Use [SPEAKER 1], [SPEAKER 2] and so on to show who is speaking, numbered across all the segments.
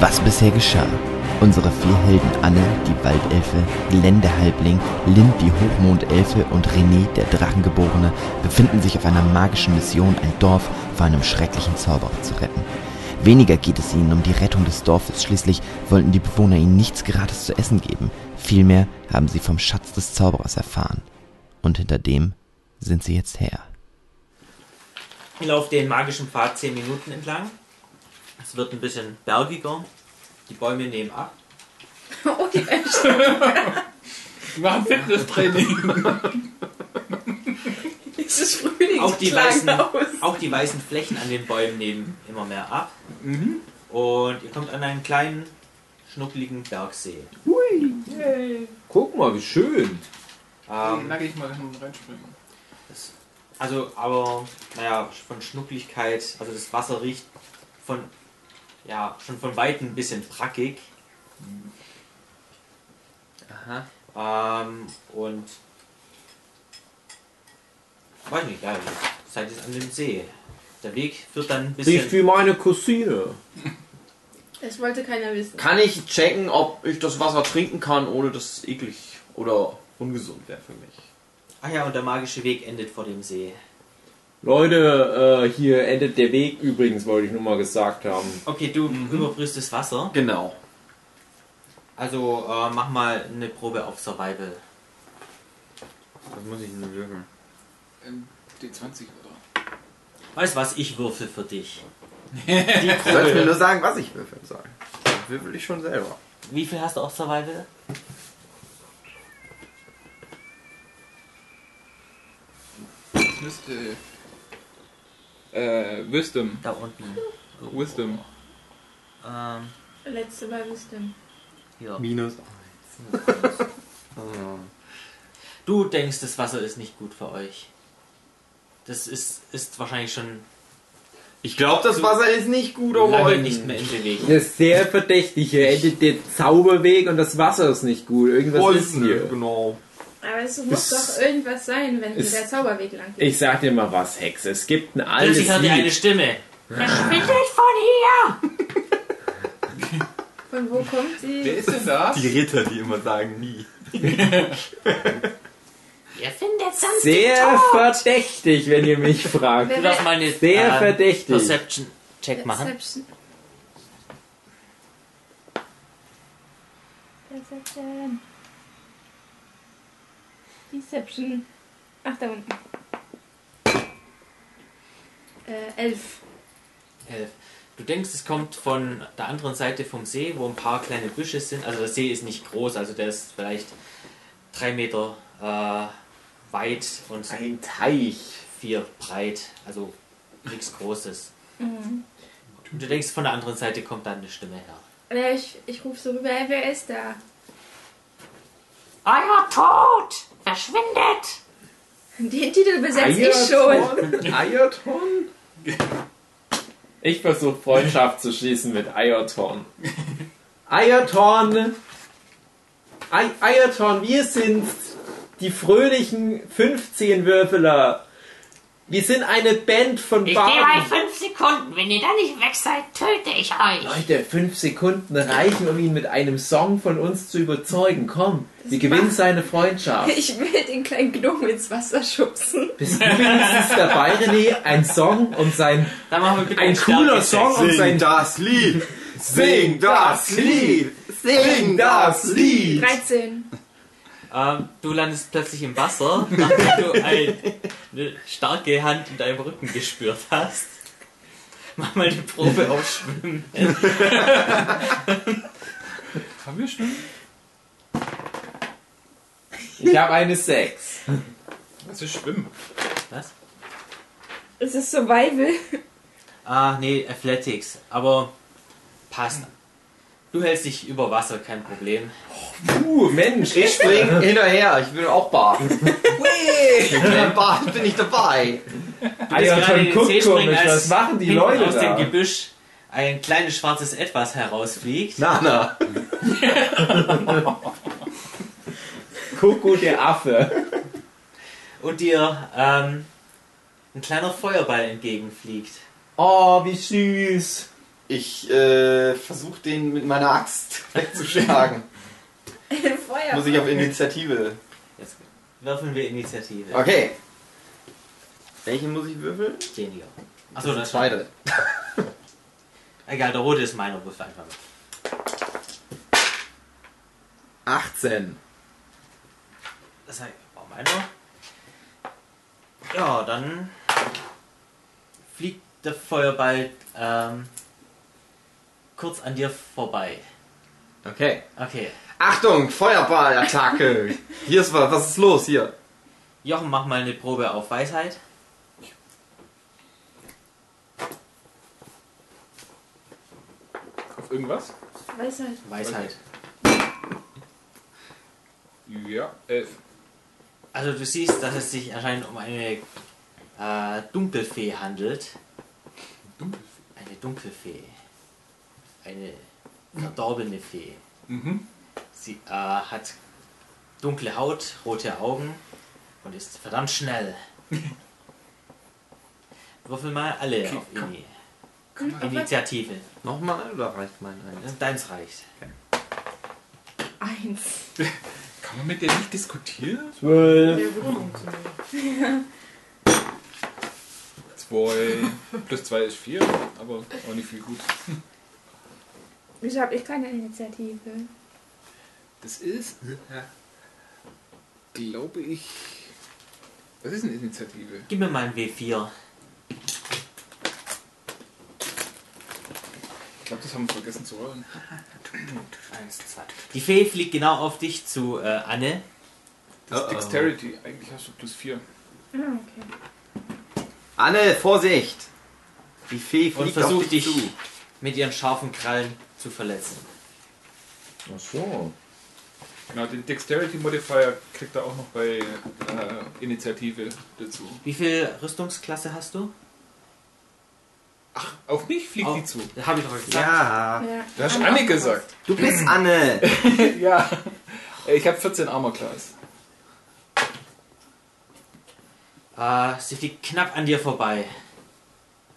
[SPEAKER 1] was bisher geschah. Unsere vier Helden Anne, die Waldelfe, Geländehalbling, Lind, die Hochmondelfe und René, der Drachengeborene, befinden sich auf einer magischen Mission, ein Dorf vor einem schrecklichen Zauberer zu retten. Weniger geht es ihnen um die Rettung des Dorfes, schließlich wollten die Bewohner ihnen nichts gratis zu essen geben. Vielmehr haben sie vom Schatz des Zauberers erfahren. Und hinter dem sind sie jetzt her.
[SPEAKER 2] Ich laufe den magischen Pfad 10 Minuten entlang. Es wird ein bisschen bergiger. Die Bäume nehmen ab.
[SPEAKER 3] Oh, die Menschen.
[SPEAKER 4] Wir machen Fitnesstraining.
[SPEAKER 3] Es ist Frühlingsklang
[SPEAKER 2] Auch die, weißen,
[SPEAKER 4] Ähm,
[SPEAKER 3] aus.
[SPEAKER 2] auch die weißen Flächen an den Bäumen nehmen immer mehr ab. Und ihr kommt an einen kleinen, schnuckeligen Bergsee.
[SPEAKER 4] Hui.
[SPEAKER 5] Guck mal, wie schön.
[SPEAKER 2] Ähm,
[SPEAKER 4] Dann ich mal hin und reinspringen.
[SPEAKER 2] Das- Also, aber, naja, von Schnuckligkeit, also das Wasser riecht von, ja, schon von Weitem ein bisschen brackig. Aha. Ähm, und, weiß nicht, ja, ihr seid jetzt an dem See. Der Weg führt dann ein
[SPEAKER 5] Riecht
[SPEAKER 2] bisschen,
[SPEAKER 5] wie meine Cousine.
[SPEAKER 3] Das wollte keiner wissen.
[SPEAKER 6] Kann ich checken, ob ich das Wasser trinken kann, ohne dass es eklig oder ungesund wäre für mich?
[SPEAKER 2] ach ja, und der magische Weg endet vor dem See.
[SPEAKER 5] Leute, äh, hier endet der Weg übrigens, wollte ich nur mal gesagt haben.
[SPEAKER 2] Okay, du überbrühst das Wasser.
[SPEAKER 6] Genau.
[SPEAKER 2] Also, äh, mach mal eine Probe auf Survival.
[SPEAKER 6] Was muss ich denn wirken?
[SPEAKER 4] Ähm, D20 oder?
[SPEAKER 2] Weißt du was, ich würfel für dich.
[SPEAKER 6] Du sollst mir nur sagen, was ich würfeln soll. Dann würfel ich schon selber.
[SPEAKER 2] Wie viel hast du auf Survival?
[SPEAKER 4] Das müsste. Äh, Wisdom.
[SPEAKER 2] Da unten.
[SPEAKER 4] Wisdom.
[SPEAKER 2] Ähm,
[SPEAKER 3] Letzte Mal Wisdom.
[SPEAKER 2] hier.
[SPEAKER 6] Minus.
[SPEAKER 2] Du denkst, das Wasser ist nicht gut für euch. Das ist, ist wahrscheinlich schon
[SPEAKER 6] Ich glaube, das Wasser ist nicht gut, um aber
[SPEAKER 2] lange nicht mehr in Bewegung.
[SPEAKER 5] Das ist sehr verdächtig. Hier endet der Zauberweg und das Wasser ist nicht gut. Irgendwas
[SPEAKER 6] Oh,
[SPEAKER 5] ist hier.
[SPEAKER 6] Genau.
[SPEAKER 3] Aber es muss
[SPEAKER 5] Das-
[SPEAKER 3] doch irgendwas sein, wenn
[SPEAKER 5] Es-
[SPEAKER 3] der Zauberweg lang geht.
[SPEAKER 5] Ich sag dir mal was, Hexe. Es gibt ein altes
[SPEAKER 2] Plötzlich hört ihr eine
[SPEAKER 5] Lied.
[SPEAKER 2] Stimme.
[SPEAKER 3] Von wo kommt
[SPEAKER 4] Wer
[SPEAKER 3] sie?
[SPEAKER 4] ist denn das?
[SPEAKER 6] Die Ritter, die immer sagen, nie.
[SPEAKER 2] Ihr findet
[SPEAKER 5] Sehr verdächtig, wenn ihr mich fragt.
[SPEAKER 2] Du darfst mal eine
[SPEAKER 5] Sehr verdächtig.
[SPEAKER 2] Perception-Check machen.
[SPEAKER 3] Perception. Perception. Deception. Ach, da unten. Äh, elf.
[SPEAKER 2] Elf. Du denkst, es kommt von der anderen Seite vom See, wo ein paar kleine Büsche sind. Also der See ist nicht groß, also der ist vielleicht drei Meter äh, weit und
[SPEAKER 5] Ein Teich.
[SPEAKER 2] vier breit. Also nichts Großes. Mhm. Und du denkst, von der anderen Seite kommt dann eine Stimme her.
[SPEAKER 3] Ja, ich, ich rufe so rüber, hey, wer ist da?
[SPEAKER 2] Euer Tod! Verschwindet!
[SPEAKER 3] Den Titel besetze ich schon.
[SPEAKER 5] Eierton? Ich versuche Freundschaft zu schließen mit Eierton. Eierton! Ei Eierton, wir sind die fröhlichen 15-Würfeler. Wir sind eine Band von
[SPEAKER 7] Ich gebe euch
[SPEAKER 5] Baden.
[SPEAKER 7] fünf Sekunden. Wenn ihr da nicht weg seid, töte ich euch.
[SPEAKER 5] Leute, fünf Sekunden reichen, um ihn mit einem Song von uns zu überzeugen. Komm, wir gewinnen seine Freundschaft.
[SPEAKER 3] Ich will den kleinen Gnom ins Wasser schubsen.
[SPEAKER 5] Bist du wenigstens dabei, René? Ein Song, um sein
[SPEAKER 2] Dann machen wir bitte
[SPEAKER 5] Ein
[SPEAKER 2] einen
[SPEAKER 5] cooler
[SPEAKER 2] Stärke-Check.
[SPEAKER 5] Song um und sein
[SPEAKER 6] Sing das Lied! Sing das Lied! Sing das Lied!
[SPEAKER 3] 13.
[SPEAKER 2] Ähm, du landest plötzlich im Wasser, nachdem du ein, eine starke Hand in deinem Rücken gespürt hast. Mach mal eine Probe auf Schwimmen.
[SPEAKER 4] Haben wir schon?
[SPEAKER 5] Ich habe eine 6.
[SPEAKER 4] Das ist Schwimmen.
[SPEAKER 2] Was?
[SPEAKER 3] Es ist Survival.
[SPEAKER 2] Ah, nee, Athletics. Aber passt. Du hältst dich über Wasser, kein Problem.
[SPEAKER 5] Uh, Mensch.
[SPEAKER 6] Ich spring hinterher, ich will auch Bart. Beim Bart bin ich dabei.
[SPEAKER 5] Ah
[SPEAKER 2] Du bist gerade in den See springen, als
[SPEAKER 5] was machen die
[SPEAKER 2] hinten
[SPEAKER 5] Leute
[SPEAKER 2] aus
[SPEAKER 5] da?
[SPEAKER 2] dem Gebüsch ein kleines schwarzes Etwas herausfliegt.
[SPEAKER 6] Na, na.
[SPEAKER 5] Kuckuck, der Affe.
[SPEAKER 2] und dir ähm, ein kleiner Feuerball entgegenfliegt.
[SPEAKER 5] Oh, wie süß.
[SPEAKER 6] Ich äh, versuche den mit meiner Axt wegzuschlagen.
[SPEAKER 3] Feuer.
[SPEAKER 6] Muss ich auf Initiative.
[SPEAKER 2] Jetzt würfeln wir Initiative.
[SPEAKER 6] Okay. Welchen muss ich würfeln?
[SPEAKER 2] Weniger. Achso, das war.
[SPEAKER 6] Zweite.
[SPEAKER 2] Egal, der rote ist meiner, würfel einfach mit.
[SPEAKER 6] 18.
[SPEAKER 2] Das heißt, war meiner. Ja, dann fliegt der Feuerball ähm, kurz an dir vorbei.
[SPEAKER 6] Okay.
[SPEAKER 2] Okay.
[SPEAKER 6] Achtung, Feuerballattacke. hier ist was. Was ist los hier?
[SPEAKER 2] Jochen, mach mal eine Probe auf Weisheit.
[SPEAKER 4] Auf irgendwas?
[SPEAKER 3] Weiß halt.
[SPEAKER 2] Weisheit.
[SPEAKER 4] Ja, äh, elf.
[SPEAKER 2] Also du siehst, dass es sich anscheinend um eine äh, Dunkelfee handelt.
[SPEAKER 4] Dunkelfee.
[SPEAKER 2] Eine Dunkelfee. Eine verdorbene Fee.
[SPEAKER 4] Mhm.
[SPEAKER 2] Sie äh, hat dunkle Haut, rote Augen und ist verdammt schnell. Würfel mal alle auf Ini.
[SPEAKER 3] Hm, auf was?
[SPEAKER 2] Initiative. Also
[SPEAKER 6] Nochmal oder reicht mein eine?
[SPEAKER 2] Deins reicht.
[SPEAKER 3] Eins.
[SPEAKER 4] Kann man mit der nicht diskutieren?
[SPEAKER 5] Zwölf.
[SPEAKER 3] Der gut funktioniert.
[SPEAKER 4] Zwei. Plus zwei ist vier, aber auch nicht viel gut.
[SPEAKER 3] Wieso habe ich keine Initiative?
[SPEAKER 4] Das ist. Glaube ich. Was ist eine Initiative?
[SPEAKER 2] Gib mir mal ein W4.
[SPEAKER 4] Ich glaube, das haben wir vergessen zu rollen.
[SPEAKER 2] Eins, zwei. Die Fee fliegt genau auf dich zu, äh, Anne.
[SPEAKER 4] Das ist
[SPEAKER 6] Uh-oh.
[SPEAKER 4] Dexterity. Eigentlich hast du plus vier.
[SPEAKER 3] Ah, okay.
[SPEAKER 6] Anne, Vorsicht! Die Fee
[SPEAKER 2] Und
[SPEAKER 6] fliegt auf
[SPEAKER 2] versucht
[SPEAKER 6] dich
[SPEAKER 2] dich
[SPEAKER 6] zu.
[SPEAKER 2] mit ihren scharfen Krallen zu verletzen.
[SPEAKER 6] Ach so.
[SPEAKER 4] Genau, den Dexterity Modifier kriegt er auch noch bei äh, Initiative dazu.
[SPEAKER 2] Wie viel Rüstungsklasse hast du?
[SPEAKER 4] Auf mich fliegt
[SPEAKER 2] Auf-
[SPEAKER 4] die zu.
[SPEAKER 2] Das habe ich doch gesagt.
[SPEAKER 6] Ja.
[SPEAKER 3] Ja.
[SPEAKER 4] Du hast
[SPEAKER 3] Haben wir
[SPEAKER 4] Anne
[SPEAKER 3] auch
[SPEAKER 4] gesagt.
[SPEAKER 6] Du bist Anne.
[SPEAKER 4] ja. Ich habe 14 Armor Class.
[SPEAKER 2] Äh, sie fliegt knapp an dir vorbei.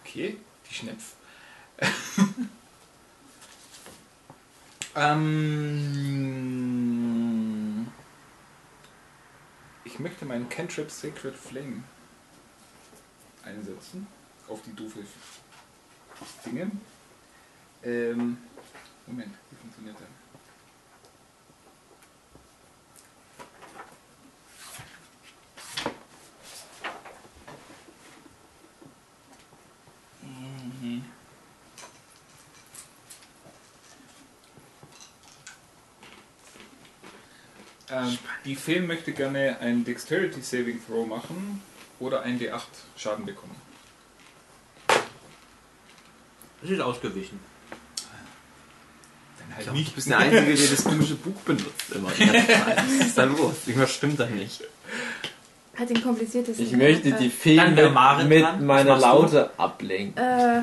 [SPEAKER 4] Okay, die Schnepf. ähm, ich möchte meinen Cantrip Sacred Flame einsetzen auf die doofe Dinge. Ähm, Moment, wie funktioniert der? Ähm, die Fee möchte gerne einen Dexterity Saving Throw machen oder einen D8 Schaden bekommen.
[SPEAKER 2] Sie ist ausgewichen.
[SPEAKER 4] Dann halt
[SPEAKER 6] Du bist der Einzige, der das komische Buch benutzt immer. die ganze Zeit. Was ist da los? Irgendwas stimmt da nicht.
[SPEAKER 3] Hat den kompliziertesten.
[SPEAKER 5] Ich möchte die Fee
[SPEAKER 2] Dann wäre Maren
[SPEAKER 5] mit, mit
[SPEAKER 2] dran.
[SPEAKER 5] meiner
[SPEAKER 2] Was machst du?
[SPEAKER 5] Laute ablenken.
[SPEAKER 3] Äh,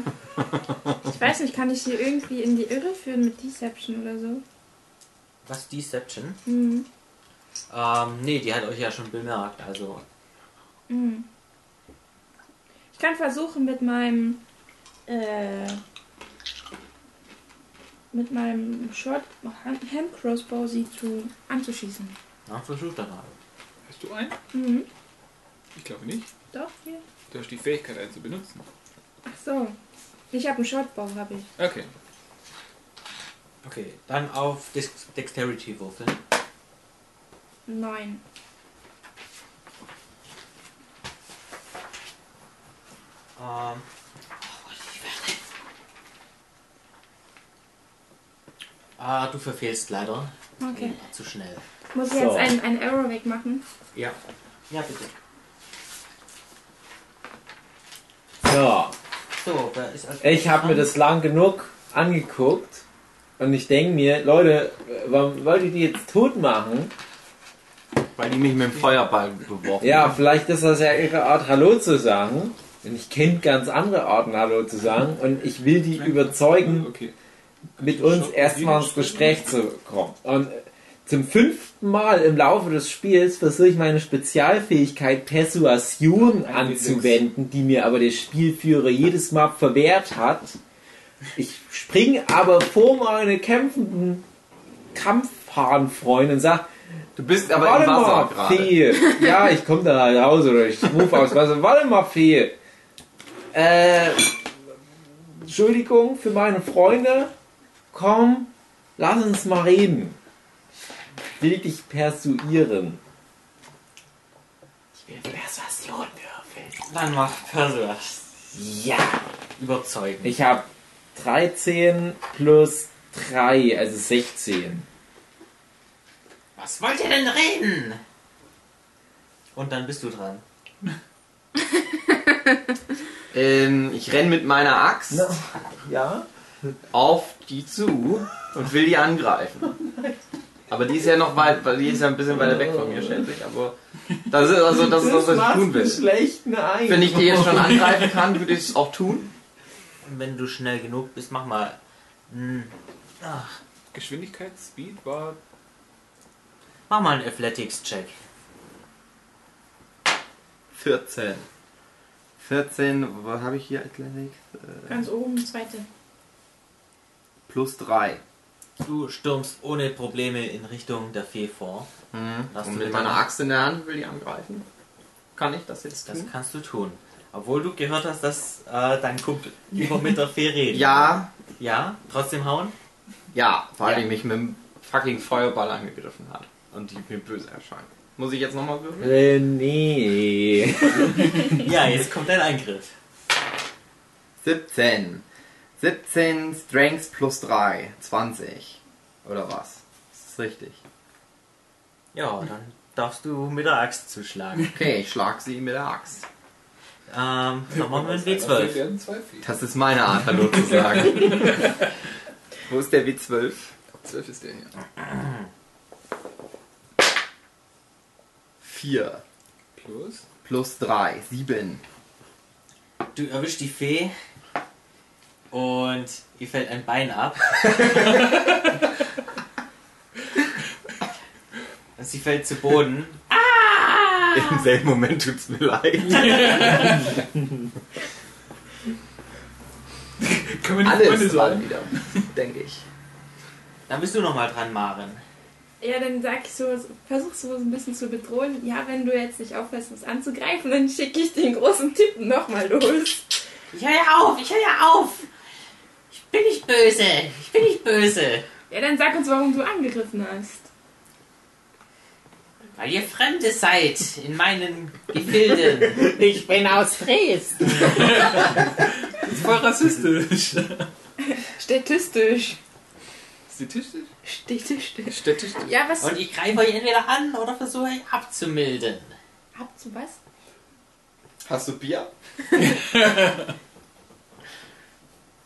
[SPEAKER 3] ich weiß nicht, kann ich die irgendwie in die Irre führen mit Deception oder so?
[SPEAKER 2] Was? Deception?
[SPEAKER 3] Hm.
[SPEAKER 2] Ähm, nee, die hat euch ja schon bemerkt. Also,
[SPEAKER 3] Hm. Ich kann versuchen mit meinem äh, mit meinem Short Hand, Hand Crossbow sie zu anzuschießen.
[SPEAKER 2] na, versucht dann halt. mal.
[SPEAKER 4] Hast du einen?
[SPEAKER 3] Mhm.
[SPEAKER 4] Ich glaube nicht.
[SPEAKER 3] Doch hier.
[SPEAKER 4] Du hast die Fähigkeit, einen zu benutzen.
[SPEAKER 3] Ach so. Ich habe einen Shortbow, habe ich.
[SPEAKER 4] Okay.
[SPEAKER 2] Okay, dann auf Dex Dexterity würfeln.
[SPEAKER 3] Neun.
[SPEAKER 2] Ähm, Ah, du verfehlst leider.
[SPEAKER 3] Okay.
[SPEAKER 2] Nee, war zu schnell.
[SPEAKER 3] Muss ich
[SPEAKER 5] So.
[SPEAKER 3] jetzt einen, einen Arrow wegmachen?
[SPEAKER 2] Ja. Ja, bitte.
[SPEAKER 5] So.
[SPEAKER 2] So, da ist also als
[SPEAKER 5] Ich habe mir das lang genug angeguckt und ich denke mir, Leute, äh, warum wollt ihr die jetzt tot machen?
[SPEAKER 6] Weil die mich mit dem Feuerball beworfen
[SPEAKER 5] Ja, vielleicht ist das ja ihre Art, Hallo zu sagen. Denn ich kenne ganz andere Arten, Hallo zu sagen. Und ich will die überzeugen,
[SPEAKER 4] Okay.
[SPEAKER 5] mit uns erstmal ins Gespräch zu kommen. Und äh, zum fünften Mal im Laufe des Spiels versuche ich meine Spezialfähigkeit Persuasion anzuwenden, die mir aber der Spielführer jedes Mal verwehrt hat. Ich spring aber vor meine kämpfenden Kampfhahnfreunde und sag,
[SPEAKER 8] Du bist aber im Wasser
[SPEAKER 5] mal,
[SPEAKER 8] gerade.
[SPEAKER 5] Fee. Ja, ich komme da halt raus oder ich rufe aus Wasser. Warte mal, Fee. Äh, Entschuldigung für meine Freunde. Komm, lass uns mal reden. Ich will dich persuieren. Ich will Persuasion würfeln.
[SPEAKER 2] Dann mach Persuas.
[SPEAKER 5] Ja.
[SPEAKER 2] Überzeugen.
[SPEAKER 5] Ich habe 13 plus 3, also 16.
[SPEAKER 2] was wollt ihr denn reden? Und dann bist du dran.
[SPEAKER 8] Ähm, ich renn mit meiner Axt
[SPEAKER 5] Ja?
[SPEAKER 8] auf die zu und will die angreifen. Aber die ist ja noch weit, weil die ist ja ein bisschen weiter weg von mir, schätze ich. Aber das ist also das, ist das was ich tun will.
[SPEAKER 5] schlechten ein.
[SPEAKER 8] Wenn ich die jetzt schon angreifen kann, würde ich es auch tun.
[SPEAKER 2] Und wenn du schnell genug bist, mach mal. Hm,
[SPEAKER 4] Geschwindigkeit, Speed war.
[SPEAKER 2] mach mal einen Athletics-Check.
[SPEAKER 8] 14. 14, was habe ich hier? Athletics? Äh,
[SPEAKER 3] Ganz oben, zweite.
[SPEAKER 8] plus 3.
[SPEAKER 2] Du stürmst ohne Probleme in Richtung der Fee vor.
[SPEAKER 8] Mhm.
[SPEAKER 2] Hast
[SPEAKER 8] Und
[SPEAKER 2] du
[SPEAKER 8] mit
[SPEAKER 2] denn
[SPEAKER 8] meiner
[SPEAKER 2] eine-
[SPEAKER 8] Axt in der Hand will die angreifen. Kann ich das jetzt
[SPEAKER 2] Das
[SPEAKER 8] tun?
[SPEAKER 2] kannst du tun. Obwohl du gehört hast, dass äh, dein Kumpel über mit der Fee redet.
[SPEAKER 8] Ja,
[SPEAKER 2] Ja? Trotzdem hauen?
[SPEAKER 8] ja, weil die mich mit dem fucking Feuerball angegriffen hat. Und die mir böse erscheint. Muss ich jetzt nochmal würfeln?
[SPEAKER 5] René.
[SPEAKER 2] Ja, jetzt kommt dein Angriff.
[SPEAKER 8] 17. 17 Strengths plus 3. 20. Oder was? Das ist richtig.
[SPEAKER 2] Ja, dann darfst du mit der Axt zuschlagen.
[SPEAKER 8] Okay, ich schlag sie mit der Axt.
[SPEAKER 2] Ähm, nochmal mit
[SPEAKER 4] Was Also, wir
[SPEAKER 2] W12.
[SPEAKER 4] werden zwei Fee.
[SPEAKER 8] Das ist meine Art, Hallo zu sagen. Wo ist der W12?
[SPEAKER 4] Zwölf ist der hier.
[SPEAKER 8] 4
[SPEAKER 4] Plus.
[SPEAKER 8] plus 3. 7.
[SPEAKER 2] Du erwischst die Fee und ihr fällt ein Bein ab. Und Sie fällt zu Boden.
[SPEAKER 8] Im selben Moment tut's mir leid.
[SPEAKER 4] Können wir nicht Freunde
[SPEAKER 8] Alles mal
[SPEAKER 4] sein?
[SPEAKER 8] wieder, denke ich.
[SPEAKER 2] Dann bist du nochmal dran, Maren.
[SPEAKER 3] Ja, dann sag ich so, versuchst du so ein bisschen zu bedrohen. Ja, wenn du jetzt nicht aufhörst, uns anzugreifen, dann schicke ich den großen Typen nochmal los.
[SPEAKER 7] Ich höre ja auf, ich höre ja auf.
[SPEAKER 2] Ich bin nicht böse. Ich bin nicht böse.
[SPEAKER 3] Ja, dann sag uns, warum du angegriffen hast.
[SPEAKER 2] Weil ihr Fremde seid in meinen Gefilden.
[SPEAKER 5] Ich bin aus Dresden.
[SPEAKER 4] Das ist voll rassistisch.
[SPEAKER 3] Statistisch.
[SPEAKER 4] Statistisch?
[SPEAKER 3] Statistisch.
[SPEAKER 4] Statistisch.
[SPEAKER 3] Ja, was?
[SPEAKER 2] Und ich greife euch entweder an oder versuche euch abzumilden.
[SPEAKER 3] Habt du was?
[SPEAKER 8] Hast du Bier?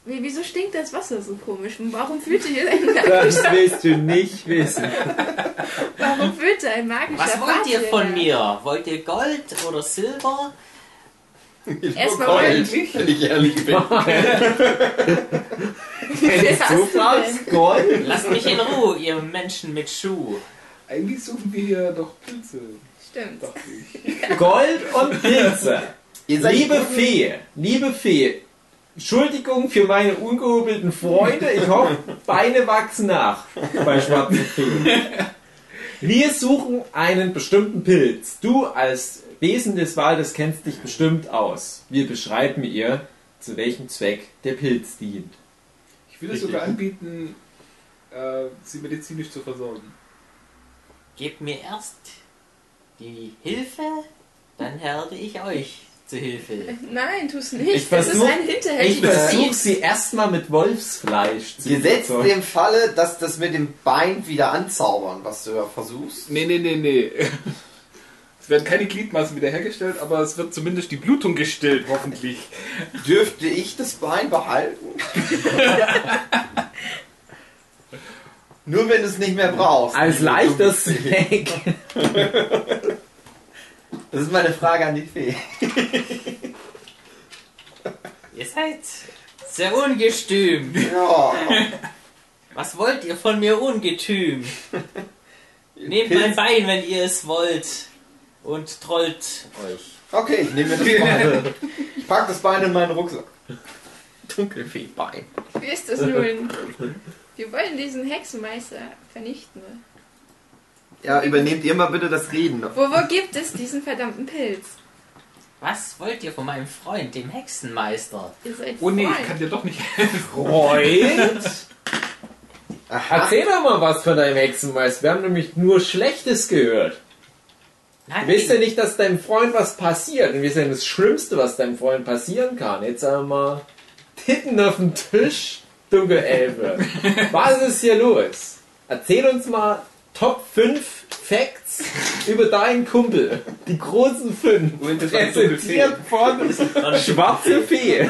[SPEAKER 3] Wie- Wieso stinkt das Wasser so komisch? Und warum fühlt ihr ein,
[SPEAKER 5] Das willst du nicht wissen.
[SPEAKER 3] warum fühlt ihr ein magischer
[SPEAKER 2] Was wollt ihr
[SPEAKER 3] Bart
[SPEAKER 2] von
[SPEAKER 3] her?
[SPEAKER 2] mir? Wollt ihr Gold oder Silber?
[SPEAKER 3] Erstmal
[SPEAKER 8] Gold,
[SPEAKER 3] Gold.
[SPEAKER 8] wenn ich ehrlich bin.
[SPEAKER 5] Wenn
[SPEAKER 3] Wer
[SPEAKER 5] ich so
[SPEAKER 3] hast du
[SPEAKER 5] fragst, Gold.
[SPEAKER 2] Lasst mich in Ruhe, ihr Menschen mit Schuh.
[SPEAKER 4] Eigentlich suchen wir hier doch Pilze.
[SPEAKER 3] Stimmt.
[SPEAKER 4] Dachte ich.
[SPEAKER 5] Gold und Pilze.
[SPEAKER 8] Ihr seid
[SPEAKER 5] Liebe Fee, liebe Fee, Entschuldigung für meine ungehobelten Freunde. Ich hoffe, Beine wachsen nach bei schwarzen Feen. Wir suchen einen bestimmten Pilz. Du als Wesen des Waldes kennst dich bestimmt aus. Wir beschreiben ihr, zu welchem Zweck der Pilz dient.
[SPEAKER 4] Ich würde sogar anbieten, äh, sie medizinisch zu versorgen.
[SPEAKER 2] Gebt mir erst die Hilfe, dann herde ich euch zu Hilfe.
[SPEAKER 3] Nein, tu's nicht.
[SPEAKER 5] Ich
[SPEAKER 3] das ist
[SPEAKER 5] versuch-
[SPEAKER 3] ein
[SPEAKER 5] Ich
[SPEAKER 3] hinterhältiges
[SPEAKER 5] versuche
[SPEAKER 3] Ziel.
[SPEAKER 5] sie erstmal mit Wolfsfleisch zu
[SPEAKER 8] Gesetzt
[SPEAKER 5] überzeugen.
[SPEAKER 8] dem Falle, dass das mit dem Bein wieder anzaubern, was du ja versuchst.
[SPEAKER 4] Nee, nee, nee, nee. Es werden keine Gliedmaßen wiederhergestellt, aber es wird zumindest die Blutung gestillt, hoffentlich.
[SPEAKER 8] Dürfte ich das Bein behalten? Nur wenn du es nicht mehr brauchst.
[SPEAKER 5] Als leichter Snack.
[SPEAKER 8] Das ist meine Frage an die Fee.
[SPEAKER 2] Ihr seid sehr ungestüm.
[SPEAKER 8] Ja.
[SPEAKER 2] Was wollt ihr von mir, Ungetüm? Nehmt mein Bein, wenn ihr es wollt. Und trollt euch.
[SPEAKER 8] Okay, ich nehme mir das Bein. Ich pack das Bein in meinen Rucksack.
[SPEAKER 6] Dunkelfee bei.
[SPEAKER 3] Wie ist das nun? Wir wollen diesen Hexenmeister vernichten.
[SPEAKER 6] Ja, übernehmt ihr mal bitte das Reden.
[SPEAKER 3] Wo, wo gibt es diesen verdammten Pilz?
[SPEAKER 2] Was wollt ihr von meinem Freund, dem Hexenmeister?
[SPEAKER 3] Ihr seid
[SPEAKER 4] Oh nee, ich
[SPEAKER 3] Freund.
[SPEAKER 4] kann dir doch nicht helfen.
[SPEAKER 5] Freund? Erzähl doch mal was von deinem Hexenmeister. Wir haben nämlich nur Schlechtes gehört.
[SPEAKER 2] Nein,
[SPEAKER 5] Wir wissen ja nicht, dass deinem Freund was passiert. Und wir sind das Schlimmste, was deinem Freund passieren kann. Jetzt einmal Titten auf den Tisch, Dunkelelfe. was ist hier los? Erzähl uns mal Top 5 Facts über deinen Kumpel. Die großen 5.
[SPEAKER 6] Uninteressant,
[SPEAKER 5] Präsentiert von Schwarze Fee.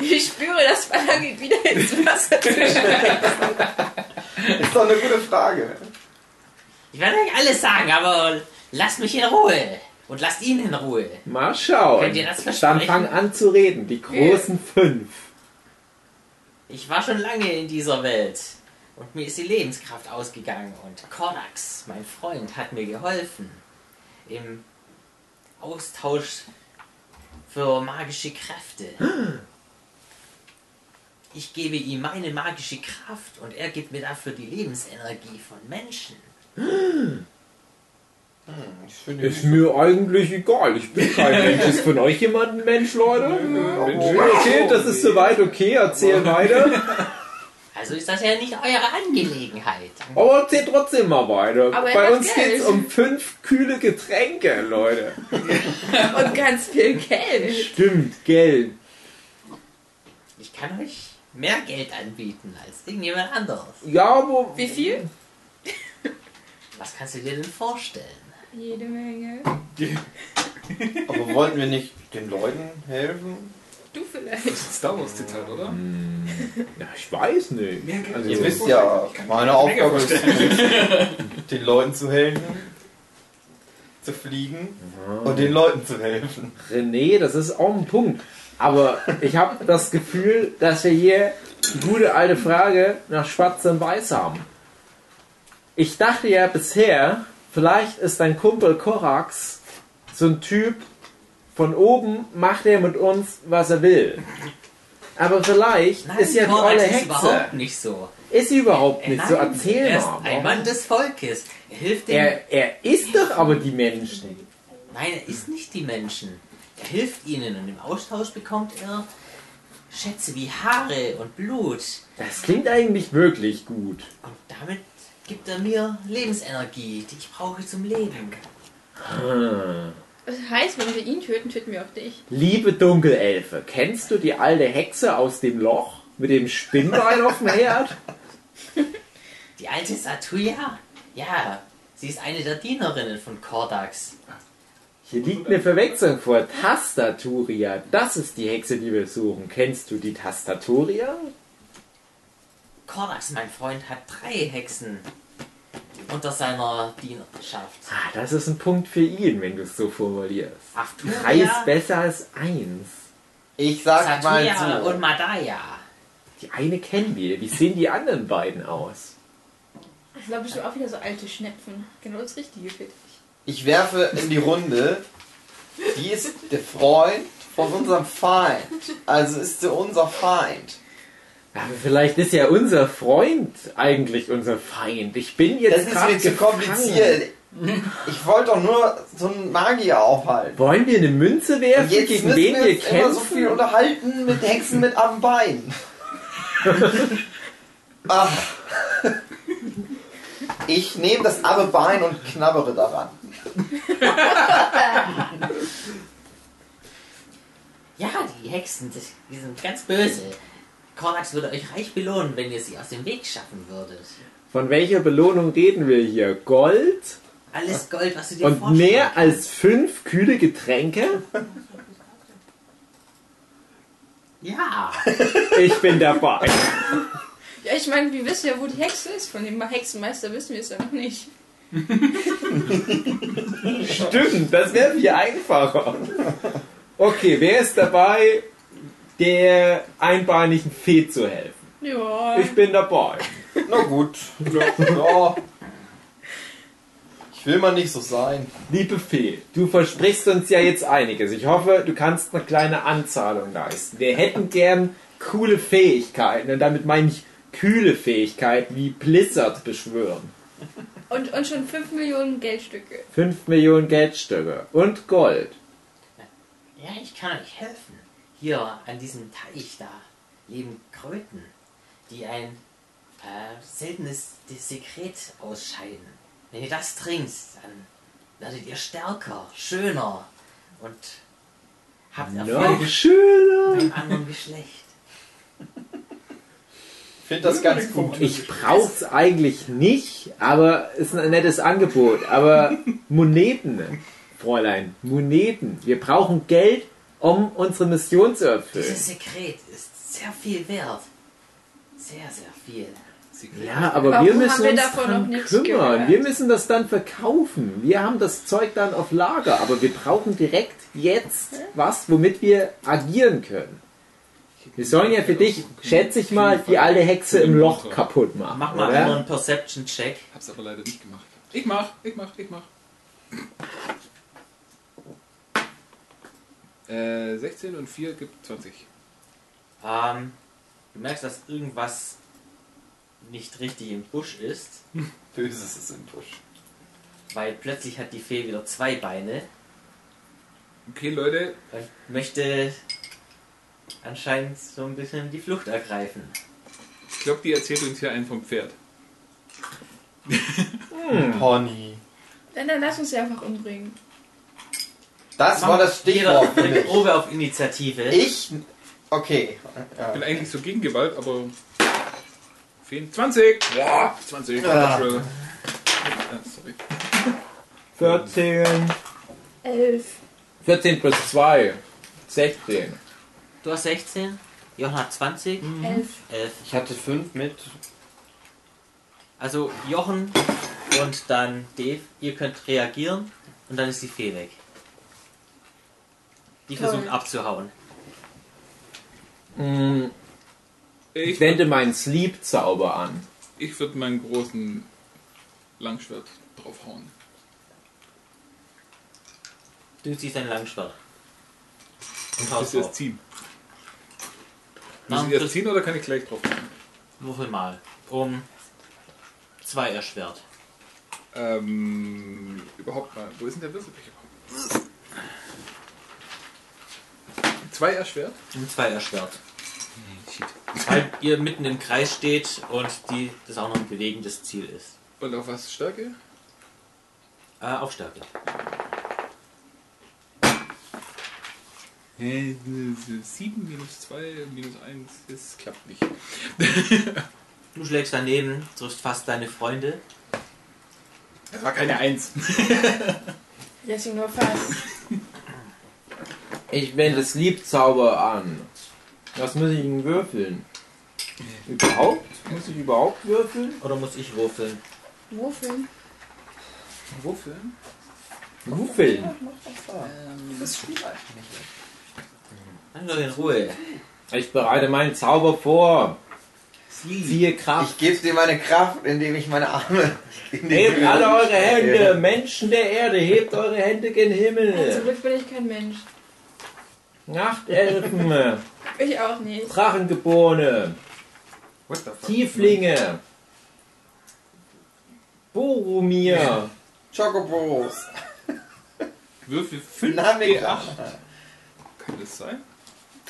[SPEAKER 3] Ich spüre, das Verlangen wieder ins Wasser zu schmeißen.
[SPEAKER 6] Ist doch eine gute Frage.
[SPEAKER 2] ich werde euch alles sagen, aber lasst mich in Ruhe. Und lasst ihn in Ruhe.
[SPEAKER 5] Mal schauen.
[SPEAKER 2] Könnt ihr das
[SPEAKER 5] Dann
[SPEAKER 2] versprechen?
[SPEAKER 5] fang an zu reden. Die großen 5.
[SPEAKER 2] Ich war schon lange in dieser Welt. Und mir ist die Lebenskraft ausgegangen. Und Korax, mein Freund, hat mir geholfen. Im Austausch für magische Kräfte. Ich gebe ihm meine magische Kraft und er gibt mir dafür die Lebensenergie von Menschen.
[SPEAKER 5] Ist mir eigentlich egal. Ich bin kein Mensch. Ist von euch jemand ein Mensch, Leute? Okay, das ist soweit okay. Erzähl weiter.
[SPEAKER 2] Also ist das ja nicht eure Angelegenheit.
[SPEAKER 5] Aber erzähl trotzdem mal weiter.
[SPEAKER 3] Aber er
[SPEAKER 5] Bei
[SPEAKER 3] hat
[SPEAKER 5] uns
[SPEAKER 3] Geld.
[SPEAKER 5] geht's um fünf kühle Getränke, Leute.
[SPEAKER 3] Und ganz viel Geld.
[SPEAKER 5] Stimmt, Geld.
[SPEAKER 2] Ich kann euch mehr Geld anbieten als irgendjemand anderes.
[SPEAKER 5] Ja, aber
[SPEAKER 3] Wie viel?
[SPEAKER 2] Was kannst du dir denn vorstellen?
[SPEAKER 3] Jede Menge.
[SPEAKER 6] Aber wollten wir nicht den Leuten helfen?
[SPEAKER 3] Du vielleicht.
[SPEAKER 4] Das ist Star Wars Zitat, oder?
[SPEAKER 5] ja, ich weiß nicht. Also,
[SPEAKER 6] Ihr wisst ja, meine Aufgabe ist, den Leuten zu helfen, zu fliegen und den Leuten zu helfen.
[SPEAKER 5] René, das ist auch ein Punkt. Aber ich habe das Gefühl, dass wir hier die gute alte Frage nach Schwarz und Weiß haben. Ich dachte ja bisher, vielleicht ist dein Kumpel Korax so ein Typ, von oben macht er mit uns, was er will. Aber vielleicht ist ja die
[SPEAKER 2] Korax
[SPEAKER 5] olle
[SPEAKER 2] ist
[SPEAKER 5] Hexe.
[SPEAKER 2] überhaupt nicht so.
[SPEAKER 5] Ist sie überhaupt
[SPEAKER 2] Äh,
[SPEAKER 5] nicht
[SPEAKER 2] nein,
[SPEAKER 5] so. Erzähl
[SPEAKER 2] er ist
[SPEAKER 5] mal.
[SPEAKER 2] ein Mann des Volkes. Er hilft den.
[SPEAKER 5] er, er ist doch aber die Menschen.
[SPEAKER 2] Nein, er ist nicht die Menschen. Er hilft ihnen und im Austausch bekommt er Schätze wie Haare und Blut.
[SPEAKER 5] Das klingt eigentlich wirklich gut.
[SPEAKER 2] Und damit gibt er mir Lebensenergie, die ich brauche zum Leben.
[SPEAKER 3] Das heißt, wenn wir ihn töten, töten wir auch dich.
[SPEAKER 5] Liebe Dunkelelfe, kennst du die alte Hexe aus dem Loch mit dem Spinnbein auf dem Herd?
[SPEAKER 2] Die alte Satuya? Ja, sie ist eine der Dienerinnen von Kordax.
[SPEAKER 5] Hier liegt eine Verwechslung vor. Tastaturia, das ist die Hexe, die wir suchen. Kennst du die Tastaturia?
[SPEAKER 2] Kordax, mein Freund, hat drei Hexen unter seiner Dienerschaft.
[SPEAKER 5] Ah, das ist ein Punkt für ihn, wenn du es so formulierst. Drei ist
[SPEAKER 2] Afturia,
[SPEAKER 5] besser als eins.
[SPEAKER 6] Ich sag
[SPEAKER 2] Satuya
[SPEAKER 6] mal
[SPEAKER 2] und
[SPEAKER 6] so.
[SPEAKER 2] Madaya.
[SPEAKER 5] Die eine kennen wir. Wie sehen die anderen beiden aus?
[SPEAKER 3] Das war bestimmt auch wieder so alte Schnepfen. Genau das Richtige für dich.
[SPEAKER 6] Ich werfe in die Runde. Die ist der Freund von unserem Feind. Also ist sie unser Feind.
[SPEAKER 5] Aber vielleicht ist ja unser Freund eigentlich unser Feind. Ich
[SPEAKER 6] Das
[SPEAKER 5] bin jetzt
[SPEAKER 6] ist
[SPEAKER 5] gerade
[SPEAKER 6] mir zu
[SPEAKER 5] gefangen.
[SPEAKER 6] kompliziert. Ich wollte doch nur so einen Magier aufhalten.
[SPEAKER 5] Wollen wir eine Münze werfen,
[SPEAKER 6] Und jetzt
[SPEAKER 5] gegen
[SPEAKER 6] müssen
[SPEAKER 5] wen
[SPEAKER 6] wir
[SPEAKER 5] wir
[SPEAKER 6] uns immer
[SPEAKER 5] kämpfen?
[SPEAKER 6] so viel unterhalten mit Hexen mit am Bein. Ach. Ich nehme das arme Bein und knabbere daran.
[SPEAKER 2] Ja, die Hexen, das- die sind ganz böse. Kordax würde euch reich belohnen, wenn ihr sie aus dem Weg schaffen würdet.
[SPEAKER 5] Von welcher Belohnung reden wir hier? Gold
[SPEAKER 2] Alles Gold, was du dir
[SPEAKER 5] und
[SPEAKER 2] vorstellst.
[SPEAKER 5] mehr als fünf kühle Getränke?
[SPEAKER 2] Ja.
[SPEAKER 5] Ich bin dabei.
[SPEAKER 3] Ja, ich meine, wir wissen ja, wo die Hexe ist. Von dem Hexenmeister wissen wir es ja noch nicht.
[SPEAKER 5] Stimmt, das wäre viel einfacher. Okay, wer ist dabei, der einbeinigen Fee zu helfen?
[SPEAKER 3] Ja.
[SPEAKER 5] Ich bin dabei.
[SPEAKER 6] Na gut. Ja.
[SPEAKER 5] Ich
[SPEAKER 8] Ich will mal nicht so sein.
[SPEAKER 5] Liebe Fee, du versprichst uns ja jetzt einiges. Ich hoffe, du kannst eine kleine Anzahlung leisten. Wir hätten gern coole Fähigkeiten und damit meine ich kühle Fähigkeiten wie Blizzard beschwören.
[SPEAKER 3] Und, und schon 5 Millionen Geldstücke.
[SPEAKER 5] 5 Millionen Geldstücke und Gold.
[SPEAKER 2] Ja, ich kann euch helfen. Hier an diesem Teich da leben Kröten, die ein äh, seltenes Sekret ausscheiden. Wenn ihr das trinkt, dann werdet ihr stärker, schöner und habt
[SPEAKER 5] Noch
[SPEAKER 2] Erfolg
[SPEAKER 5] schöner.
[SPEAKER 2] mit einem anderen Geschlecht.
[SPEAKER 8] Ich finde das ganz gut.
[SPEAKER 5] Ich brauch's eigentlich nicht, aber ist ein nettes Angebot. Aber Moneten, Fräulein, Moneten. Wir brauchen Geld, um unsere Mission zu erfüllen.
[SPEAKER 2] Dieses Sekret ist sehr viel wert. Sehr, sehr viel.
[SPEAKER 5] Ja, aber
[SPEAKER 3] Warum
[SPEAKER 5] wir müssen
[SPEAKER 3] haben wir
[SPEAKER 5] uns
[SPEAKER 3] davon
[SPEAKER 5] dran
[SPEAKER 3] noch nichts
[SPEAKER 5] kümmern.
[SPEAKER 3] gehört?
[SPEAKER 5] Wir müssen das dann verkaufen. Wir haben das Zeug dann auf Lager, aber wir brauchen direkt jetzt was, womit wir agieren können. Wir sollen ja für dich, schätze ich mal,
[SPEAKER 4] Hm.
[SPEAKER 5] die alte Hexe im Loch kaputt machen.
[SPEAKER 2] Mach mal
[SPEAKER 5] oder?
[SPEAKER 2] immer einen Perception-Check.
[SPEAKER 4] Hab's aber leider nicht gemacht. Ich mach, ich mach, ich mach. Äh, 16 und 4 gibt 20.
[SPEAKER 2] Ähm, du merkst, dass irgendwas nicht richtig im Busch ist,
[SPEAKER 8] Böses ist im Busch.
[SPEAKER 2] weil plötzlich hat die Fee wieder zwei Beine
[SPEAKER 4] Okay, Leute.
[SPEAKER 2] und möchte anscheinend so ein bisschen die Flucht ergreifen.
[SPEAKER 4] Ich glaube, die erzählt uns hier einen vom Pferd.
[SPEAKER 6] Hm.
[SPEAKER 8] Pony.
[SPEAKER 3] Dann, dann lass uns sie einfach umbringen.
[SPEAKER 8] Das war das
[SPEAKER 2] Jeder
[SPEAKER 8] Stichwort für
[SPEAKER 2] eine
[SPEAKER 8] mich.
[SPEAKER 2] Probe auf Initiative.
[SPEAKER 8] Ich. Okay.
[SPEAKER 4] Ich bin eigentlich so gegen Gewalt, aber. Fehlen 20! Boah, 20.
[SPEAKER 8] Ah.
[SPEAKER 4] Natural. Ah, sorry.
[SPEAKER 5] 14.
[SPEAKER 3] 11.
[SPEAKER 5] 14 plus 2. 16.
[SPEAKER 2] Du hast 16, Jochen hat 20,
[SPEAKER 3] 11.
[SPEAKER 2] 11.
[SPEAKER 8] Ich hatte fünf mit.
[SPEAKER 2] Also Jochen und dann Dave, ihr könnt reagieren und dann ist die Fee weg. Die
[SPEAKER 3] Toll.
[SPEAKER 2] versucht abzuhauen. Hm.
[SPEAKER 5] Mm, Ich
[SPEAKER 4] Ich,
[SPEAKER 5] wende meinen Sleep-Zauber an.
[SPEAKER 4] ich würde meinen großen Langschwert draufhauen.
[SPEAKER 2] Du ziehst ein Langschwert. Und
[SPEAKER 4] Willst
[SPEAKER 2] haust
[SPEAKER 4] du das
[SPEAKER 2] drauf.
[SPEAKER 4] ziehen?
[SPEAKER 2] Dann
[SPEAKER 4] Müssen wir
[SPEAKER 2] kriegst-
[SPEAKER 4] das ziehen oder kann ich gleich draufhauen?
[SPEAKER 2] Würfel mal. Um zwei erschwert.
[SPEAKER 4] Ähm, überhaupt mal. Wo ist denn der Würfelbecher? Zwei erschwert.
[SPEAKER 2] Um zwei erschwert. Weil ihr mitten im Kreis steht und die, das auch noch ein bewegendes Ziel ist.
[SPEAKER 4] Und auf was Stärke?
[SPEAKER 2] Äh, auf Stärke.
[SPEAKER 4] Äh, Sieben minus zwei minus eins, das klappt nicht.
[SPEAKER 2] Du schlägst daneben, triffst fast deine Freunde.
[SPEAKER 4] Das war keine Eins.
[SPEAKER 3] Deswegen nur fast.
[SPEAKER 5] Ich wende Sleep-Zauber an. Was muss ich denn würfeln? Überhaupt? Muss ich überhaupt würfeln?
[SPEAKER 2] Oder muss ich würfeln?
[SPEAKER 3] Wofür?
[SPEAKER 4] Wofür?
[SPEAKER 5] Würfeln?
[SPEAKER 2] Dann doch in Ruhe.
[SPEAKER 5] Ich bereite meinen Zauber vor.
[SPEAKER 2] Sie.
[SPEAKER 5] Siehe Kraft.
[SPEAKER 6] Ich gebe dir meine Kraft, indem ich meine Arme. in die
[SPEAKER 5] Hebt
[SPEAKER 6] Höhe-
[SPEAKER 5] alle eure Hände, Menschen der Erde, hebt eure Hände gen
[SPEAKER 3] Zum
[SPEAKER 5] Himmel.
[SPEAKER 3] Also Glück bin ich kein Mensch.
[SPEAKER 5] Nachtelfen,
[SPEAKER 3] Ich auch nicht.
[SPEAKER 5] Drachengeborene,
[SPEAKER 4] What the fuck?
[SPEAKER 5] Tieflinge, Boromir.
[SPEAKER 6] Chocobos.
[SPEAKER 4] Würfel 5
[SPEAKER 6] Namika.
[SPEAKER 4] D8. Kann das sein?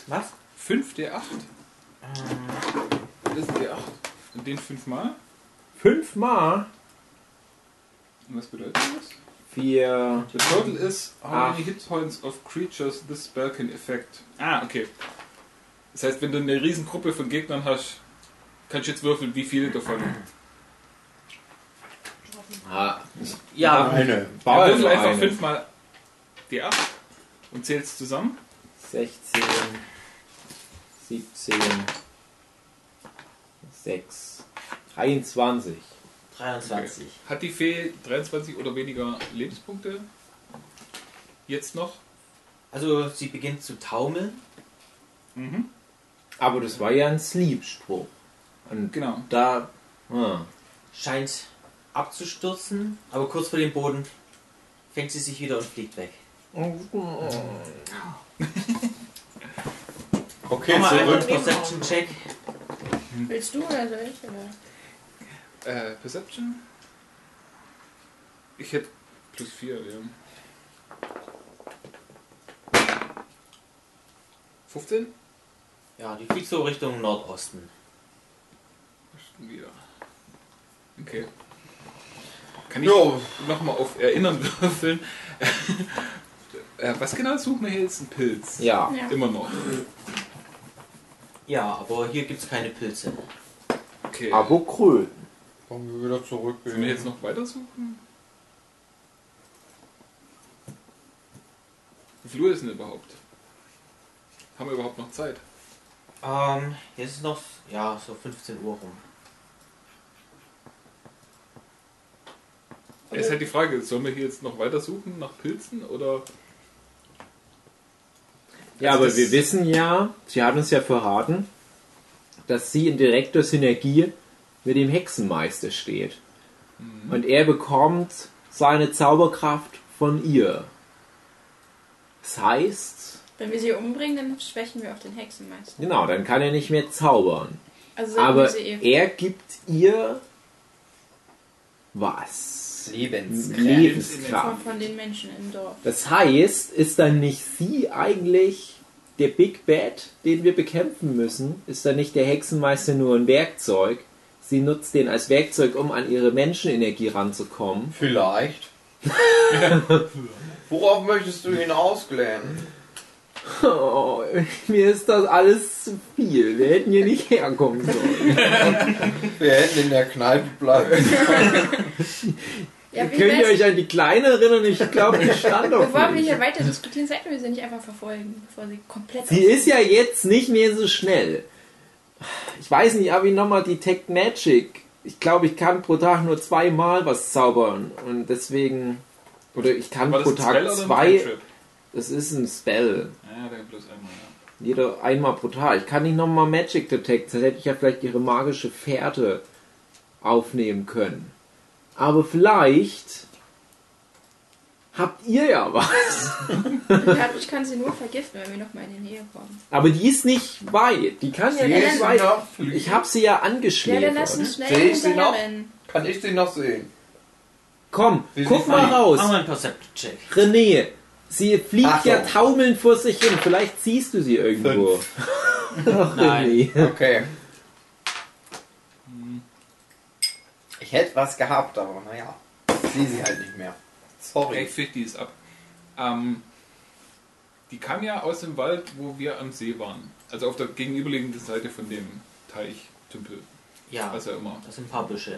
[SPEAKER 2] Was?
[SPEAKER 4] 5 D8? Das ist D8. Und den fünfmal?
[SPEAKER 5] Fünfmal.
[SPEAKER 4] Und was bedeutet das?
[SPEAKER 5] Vier.
[SPEAKER 4] The total is how many
[SPEAKER 5] Acht.
[SPEAKER 4] hit points of creatures this spell can affect. Ah, okay. Das heißt, wenn du eine Riesengruppe von Gegnern hast, kannst du jetzt würfeln, wie viele davon.
[SPEAKER 5] Ah,
[SPEAKER 2] Ja,
[SPEAKER 8] Eine.
[SPEAKER 4] Ja,
[SPEAKER 5] Bauer
[SPEAKER 4] würfel
[SPEAKER 5] nur
[SPEAKER 4] einfach
[SPEAKER 5] eine.
[SPEAKER 4] fünfmal D8 und zählst zusammen.
[SPEAKER 5] 16, 17, 6, 23.
[SPEAKER 2] 23.
[SPEAKER 4] Hat die Fee 23 oder weniger Lebenspunkte? Jetzt noch?
[SPEAKER 2] Also sie beginnt zu taumeln.
[SPEAKER 4] Mhm.
[SPEAKER 5] Aber das war ja ein Sleep-Spruch. Und
[SPEAKER 4] Genau.
[SPEAKER 5] da. Ah,
[SPEAKER 2] Scheint abzustürzen, aber kurz vor dem Boden fängt sie sich wieder und fliegt weg.
[SPEAKER 8] Okay,
[SPEAKER 2] Nochmal einmal einen
[SPEAKER 8] zurück.
[SPEAKER 2] Perception-Check.
[SPEAKER 3] Willst du oder soll ich? Oder?
[SPEAKER 4] Äh, Perception? Ich hätte plus 4, ja. 15?
[SPEAKER 2] Ja, die fliegt so Richtung Nordosten.
[SPEAKER 4] Wieder. Okay. Kann ich
[SPEAKER 8] Jo,
[SPEAKER 4] nochmal auf Erinnern würfeln? äh, was genau suchen wir hier jetzt? Ein Pilz.
[SPEAKER 5] Ja.
[SPEAKER 3] Ja.
[SPEAKER 4] Immer noch.
[SPEAKER 2] Ja, aber hier gibt es keine Pilze.
[SPEAKER 4] Okay.
[SPEAKER 5] Abokryl.
[SPEAKER 8] wollen wir wieder
[SPEAKER 4] Sollen wir jetzt
[SPEAKER 8] zurückgehen?
[SPEAKER 4] noch weiter suchen? Wie viel Uhr ist denn überhaupt? Haben wir überhaupt noch Zeit?
[SPEAKER 2] Ähm, jetzt ist noch, ja, so 15 Uhr rum.
[SPEAKER 4] Ja, ist halt die Frage, sollen wir hier jetzt noch weiter suchen nach Pilzen oder
[SPEAKER 5] Ja,
[SPEAKER 4] Also
[SPEAKER 5] aber
[SPEAKER 4] das-
[SPEAKER 5] wir wissen ja, sie hat uns ja verraten, dass sie in direkter Synergie mit dem Hexenmeister steht.
[SPEAKER 4] Mhm.
[SPEAKER 5] Und er bekommt seine Zauberkraft von ihr. Das heißt,
[SPEAKER 3] Wenn wir sie umbringen, dann schwächen wir auch den Hexenmeister.
[SPEAKER 5] genau, dann kann er nicht mehr zaubern.
[SPEAKER 3] Also sollten wir
[SPEAKER 5] Aber
[SPEAKER 3] sie eh.
[SPEAKER 5] er gibt ihr was?
[SPEAKER 8] Lebenskraft.
[SPEAKER 3] Von,
[SPEAKER 5] Lebenskraft.
[SPEAKER 3] von den Menschen im Dorf.
[SPEAKER 5] Das heißt, ist dann nicht sie eigentlich der Big Bad, den wir bekämpfen müssen? Ist dann nicht der Hexenmeister nur ein Werkzeug? Sie nutzt den als Werkzeug, um an ihre Menschenenergie ranzukommen.
[SPEAKER 8] Vielleicht. Worauf möchtest du hinaus, Glenn?
[SPEAKER 5] Oh, mir ist das alles zu viel. Wir hätten hier nicht herkommen sollen.
[SPEAKER 8] Wir hätten in der Kneipe bleiben.
[SPEAKER 3] Ja, wie
[SPEAKER 5] Könnt ihr
[SPEAKER 3] wär's,
[SPEAKER 5] euch an die Kleine erinnern? Ich glaube, ich stand auf
[SPEAKER 3] bevor wir
[SPEAKER 5] mich.
[SPEAKER 3] hier weiter diskutieren, sollten wir sie nicht einfach verfolgen, bevor sie komplett...
[SPEAKER 5] Sie ist ja jetzt nicht mehr so schnell. Ich weiß nicht, aber ich nochmal Detect Magic. Ich glaube, ich kann pro Tag nur zweimal was zaubern. Und deswegen. Oder ich kann
[SPEAKER 4] war
[SPEAKER 5] pro
[SPEAKER 4] das ein Spell
[SPEAKER 5] Tag
[SPEAKER 4] oder ein
[SPEAKER 5] zwei.
[SPEAKER 4] Cantrip?
[SPEAKER 5] Das ist ein Spell.
[SPEAKER 4] Ja, da bloß einmal.
[SPEAKER 5] Jeder einmal pro Tag. Ich kann nicht nochmal Magic Detect. Dann hätte ich ja vielleicht ihre magische Fährte aufnehmen können. Aber vielleicht. Habt ihr ja was.
[SPEAKER 3] Ja, ich kann sie nur vergiften, wenn wir nochmal in die Nähe kommen.
[SPEAKER 5] Aber die ist nicht weit. Die kann ja
[SPEAKER 8] Sehe ich
[SPEAKER 5] nicht
[SPEAKER 8] sie
[SPEAKER 5] weit.
[SPEAKER 8] noch?
[SPEAKER 5] Ich habe sie ja
[SPEAKER 3] Ja,
[SPEAKER 5] angeschläfert.
[SPEAKER 3] dann lass uns schnell
[SPEAKER 8] Sehe ich sie noch?
[SPEAKER 3] hinterherrennen.
[SPEAKER 8] Kann ich sie noch sehen?
[SPEAKER 5] Komm,
[SPEAKER 8] Will
[SPEAKER 5] guck
[SPEAKER 8] sie
[SPEAKER 5] mal
[SPEAKER 8] fahren?
[SPEAKER 5] raus.
[SPEAKER 2] Machen wir einen Perception-Check.
[SPEAKER 5] René, sie fliegt
[SPEAKER 8] Achtung.
[SPEAKER 5] ja taumelnd vor sich hin. Vielleicht siehst du sie irgendwo. Ach,
[SPEAKER 2] Nein.
[SPEAKER 5] René.
[SPEAKER 8] Okay. Hm. Ich hätte was gehabt, aber naja. Ich sehe sie halt nicht mehr.
[SPEAKER 4] Ich
[SPEAKER 8] Sorry.
[SPEAKER 4] fick die ist ab. Ähm, die kam ja aus dem Wald, wo wir am See waren. Also auf der gegenüberliegenden Seite von dem Teich, Tümpel,
[SPEAKER 2] Ja,
[SPEAKER 4] was auch immer.
[SPEAKER 2] das sind ein paar Büsche.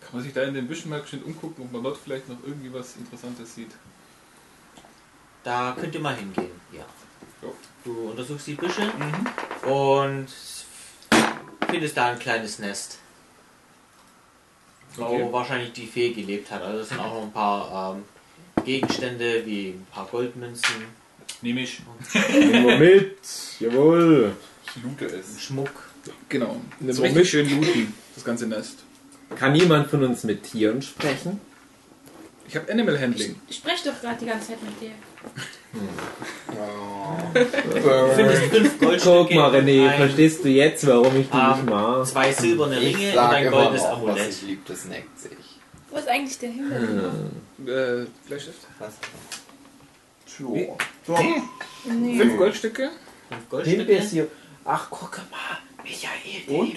[SPEAKER 4] Kann man sich da in den Büschen mal schön umgucken, ob man dort vielleicht noch irgendwie was Interessantes sieht.
[SPEAKER 2] Da könnt ihr mal hingehen, ja.
[SPEAKER 4] Jo. Mhm.
[SPEAKER 2] Du untersuchst die Büsche und findest da ein kleines Nest,
[SPEAKER 4] Okay.
[SPEAKER 2] wo wahrscheinlich die Fee gelebt hat. Also es sind auch noch ein paar ähm, Gegenstände wie ein paar Goldmünzen,
[SPEAKER 4] Nehme ich.
[SPEAKER 5] Nimm mal mit. Jawohl.
[SPEAKER 8] Ich loote es.
[SPEAKER 2] Schmuck.
[SPEAKER 4] Genau.
[SPEAKER 5] Nimm
[SPEAKER 4] so
[SPEAKER 5] mal
[SPEAKER 4] richtig
[SPEAKER 5] mit.
[SPEAKER 4] schön looten, das ganze Nest.
[SPEAKER 5] Kann jemand von uns mit Tieren sprechen?
[SPEAKER 4] Ich habe Animal Handling.
[SPEAKER 3] Ich spreche doch gerade die ganze Zeit mit dir.
[SPEAKER 2] Du findest fünf Goldstücke.
[SPEAKER 5] Guck mal, René,
[SPEAKER 2] und ein,
[SPEAKER 5] verstehst du jetzt, warum ich die nicht
[SPEAKER 2] ähm,
[SPEAKER 5] mag?
[SPEAKER 2] zwei silberne
[SPEAKER 8] Ich
[SPEAKER 2] Ringe und ein
[SPEAKER 8] sage immer
[SPEAKER 2] goldenes
[SPEAKER 8] noch, was
[SPEAKER 2] Amulett.
[SPEAKER 8] ich liebe, das neckt sich.
[SPEAKER 3] Wo ist eigentlich der Himmel?
[SPEAKER 4] Äh, Bleistift.
[SPEAKER 8] Was?
[SPEAKER 5] Tschur.
[SPEAKER 3] Nee.
[SPEAKER 4] Fünf Goldstücke.
[SPEAKER 2] Fünf Goldstücke.
[SPEAKER 5] Ach, guck mal. Michael,
[SPEAKER 8] Und?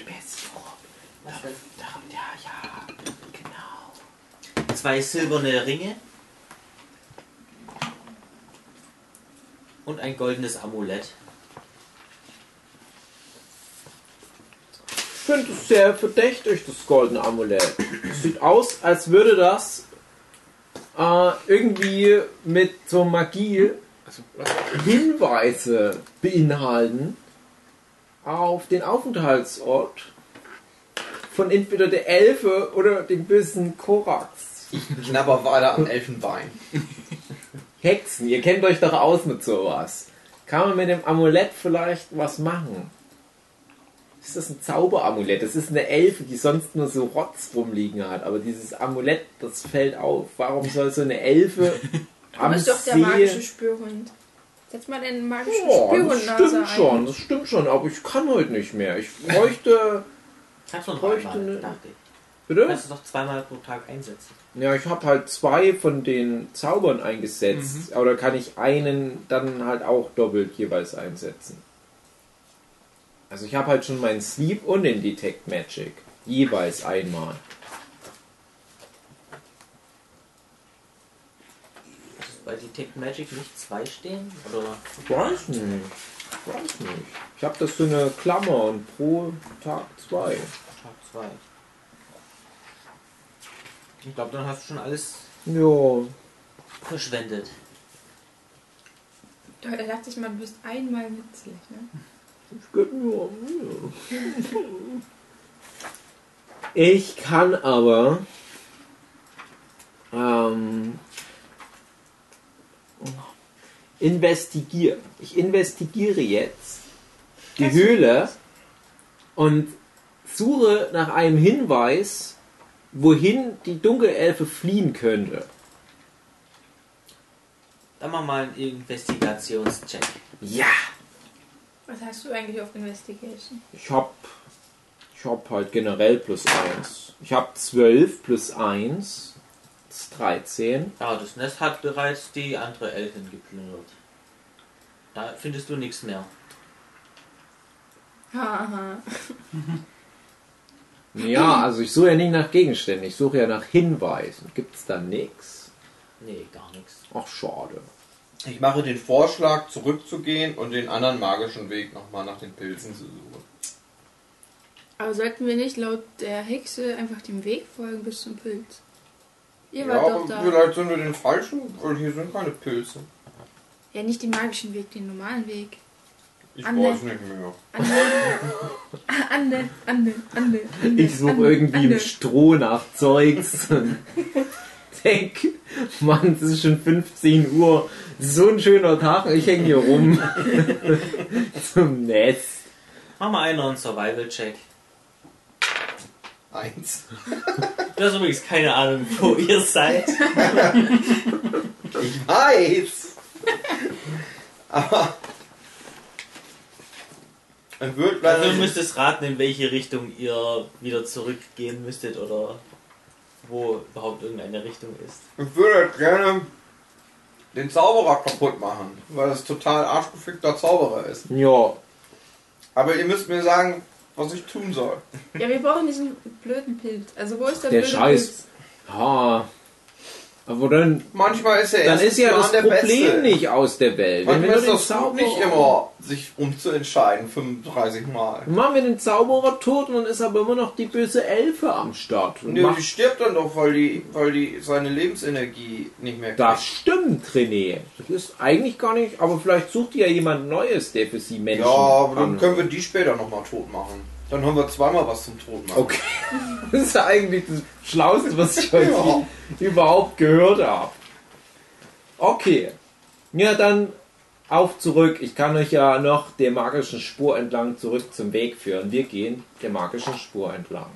[SPEAKER 5] Ja, ja. Genau.
[SPEAKER 2] Zwei silberne Ringe. Und ein goldenes Amulett.
[SPEAKER 5] Ich finde es sehr verdächtig, das goldene Amulett. Es sieht aus, als würde das äh, irgendwie mit so Magie
[SPEAKER 4] Also, was?
[SPEAKER 5] Hinweise beinhalten auf den Aufenthaltsort von entweder der Elfe oder dem bösen Korax.
[SPEAKER 8] Ich knabber weiter am Elfenbein.
[SPEAKER 5] Hexen, ihr kennt euch doch aus mit sowas. Kann man mit dem Amulett vielleicht was machen? Ist das ein Zauberamulett? Das ist eine Elfe, die sonst nur so Rotz rumliegen hat. Aber dieses Amulett, das fällt auf. Warum soll so eine Elfe
[SPEAKER 3] Du
[SPEAKER 5] am
[SPEAKER 3] bist doch der
[SPEAKER 5] See-
[SPEAKER 3] magische Spürhund. Setz mal deinen magischen
[SPEAKER 5] Oh, das
[SPEAKER 3] Spürhund
[SPEAKER 5] stimmt
[SPEAKER 3] Nase
[SPEAKER 5] schon,
[SPEAKER 3] ein.
[SPEAKER 5] das stimmt schon, aber ich kann heute nicht mehr. Ich bräuchte.
[SPEAKER 2] Kannst du noch
[SPEAKER 5] Bräuchte eine-
[SPEAKER 2] einmal. Nachgehen.
[SPEAKER 5] Bitte?
[SPEAKER 2] Kannst du noch zweimal pro Tag einsetzen.
[SPEAKER 5] Ja, ich habe halt zwei von den Zaubern eingesetzt. Oder kann ich einen dann halt auch doppelt jeweils einsetzen? Also ich habe halt schon meinen Sleep und den Detect Magic. Jeweils einmal.
[SPEAKER 2] Ist Bei Detect Magic nicht zwei stehen? Oder?
[SPEAKER 5] Ich weiß nicht. Ich weiß nicht. Ich habe das so eine Klammer und pro Tag zwei.
[SPEAKER 2] Tag 2. Ich glaube, dann hast du schon alles
[SPEAKER 5] Ja,
[SPEAKER 2] verschwendet.
[SPEAKER 3] Da dachte ich mal, du bist einmal nützlich, ne?
[SPEAKER 5] Ich kann aber ähm, investigieren. Ich investigiere jetzt die Höhle und suche nach einem Hinweis, wohin die Dunkelelfe fliehen könnte.
[SPEAKER 2] Dann mach mal einen Investigationscheck.
[SPEAKER 5] Ja,
[SPEAKER 3] Was hast du eigentlich auf Investigation?
[SPEAKER 5] ich hab, ich hab halt generell plus 1. Ich hab 12 plus 1, das ist 13.
[SPEAKER 2] Ah, das Nest hat bereits die andere Elfin geplündert. Da findest du nichts mehr.
[SPEAKER 3] Haha.
[SPEAKER 5] Ja, also ich suche ja nicht nach Gegenständen, ich suche ja nach Hinweisen. Gibt's da nix?
[SPEAKER 2] Nee, gar nichts.
[SPEAKER 5] Ach, schade.
[SPEAKER 8] Ich mache den Vorschlag, zurückzugehen und den anderen magischen Weg nochmal nach den Pilzen zu suchen.
[SPEAKER 3] Aber sollten wir nicht laut der Hexe einfach dem Weg folgen bis zum Pilz? Ihr
[SPEAKER 8] ja,
[SPEAKER 3] wart
[SPEAKER 8] aber
[SPEAKER 3] doch da.
[SPEAKER 8] vielleicht sind wir den falschen, weil hier sind keine Pilze.
[SPEAKER 3] Ja, nicht den magischen Weg, den normalen Weg.
[SPEAKER 8] Ich
[SPEAKER 3] Anne.
[SPEAKER 8] weiß nicht mehr.
[SPEAKER 3] Ande, Ande, Ande, Ande. Ande,
[SPEAKER 5] Ich suche
[SPEAKER 3] Ande,
[SPEAKER 5] irgendwie
[SPEAKER 3] Ande.
[SPEAKER 5] im Stroh nach Zeugs. und Denk, Mann, es ist schon 15 Uhr. So ein schöner Tag, ich hänge hier rum. Zum Nest.
[SPEAKER 2] Mach mal einer einen Survival-Check.
[SPEAKER 8] Eins.
[SPEAKER 2] Du hast übrigens keine Ahnung, wo ihr seid.
[SPEAKER 8] Ich weiß! aber. Ich würde leider
[SPEAKER 2] Also du
[SPEAKER 8] nicht.
[SPEAKER 2] müsstest raten, in welche Richtung ihr wieder zurückgehen müsstet oder wo überhaupt irgendeine Richtung ist.
[SPEAKER 8] Ich würde halt gerne den Zauberer kaputt machen, weil das total arschgefickter Zauberer ist.
[SPEAKER 5] Ja,
[SPEAKER 8] Aber ihr müsst mir sagen, was ich tun soll.
[SPEAKER 3] Ja, wir brauchen diesen blöden Pilz. Also wo ist der,
[SPEAKER 5] Der
[SPEAKER 3] blöde
[SPEAKER 5] Scheiß.
[SPEAKER 3] Pilz?
[SPEAKER 5] ha. Aber dann,
[SPEAKER 8] Manchmal ist er
[SPEAKER 5] dann ist ja das Problem
[SPEAKER 8] Beste.
[SPEAKER 5] nicht aus der Welt.
[SPEAKER 8] Manchmal
[SPEAKER 5] nur
[SPEAKER 8] ist
[SPEAKER 5] den
[SPEAKER 8] das gut,
[SPEAKER 5] Zauberer-
[SPEAKER 8] nicht immer, sich umzuentscheiden 35 Mal.
[SPEAKER 5] Dann machen wir den Zauberer tot und dann ist aber immer noch die böse Elfe am Start. Und
[SPEAKER 8] Nö,
[SPEAKER 5] macht-
[SPEAKER 8] die stirbt dann doch, weil die, weil die seine Lebensenergie nicht mehr
[SPEAKER 5] Das stimmt, René. Das ist eigentlich gar nicht, aber vielleicht sucht ihr ja jemand Neues, der für sie Menschen
[SPEAKER 8] Ja, aber dann
[SPEAKER 5] kann.
[SPEAKER 8] können wir die später nochmal tot machen. Dann haben wir zweimal was zum Tod machen.
[SPEAKER 5] Okay. Das ist ja eigentlich das Schlauste, was ich heute
[SPEAKER 8] Ja.
[SPEAKER 5] überhaupt gehört habe. Okay. Ja, dann auf zurück. Ich kann euch ja noch der magischen Spur entlang zurück zum Weg führen. Wir gehen der magischen Spur entlang.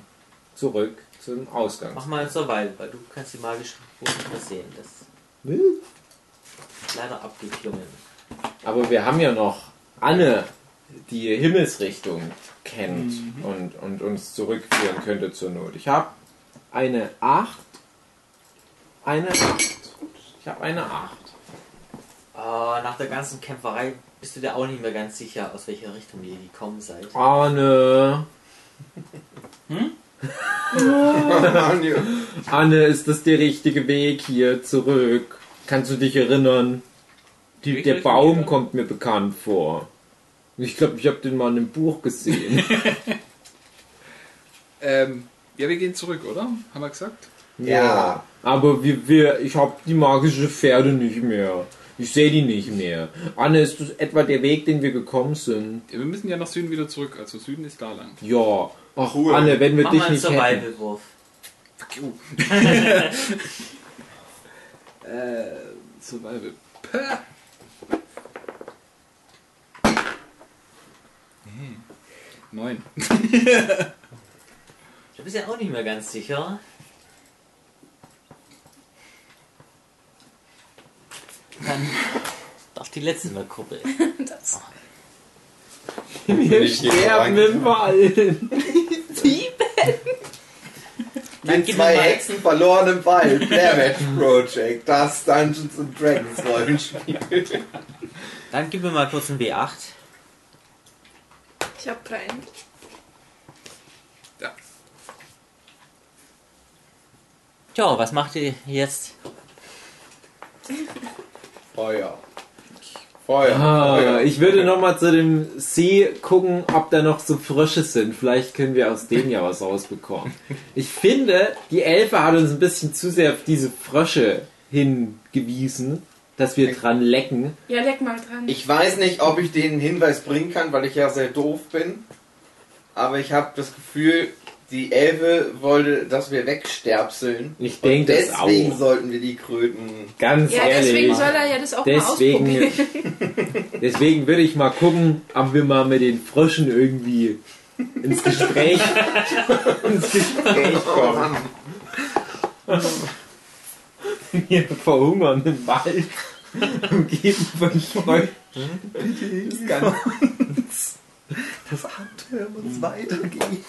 [SPEAKER 5] Zurück zum Ausgang.
[SPEAKER 2] Mach mal einen Survival, weil du kannst die magische Spur nicht mehr sehen. Das ist leider abgeklungen.
[SPEAKER 5] Aber wir haben ja noch Anne, die Himmelsrichtung kennt und, und uns zurückführen könnte zur Not. Ich habe eine 8. Eine 8. Ich habe eine 8.
[SPEAKER 2] Äh, nach der ganzen Kämpferei bist du dir auch nicht mehr ganz sicher, aus welcher Richtung ihr gekommen seid.
[SPEAKER 5] Anne.
[SPEAKER 8] Mann, ja.
[SPEAKER 5] Anne, ist das der richtige Weg hier zurück? Kannst du dich erinnern? Die,
[SPEAKER 4] Weg
[SPEAKER 5] der
[SPEAKER 4] Richtung
[SPEAKER 5] Baum
[SPEAKER 4] hier?
[SPEAKER 5] kommt mir bekannt vor. Ich glaube, ich habe den mal in einem Buch gesehen.
[SPEAKER 4] Ähm, ja, wir gehen zurück, oder? Haben wir gesagt?
[SPEAKER 5] Ja. Aber wir, wir, ich habe die magische Pferde nicht mehr. Ich sehe die nicht mehr. Anne, ist das etwa der Weg, den wir gekommen sind?
[SPEAKER 4] Ja, wir müssen ja nach Süden wieder zurück. Also Süden ist da lang.
[SPEAKER 5] Ja. Ach,
[SPEAKER 8] Cool.
[SPEAKER 5] Anne, wenn wir
[SPEAKER 2] Mach
[SPEAKER 5] dich
[SPEAKER 2] mal einen
[SPEAKER 5] nicht hätten.
[SPEAKER 2] Survival-Wurf.
[SPEAKER 4] Fuck you. äh, Survival. Päh. Mhm. Neun.
[SPEAKER 2] Du bist ja auch nicht mehr ganz sicher. Dann darf die letzte mal kuppeln.
[SPEAKER 8] Bin
[SPEAKER 5] Wir
[SPEAKER 8] ich hier
[SPEAKER 5] sterben im Wald.
[SPEAKER 2] Dann
[SPEAKER 8] Die
[SPEAKER 2] gib mir
[SPEAKER 8] zwei
[SPEAKER 2] mal-
[SPEAKER 8] Hexen verloren im Wald. Damage Project. Das Dungeons and Dragons Rollenspiel.
[SPEAKER 2] Dann gib mir mal kurz ein B8.
[SPEAKER 3] Ich hab drei.
[SPEAKER 2] Tja, was macht ihr jetzt?
[SPEAKER 8] Feuer. Feuer.
[SPEAKER 5] Ah,
[SPEAKER 8] Feuer.
[SPEAKER 5] ich würde nochmal zu dem See gucken, ob da noch so Frösche sind. Vielleicht können wir aus denen ja was rausbekommen. Ich finde, die Elfe hat uns ein bisschen zu sehr auf diese Frösche hingewiesen, dass wir dran lecken.
[SPEAKER 3] Ja, leck mal dran.
[SPEAKER 8] Ich weiß nicht, ob ich den Hinweis bringen kann, weil ich ja sehr doof bin. Aber ich habe das Gefühl, die Elbe wollte, dass wir wegsterbseln.
[SPEAKER 5] Ich
[SPEAKER 8] Und
[SPEAKER 5] denke das auch.
[SPEAKER 8] deswegen sollten wir die Kröten.
[SPEAKER 5] Ganz
[SPEAKER 3] ja,
[SPEAKER 5] ehrlich.
[SPEAKER 3] deswegen soll er ja das auch mal
[SPEAKER 5] Deswegen,
[SPEAKER 3] ausprobieren.
[SPEAKER 5] deswegen würde ich mal gucken, ob wir mal mit den Fröschen irgendwie ins Gespräch, ins Gespräch kommen. Wir verhungern im Wald, umgeben von Freunden. Das Ganze.
[SPEAKER 8] Das Abenteuer muss weitergehen.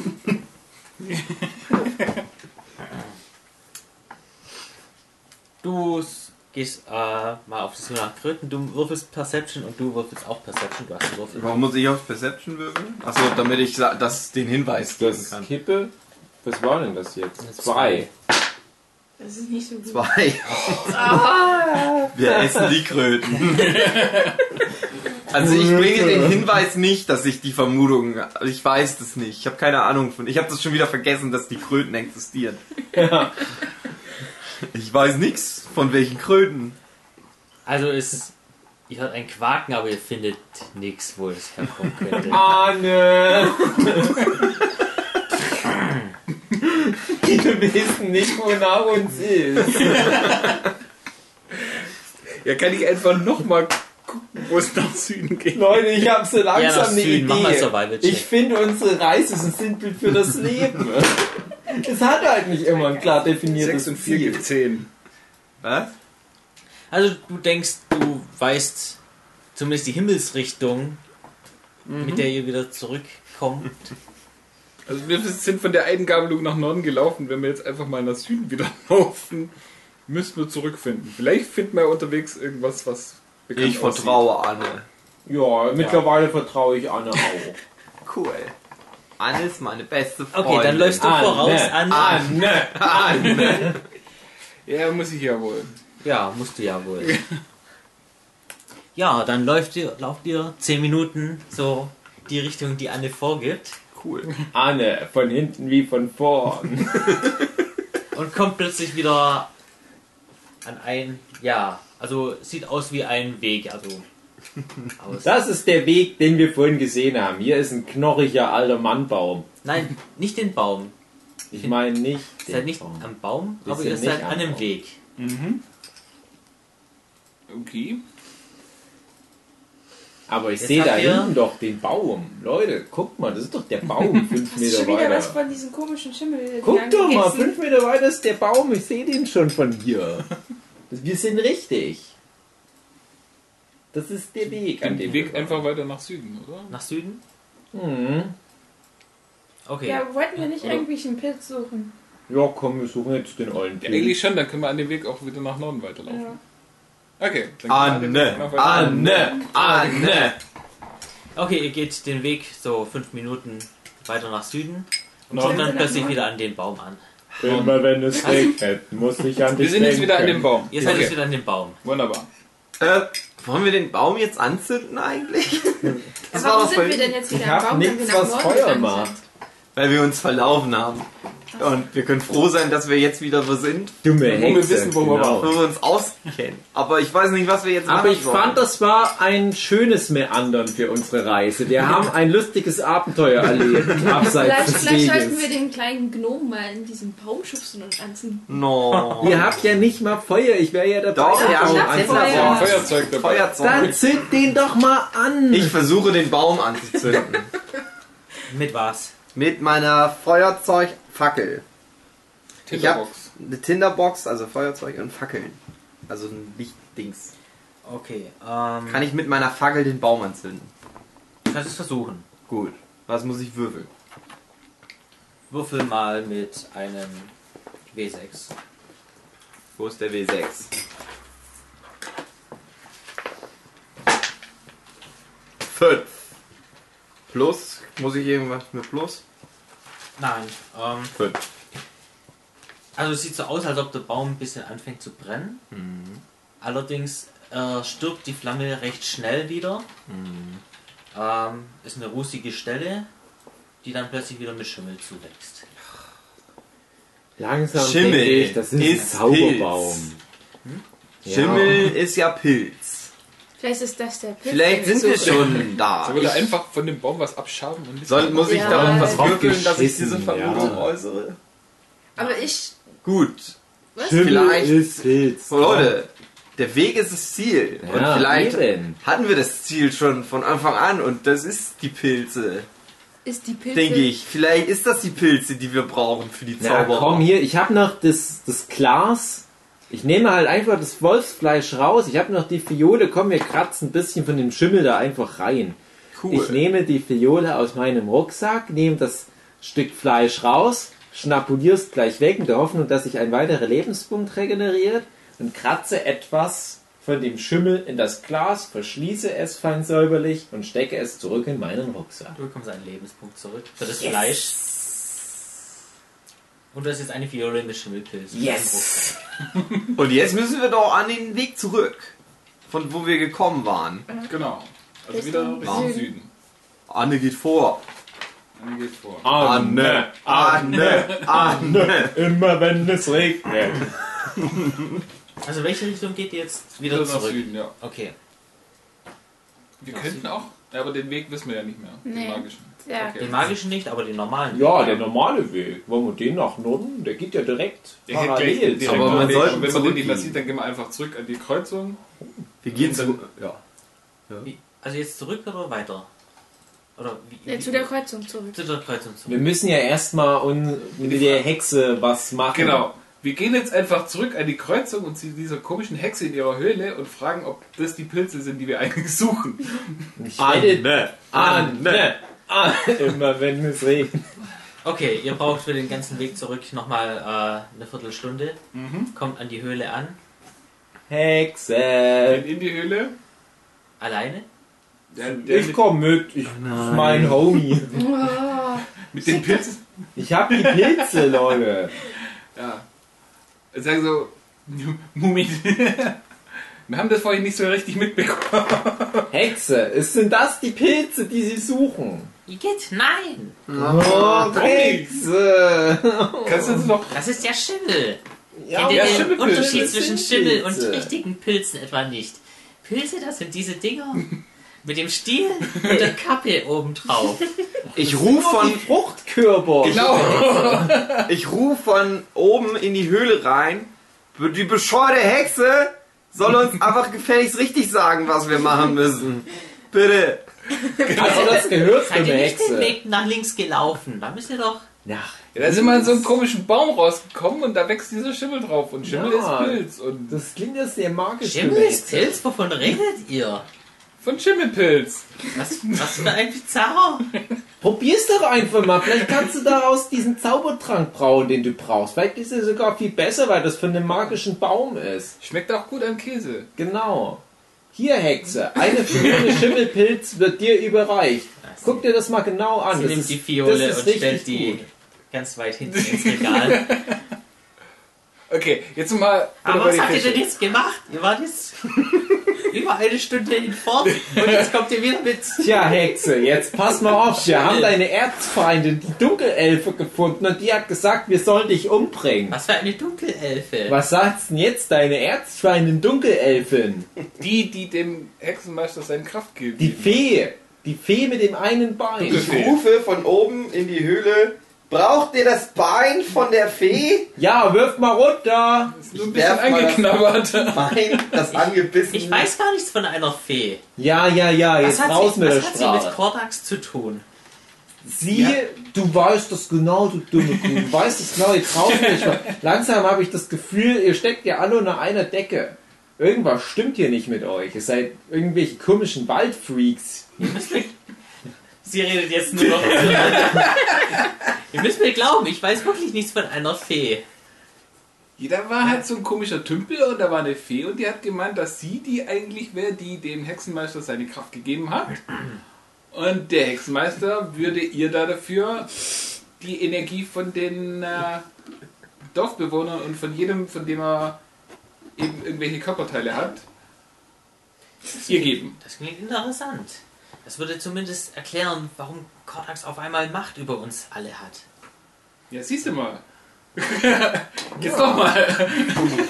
[SPEAKER 2] Du s- gehst äh, mal auf die Suche nach Kröten. Du würfelst Perception und du würfelst auch Perception. Du hast einen Würfel.
[SPEAKER 6] Warum muss ich auf Perception würfeln? Achso, damit ich sa- das den Hinweis geben
[SPEAKER 5] Das
[SPEAKER 6] kann.
[SPEAKER 5] Kippe, was war denn das jetzt? Zwei.
[SPEAKER 3] Das ist nicht so gut.
[SPEAKER 6] Zwei. Wir essen die Kröten. Also ich bringe den Hinweis nicht, dass ich die Vermutung, also ich weiß das nicht. Ich habe keine Ahnung von. Ich habe das schon wieder vergessen, dass die Kröten existieren. Ich weiß nichts von welchen Kröten.
[SPEAKER 2] Also es, ihr hört ein Quaken, aber ihr findet nichts, wo es herkommen könnte.
[SPEAKER 5] Ah, Ahne! Wir wissen nicht, wo nach uns ist.
[SPEAKER 4] Ja, kann ich einfach nochmal gucken, wo es nach Süden geht.
[SPEAKER 5] Leute, ich habe so
[SPEAKER 2] Ja, nach
[SPEAKER 5] langsam eine
[SPEAKER 2] Süden. Mach mal
[SPEAKER 5] Idee.
[SPEAKER 2] Survival-Check.
[SPEAKER 5] Ich finde, unsere Reise ist ein Sinnbild für das Leben. Es hat halt nicht immer ein klar definiertes
[SPEAKER 4] Sechs und vier
[SPEAKER 5] Ziel.
[SPEAKER 4] gibt zehn.
[SPEAKER 6] Was?
[SPEAKER 2] Also du denkst, du weißt zumindest die Himmelsrichtung, mit der ihr wieder zurückkommt.
[SPEAKER 4] Also wir sind von der Eingabelung nach Norden gelaufen. Wenn wir jetzt einfach mal nach Süden wieder laufen, müssen wir zurückfinden. Vielleicht finden wir ja unterwegs irgendwas, was bekannt
[SPEAKER 6] Ich
[SPEAKER 4] aussieht.
[SPEAKER 6] vertraue Anne.
[SPEAKER 5] Ja, mittlerweile vertraue ich Anne auch.
[SPEAKER 6] Cool. Anne ist meine beste Freundin.
[SPEAKER 2] Okay, dann läufst du
[SPEAKER 5] Ah,
[SPEAKER 2] voraus
[SPEAKER 5] ne.
[SPEAKER 2] an.
[SPEAKER 5] Anne! Anne!
[SPEAKER 4] Ja, muss ich ja wohl.
[SPEAKER 2] Ja, musst du ja wohl. ja, dann läuft ihr, lauft ihr 10 Minuten so die Richtung, die Anne vorgibt.
[SPEAKER 6] cool.
[SPEAKER 5] Anne, von hinten wie von vorn.
[SPEAKER 2] und kommt plötzlich wieder an ein, ja, also sieht aus wie ein Weg, also aus.
[SPEAKER 5] Das ist der Weg, den wir vorhin gesehen haben. Hier ist ein knorriger alter Mannbaum.
[SPEAKER 2] Nein, nicht den Baum.
[SPEAKER 5] Ich meine nicht.
[SPEAKER 3] halt
[SPEAKER 2] Ihr seid nicht
[SPEAKER 5] Baum.
[SPEAKER 2] am Baum,
[SPEAKER 5] Wir
[SPEAKER 2] aber
[SPEAKER 5] sind
[SPEAKER 2] ihr seid
[SPEAKER 5] nicht
[SPEAKER 2] an
[SPEAKER 5] am
[SPEAKER 2] einem
[SPEAKER 5] Baum.
[SPEAKER 2] Weg.
[SPEAKER 4] Okay.
[SPEAKER 5] Aber ich
[SPEAKER 2] Jetzt
[SPEAKER 5] sehe da
[SPEAKER 2] habt ihr-
[SPEAKER 5] hinten doch den Baum. Leute, guck mal, das ist doch der Baum. Fünf
[SPEAKER 3] Hast du
[SPEAKER 5] Meter
[SPEAKER 3] schon wieder was
[SPEAKER 5] weiter.
[SPEAKER 3] von diesem komischen Schimmel?
[SPEAKER 5] Guck doch mal,
[SPEAKER 3] gegessen?
[SPEAKER 5] fünf Meter weiter ist der Baum. Ich sehe den schon von hier. Wir sind richtig. Das ist der Weg, an
[SPEAKER 4] Dann
[SPEAKER 5] dem
[SPEAKER 4] den
[SPEAKER 5] wir
[SPEAKER 4] Weg
[SPEAKER 5] waren.
[SPEAKER 4] einfach weiter nach Süden, oder?
[SPEAKER 2] Nach Süden?
[SPEAKER 5] Mhm.
[SPEAKER 2] Okay.
[SPEAKER 3] Ja, wollten wir nicht eigentlich einen Pilz suchen?
[SPEAKER 5] Ja, komm, wir suchen jetzt den ollen
[SPEAKER 4] Ja,
[SPEAKER 5] Pilz.
[SPEAKER 4] eigentlich schon, dann können wir an dem Weg auch wieder nach Norden weiterlaufen.
[SPEAKER 3] Ja.
[SPEAKER 4] Okay.
[SPEAKER 5] Ah,
[SPEAKER 4] Dann gehen wir an dem Weg
[SPEAKER 6] Anne,
[SPEAKER 4] nach weiter.
[SPEAKER 6] Anne, Anne.
[SPEAKER 2] Okay, ihr geht den Weg so fünf Minuten weiter nach Süden und
[SPEAKER 4] Norden.
[SPEAKER 2] kommt dann plötzlich wieder an den Baum an.
[SPEAKER 5] Immer wenn es regnet, muss ich an dich
[SPEAKER 4] Wir sind jetzt wieder an dem Baum.
[SPEAKER 2] Ihr seid jetzt
[SPEAKER 4] Okay,
[SPEAKER 2] wieder an dem Baum.
[SPEAKER 4] wunderbar.
[SPEAKER 6] Äh, wollen wir den Baum jetzt anzünden eigentlich? Das
[SPEAKER 3] Aber
[SPEAKER 6] war
[SPEAKER 3] wo
[SPEAKER 6] doch
[SPEAKER 3] sind wir
[SPEAKER 6] voll-
[SPEAKER 3] denn jetzt
[SPEAKER 5] Ich
[SPEAKER 3] wieder? am
[SPEAKER 5] hab
[SPEAKER 3] Baum, wenn wir
[SPEAKER 5] nichts, was
[SPEAKER 3] nach
[SPEAKER 5] Halt
[SPEAKER 3] Norden
[SPEAKER 5] Feuer
[SPEAKER 3] gegangen
[SPEAKER 5] macht.
[SPEAKER 3] sind?
[SPEAKER 6] Weil wir uns verlaufen haben. Und wir können froh sein, dass wir jetzt wieder wo sind,
[SPEAKER 5] Dumme
[SPEAKER 4] Wo wir
[SPEAKER 5] Hexe,
[SPEAKER 4] wissen, wo wir
[SPEAKER 5] genau.
[SPEAKER 4] waren.
[SPEAKER 6] wo wir uns auskennen. Aber ich weiß nicht, was wir jetzt machen
[SPEAKER 5] Aber ich
[SPEAKER 6] sollen.
[SPEAKER 5] fand, das war ein schönes Meandern für unsere Reise. Wir haben ein lustiges Abenteuer erlebt,
[SPEAKER 3] Vielleicht,
[SPEAKER 5] abseits des
[SPEAKER 3] vielleicht sollten wir
[SPEAKER 5] Weges.
[SPEAKER 3] den kleinen Gnom mal in diesen Baum schubsen und anziehen.
[SPEAKER 6] No.
[SPEAKER 5] Ihr habt ja nicht mal Feuer, ich wäre ja dabei.
[SPEAKER 6] Doch, wir haben
[SPEAKER 5] Baum
[SPEAKER 6] Fenster
[SPEAKER 5] anzuzünden.
[SPEAKER 3] Ja.
[SPEAKER 4] Feuerzeug dabei.
[SPEAKER 6] Feuerzeug.
[SPEAKER 5] Dann zünd den doch mal an.
[SPEAKER 6] Ich versuche den Baum anzuzünden.
[SPEAKER 2] Mit was?
[SPEAKER 8] Mit meiner Feuerzeugfackel.
[SPEAKER 4] Tinderbox.
[SPEAKER 8] Eine Tinderbox, also Feuerzeug und Fackeln. Also ein Lichtdings.
[SPEAKER 2] Okay, ähm,
[SPEAKER 8] Kann ich mit meiner Fackel den Baum anzünden?
[SPEAKER 2] kannst du es versuchen.
[SPEAKER 8] Gut. Was muss ich würfeln?
[SPEAKER 2] Würfel mal mit einem W6.
[SPEAKER 8] Wo ist der W6? Fünf. Plus? Muss ich irgendwas mit Plus?
[SPEAKER 2] Nein, ähm,
[SPEAKER 8] Fünf.
[SPEAKER 2] also es sieht so aus, als ob der Baum ein bisschen anfängt zu brennen.
[SPEAKER 5] Mhm.
[SPEAKER 2] Allerdings äh, stirbt die Flamme recht schnell wieder.
[SPEAKER 5] Mhm.
[SPEAKER 2] Ähm, ist eine rußige Stelle, die dann plötzlich wieder mit Schimmel zuwächst.
[SPEAKER 5] Langsam
[SPEAKER 8] Schimmel
[SPEAKER 5] denke ich, das ist,
[SPEAKER 8] ist
[SPEAKER 5] ein Zauberbaum. Ja.
[SPEAKER 8] Schimmel ist ja Pilz.
[SPEAKER 3] Vielleicht ist das der Pilz.
[SPEAKER 8] Vielleicht sind wir schon da.
[SPEAKER 4] Da würde
[SPEAKER 8] Ich-
[SPEAKER 4] einfach von dem Baum was abschaben und nicht.
[SPEAKER 8] Soll, muss ich
[SPEAKER 3] Ja.
[SPEAKER 8] da irgendwas
[SPEAKER 5] Drauf
[SPEAKER 8] würfeln, dass ich
[SPEAKER 5] geschissen,
[SPEAKER 8] diese Vermutung
[SPEAKER 5] ja.
[SPEAKER 8] äußere?
[SPEAKER 3] Aber ich.
[SPEAKER 8] Gut.
[SPEAKER 3] Was?
[SPEAKER 5] Schimmel
[SPEAKER 8] Vielleicht- Oh,
[SPEAKER 5] ist Pilz.
[SPEAKER 8] Leute, der Weg ist das Ziel.
[SPEAKER 5] Ja,
[SPEAKER 8] und vielleicht
[SPEAKER 5] eben.
[SPEAKER 8] hatten wir das Ziel schon von Anfang an und das ist die Pilze,
[SPEAKER 3] Ist die Pilze.
[SPEAKER 8] denke ich. Vielleicht ist das die Pilze, die wir brauchen für die
[SPEAKER 5] Na
[SPEAKER 8] Zauberer.
[SPEAKER 5] komm hier, ich habe noch das, das Glas. Ich nehme halt einfach das Wolfsfleisch raus. Ich habe noch die Fiole. Komm, wir kratzen ein bisschen von dem Schimmel da einfach rein.
[SPEAKER 8] Cool.
[SPEAKER 5] Ich nehme die Fiole aus meinem Rucksack, nehme das Stück Fleisch raus, schnapuliere es gleich weg in der Hoffnung, dass sich ein weiterer Lebenspunkt regeneriert und kratze etwas von dem Schimmel in das Glas, verschließe es fein säuberlich und stecke es zurück in meinen Rucksack.
[SPEAKER 2] Du bekommst einen Lebenspunkt zurück für das Fleisch. Und das ist eine Fiole mit Schimmelpilz.
[SPEAKER 5] Yes!
[SPEAKER 8] Und jetzt müssen wir doch an den Weg zurück, von wo wir gekommen waren.
[SPEAKER 4] Genau. Also wieder
[SPEAKER 3] Richtung
[SPEAKER 4] Richtung
[SPEAKER 3] Süden.
[SPEAKER 4] Süden.
[SPEAKER 8] Anne geht vor.
[SPEAKER 4] Dann geht's vor.
[SPEAKER 5] Ah, ne.
[SPEAKER 8] Anne, Anne, Anne.
[SPEAKER 5] Immer wenn es regnet.
[SPEAKER 2] Also welche Richtung geht ihr jetzt wieder
[SPEAKER 4] Wieder nach
[SPEAKER 2] zurück?
[SPEAKER 4] Süden, ja.
[SPEAKER 2] Okay.
[SPEAKER 4] Wir könnten auch, ja, aber den Weg wissen wir ja nicht mehr. Den
[SPEAKER 3] Nee.
[SPEAKER 4] magischen.
[SPEAKER 3] Ja.
[SPEAKER 4] Okay.
[SPEAKER 2] Den magischen nicht, aber den normalen.
[SPEAKER 5] Ja, der normale Weg. Wollen wir den nach Norden? Der geht ja direkt
[SPEAKER 4] Der geht gleich
[SPEAKER 5] parallel.
[SPEAKER 4] direkt
[SPEAKER 5] zum-
[SPEAKER 8] Aber
[SPEAKER 4] nach
[SPEAKER 8] man
[SPEAKER 4] Weg.
[SPEAKER 8] sollte
[SPEAKER 4] Und wenn man den nicht
[SPEAKER 8] zurückgehen.
[SPEAKER 4] mehr sieht, dann gehen wir einfach zurück an die Kreuzung.
[SPEAKER 8] Wir gehen zu. Ja.
[SPEAKER 2] Wie- Also jetzt zurück oder weiter? Oder wie?
[SPEAKER 3] Ja, zu der Kreuzung zurück.
[SPEAKER 2] zu der Kreuzung
[SPEAKER 5] wir
[SPEAKER 2] zurück.
[SPEAKER 5] müssen ja erstmal un- mit der Hexe was machen.
[SPEAKER 4] Genau. Wir gehen jetzt einfach zurück an die Kreuzung und zu dieser komischen Hexe in ihrer Höhle und fragen, ob das die Pilze sind, die wir eigentlich suchen.
[SPEAKER 5] Anne,
[SPEAKER 8] Anne,
[SPEAKER 5] Anne, Anne. Immer wenn es regnet.
[SPEAKER 2] Okay, ihr braucht für den ganzen Weg zurück nochmal äh, eine Viertelstunde.
[SPEAKER 5] Mhm.
[SPEAKER 2] Kommt an die Höhle an.
[SPEAKER 5] Hexe.
[SPEAKER 8] Äh,
[SPEAKER 4] Gehen in die Höhle.
[SPEAKER 2] Alleine?
[SPEAKER 4] Der, der
[SPEAKER 5] Ich
[SPEAKER 4] mit,
[SPEAKER 5] komm mit. Ich,
[SPEAKER 2] Oh
[SPEAKER 5] mein Homie.
[SPEAKER 3] Oh,
[SPEAKER 4] mit den Pilzen.
[SPEAKER 5] Ich hab die Pilze, Leute.
[SPEAKER 4] Ja. Und sagen so, Mumie. Wir haben das vorhin nicht so richtig mitbekommen.
[SPEAKER 5] Hexe, ist, sind das die Pilze, die sie suchen?
[SPEAKER 9] Igitt, nein!
[SPEAKER 5] Oh, Hexe.
[SPEAKER 4] Kannst du uns noch
[SPEAKER 2] Das ist ja Schimmel.
[SPEAKER 5] Oh Ja,
[SPEAKER 2] Kennt ihr
[SPEAKER 4] ja,
[SPEAKER 2] den
[SPEAKER 4] Schimmelpilze.
[SPEAKER 2] Unterschied
[SPEAKER 5] Das
[SPEAKER 2] zwischen
[SPEAKER 5] sind
[SPEAKER 2] Schimmel und
[SPEAKER 5] Pilze.
[SPEAKER 2] richtigen Pilzen etwa nicht? Pilze, das sind diese Dinger. Mit dem Stiel und der Kappe obendrauf.
[SPEAKER 8] Ich rufe
[SPEAKER 5] von
[SPEAKER 8] von,
[SPEAKER 5] Fruchtkörper.
[SPEAKER 4] Genau.
[SPEAKER 8] ich ruf von oben in die Höhle rein. Die bescheuerte Hexe soll uns einfach gefälligst richtig sagen, was wir machen müssen. Bitte.
[SPEAKER 5] Hast du Also das gehört von
[SPEAKER 2] Seid ihr
[SPEAKER 5] der
[SPEAKER 2] nicht den
[SPEAKER 5] Hexe?
[SPEAKER 2] Weg nach links gelaufen? Da müsst ihr doch.
[SPEAKER 5] Ach,
[SPEAKER 4] Ja, da sind wir an so einen komischen Baum rausgekommen und da wächst dieser Schimmel drauf. Und Schimmel
[SPEAKER 5] Ja.
[SPEAKER 4] ist Pilz. Und
[SPEAKER 5] Das klingt ja sehr magisch.
[SPEAKER 2] Schimmel
[SPEAKER 5] für
[SPEAKER 2] ist
[SPEAKER 5] mich.
[SPEAKER 2] Pilz? Wovon redet ihr?
[SPEAKER 4] von Schimmelpilz.
[SPEAKER 2] Was, was für ein Bizarrer.
[SPEAKER 5] Probier's doch einfach mal. Vielleicht kannst du daraus diesen Zaubertrank brauen, den du brauchst. Vielleicht ist er sogar viel besser, weil das von einem magischen Baum ist.
[SPEAKER 4] Schmeckt auch gut an Käse.
[SPEAKER 5] Genau. Hier, Hexe, eine Fiole Schimmelpilz wird dir überreicht. Guck dir das mal genau an.
[SPEAKER 2] Sie
[SPEAKER 5] das
[SPEAKER 2] nimmt
[SPEAKER 5] ist,
[SPEAKER 2] die Fiole
[SPEAKER 5] das ist
[SPEAKER 2] und stellt
[SPEAKER 5] richtig
[SPEAKER 2] die
[SPEAKER 5] Gut.
[SPEAKER 2] ganz weit hinten ins Regal.
[SPEAKER 4] Okay, jetzt nochmal.
[SPEAKER 2] Aber was habt ihr denn
[SPEAKER 4] Fische.
[SPEAKER 2] jetzt gemacht? Ihr wart jetzt über eine Stunde hinfort und jetzt kommt ihr wieder mit.
[SPEAKER 5] Tja, Hexe, jetzt pass mal auf. Wir haben deine Erzfeindin, die Dunkelelfe, gefunden und die hat gesagt, wir sollen dich umbringen.
[SPEAKER 2] Was für eine Dunkelelfe.
[SPEAKER 5] Was sagst denn jetzt deine Erzfeindin Dunkelelfin?
[SPEAKER 4] Die, die dem Hexenmeister seinen Kraft gibt.
[SPEAKER 5] Die Fee. Die Fee mit dem einen Bein.
[SPEAKER 10] Ich rufe von oben in die Höhle. Braucht ihr das Bein von der Fee?
[SPEAKER 5] Ja, wirf mal runter.
[SPEAKER 4] Nur
[SPEAKER 10] Ich
[SPEAKER 4] ein bisschen
[SPEAKER 10] werf mal das
[SPEAKER 4] angeknabbert.
[SPEAKER 10] Bein, das angebissen
[SPEAKER 2] Ich weiß gar nichts von einer Fee.
[SPEAKER 5] Ja, ja, ja,
[SPEAKER 2] Was
[SPEAKER 5] jetzt
[SPEAKER 2] hat,
[SPEAKER 5] raus
[SPEAKER 2] sie,
[SPEAKER 5] mit der
[SPEAKER 2] was hat sie mit
[SPEAKER 5] Sprache.
[SPEAKER 2] Kordax zu tun?
[SPEAKER 5] Siehe, du weißt das genau, du dumme Kuh. Du weißt das genau, ihr traut mich. Langsam habe ich das Gefühl, ihr steckt ja alle unter einer Decke. Irgendwas stimmt hier nicht mit euch. Ihr seid irgendwelche komischen Waldfreaks.
[SPEAKER 2] Sie redet jetzt nur noch. Ihr müsst mir glauben, ich weiß wirklich nichts von einer Fee.
[SPEAKER 4] Jeder war halt so ein komischer Tümpel und da war eine Fee und die hat gemeint, dass sie die eigentlich wäre, die dem Hexenmeister seine Kraft gegeben hat. Und der Hexenmeister würde ihr da dafür die Energie von den äh, Dorfbewohnern und von jedem, von dem er eben irgendwelche Körperteile hat, ihr geben.
[SPEAKER 2] Das klingt interessant. Das würde zumindest erklären, warum Kordax auf einmal Macht über uns alle hat.
[SPEAKER 4] Ja, siehst du mal. Jetzt doch mal.